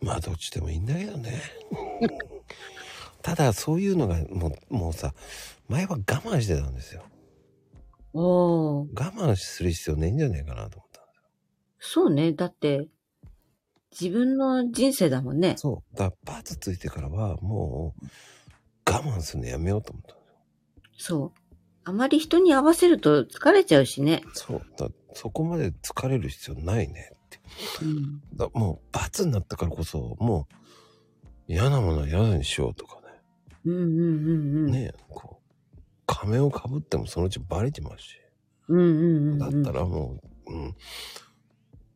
まあ、どっちでもいいんだけどね。 ただ、そういうのが、もう、もうさ、前は我慢してたんですよ。おー。我慢する必要ないんじゃないかなと思った。そうね。だって、自分の人生だもんね。そう。だからパーツついてからは、もう、我慢するのやめようと思った。そう。あまり人に合わせると疲れちゃうしね。そう。だそこまで疲れる必要ないねって。うん。だもう、罰になったからこそ、もう、嫌なものは嫌なにしようとかうんうんうんうね。ん。ねえこう、仮面をかぶってもそのうちバレてますし。うんうんうんうん。だったらもう、うん。だ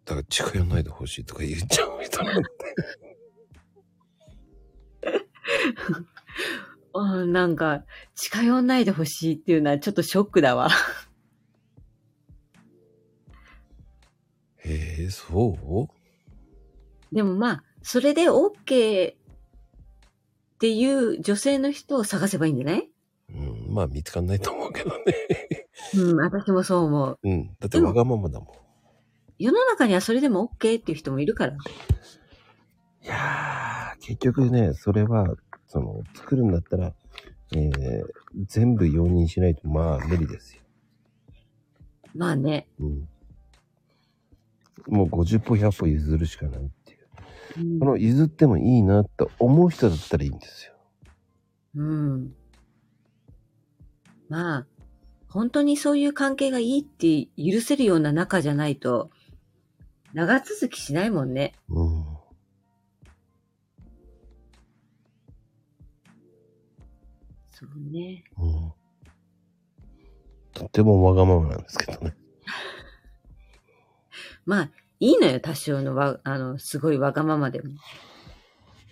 から近寄らないでほしいとか言っちゃう人 なんて。あなんか、近寄んないでほしいっていうのはちょっとショックだわ。 へえ、そうでもまあ、それで OK っていう女性の人を探せばいいんじゃないうん、まあ見つかんないと思うけどね。うん、私もそう思う。うん。だってわがままだもん。世の中にはそれでも OK っていう人もいるから。いやー、結局ね、それは、その、作るんだったら、えー、全部容認しないと、まあ、無理ですよ。まあね。うん。もう50歩、100歩譲るしかないっていう。うんこの譲ってもいいなって思う人だったらいいんですよ。うん。まあ、本当にそういう関係がいいって許せるような仲じゃないと、長続きしないもんね。うん。そうね。うん。とってもわがままなんですけどね。まあ、いいのよ、多少のわ、あの、すごいわがままでも。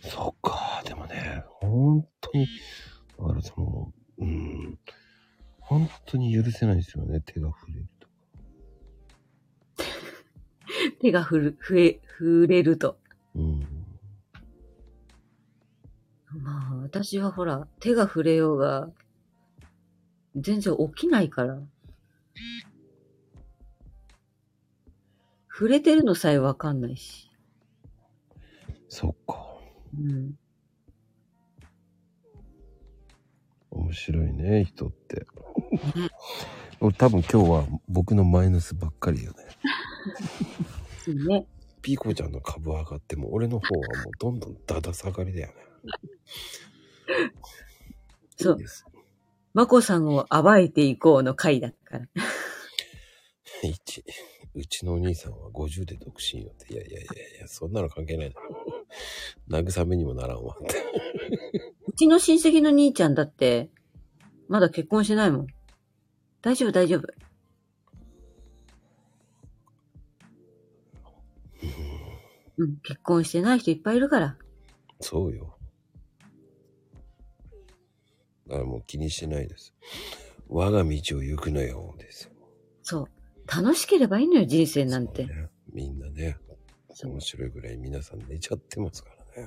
そっか、でもね、本当に、だからその、うん、本当に許せないですよね、手が触れると。手がふる、ふえ、触れると。うん。まあ、私はほら、手が触れようが、全然起きないから。触れてるのさえわかんないし。そっか。うん。面白いね、人 って。俺多分今日は僕のマイナスばっかりよね。そうね。ピーコちゃんの株は上がっても俺の方はもうどんどんだだ下がりだよね。そういいです。マコさんを暴いていこうの回だから。一うちのお兄さんは50で独身よって。いやいやいやいや、そんなの関係ないだろ。慰めにもならんわって。うちの親戚の兄ちゃんだって、まだ結婚してないもん。大丈夫、大丈夫。うん、結婚してない人いっぱいいるから。そうよ。だからもう気にしてないです。我が道を行くのよ、ですよ。そう。楽しければいいのよ、人生なんそてう。ねみんなね、そう面白いぐらい皆さん寝ちゃってますから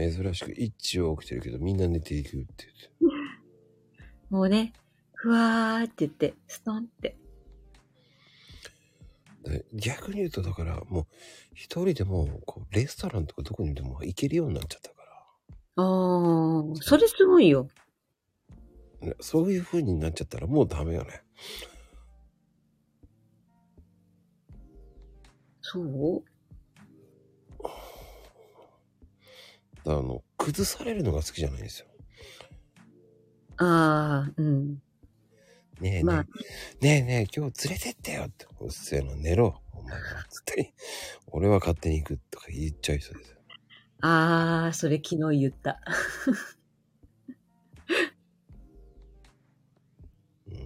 ね。珍しく一応起きてるけどみんな寝ていくって言って。もうね、ふわーって言って、ストンって。で逆に言うとだからもう一人でもこうレストランとかどこにでも行けるようになっちゃったかあー、それすごいよ。ら、ねそういう風になっちゃったらもうダメよね。そうだからあの、崩されるのが好きじゃないんですよ。あー、うん。ねえねえ、まあねえねえ、今日連れてってよって、うっせえな、寝ろ、お前は、つって、俺は勝手に行くとか言っちゃいそうです。あー、それ昨日言った。 うん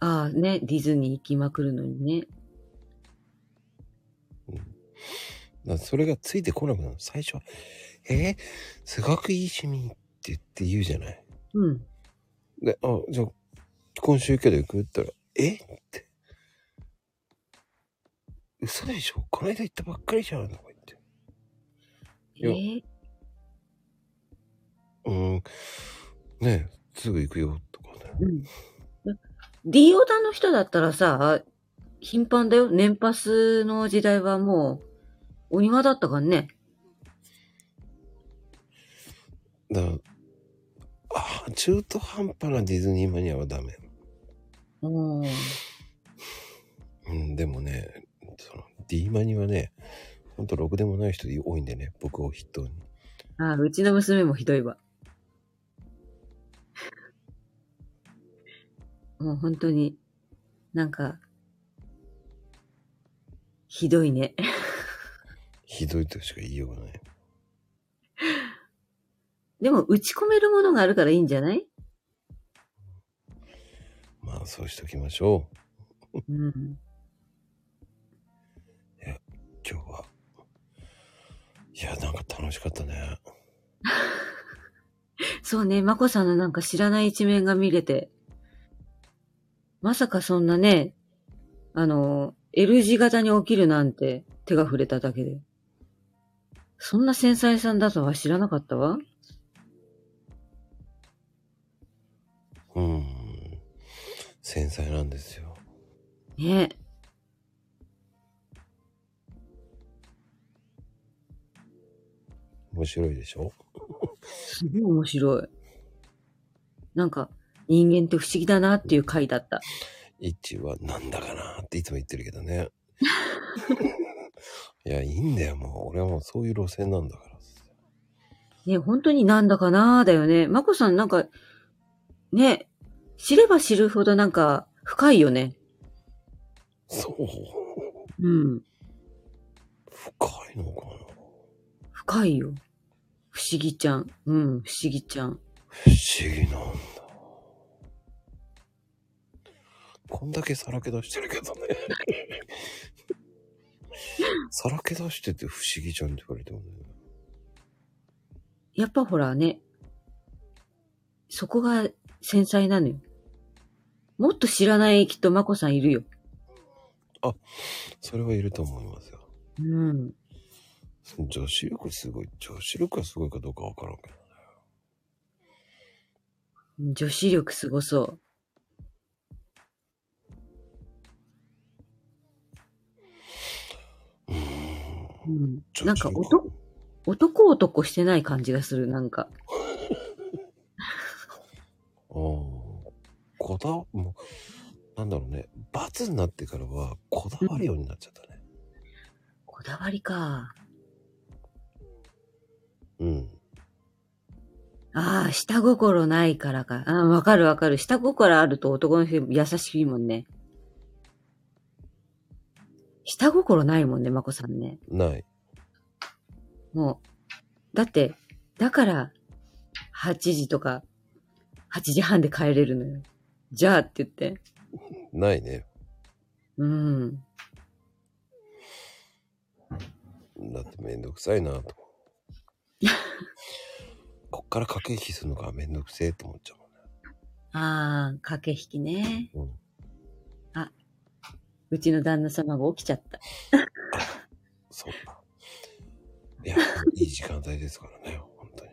ああね、ディズニー行きまくるのにね。だからそれがついてこなくなる。最初は、えーすごくいい趣味って言って言うじゃない。うん。で、あ、じゃあ、今週行けど行くって言ったら、えって。嘘でしょこの間行ったばっかりじゃんとか言って。いやえうーん。ねえ、すぐ行くよ、とかね。うん。ディオダの人だったらさ、頻繁だよ。年パスの時代はもう、お庭だったからね。だから、あー中途半端なディズニーマニアはダメ。うん。うん、でもね、その、D マニはね、ほんとろくでもない人多いんでね、僕を筆頭に。ああ、うちの娘もひどいわ。 もう本当に、なんか、ひどいね。 ひどいとしか言いようがない。でも、打ち込めるものがあるからいいんじゃないまあ、そうしときましょう。うん。今日は。いや、なんか楽しかったね。そうね、まこさんのなんか知らない一面が見れて。まさかそんなね、あの、L 字型に起きるなんて手が触れただけで。そんな繊細さんだとは知らなかったわ。うん。繊細なんですよ。ねえ。面白いでしょすごい面白い。なんか、人間って不思議だなっていう回だった。一はなんだかなっていつも言ってるけどね。 いや、いいんだよ、もう。俺はもうそういう路線なんだから。ね本当になんだかなーだよね。まこさんなんか、ね知れば知るほどなんか深いよね。そう。うん。深いのかな深いよ。不思議ちゃん。うん、不思議ちゃん。不思議なんだ。こんだけさらけ出してるけどね。 さらけ出してて不思議じゃんって言われてもね。やっぱほらね、そこが繊細なのよ。もっと知らないきっとまこさんいるよ。それはいると思いますよ。うん。女子力すごい。女子力がすごいかどうかわからんけど。女子力すごそう。うーんうん。女なん子か力男、男男してない感じがする、なんか。ああ。こだわ、もう、なんだろうね。罰になってからは、こだわるようになっちゃったね。こだわりか。うん。ああ、下心ないからか。ああ、わかるわかる。下心あると男の人優しいもんね。下心ないもんね、まこさんね。ない。もう、だって、だから、8時とか、8時半で帰れるのよ。じゃあって言って。ないね。うん。だってめんどくさいなと。こっから駆け引きするのがめんどくせえと思っちゃああ、駆け引きね。うもんね。うん。うちの旦那様が起きちゃった。そんな。いや、いい時間帯ですからね、本当に。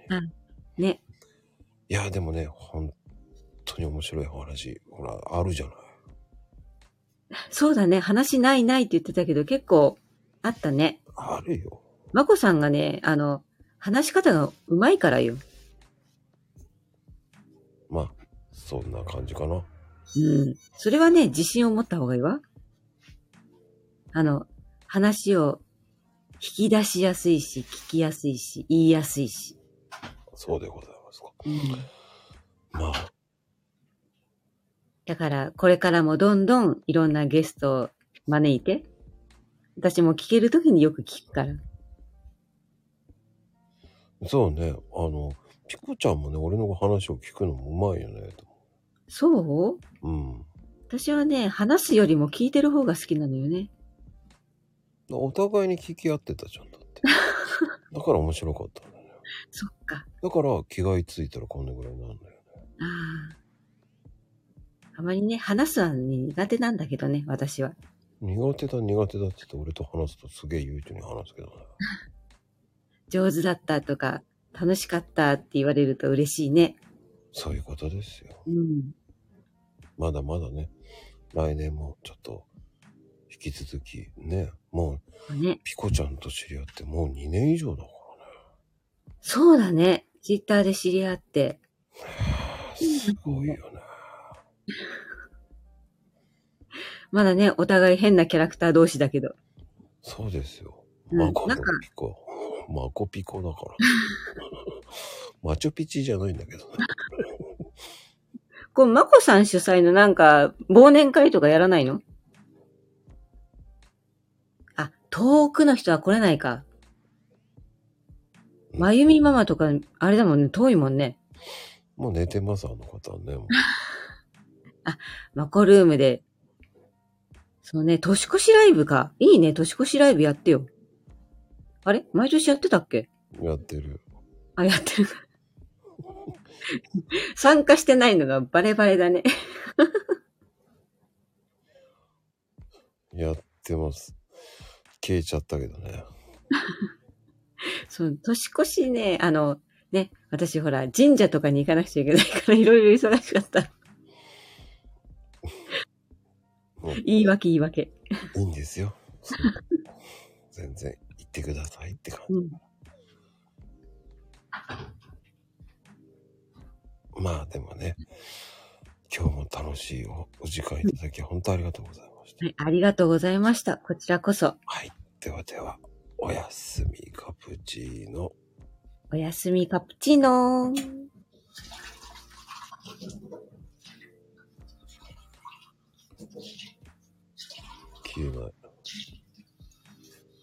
ね。いや、でもね、本当に面白いお話、ほら、あるじゃない。そうだね。話ないないって言ってたけど、結構、あったね。あるよ。まこさんがね、あの、話し方が上手いからよ。まあ、そんな感じかな。うん。それはね、自信を持った方がいいわ。あの、話を引き出しやすいし、聞きやすいし、言いやすいし。そうでございますか。うん。まあ、だから、これからもどんどんいろんなゲストを招いて、私も聞けるときによく聞くから。そうね、あの、ピコちゃんもね、俺の話を聞くのもうまいよね、と。そううん。私はね、話すよりも聞いてる方が好きなのよね。お互いに聞き合ってたじゃん、だって。だから面白かったんだよね。そっか。だから着替えついたらこんなぐらいなんだよね。ああ。あまりね、話すのは苦手なんだけどね、私は。苦手だ苦手だって言って俺と話すとすげえ悠長に話すけどね。上手だったとか、楽しかったって言われると嬉しいね。そういうことですよ。うん。まだまだね、来年もちょっと引き続きね、もうね。ピコちゃんと知り合ってもう2年以上だかそうだね。ツイッターで知り合って。らね。すごいよね。まだね、お互い変なキャラクター同士だけど。そうですよ。うんマコなのんかピコ。マコピコだから。 マチュピチじゃないんだけどね。こう、まこさん主催のなんか、忘年会とかやらないのあ、遠くの人は来れないか。 まゆみママとか、あれだもんね、遠いもんね。もう寝てます、あの方はね。もうマコルームで。そうね、年越しライブか。いいね、年越しライブやってよ。あれ毎年やってたっけやってる。あ、やってる。 参加してないのがバレバレだね。 やってます。消えちゃったけどね。そう、年越しね、あの、ね、私ほら、神社とかに行かなくちゃいけないから、いろいろ忙しかった。もう言い訳言い訳。いいんですよ。 全然行ってくださいって感うん。じ。まあでもね、今日も楽しいおお時間いただき本当ありがとうございましたは。い、ありがとうございました。こちらこそ、はい。ではでは、おやすみカプチーノ。おやすみカプチーノー。消えない。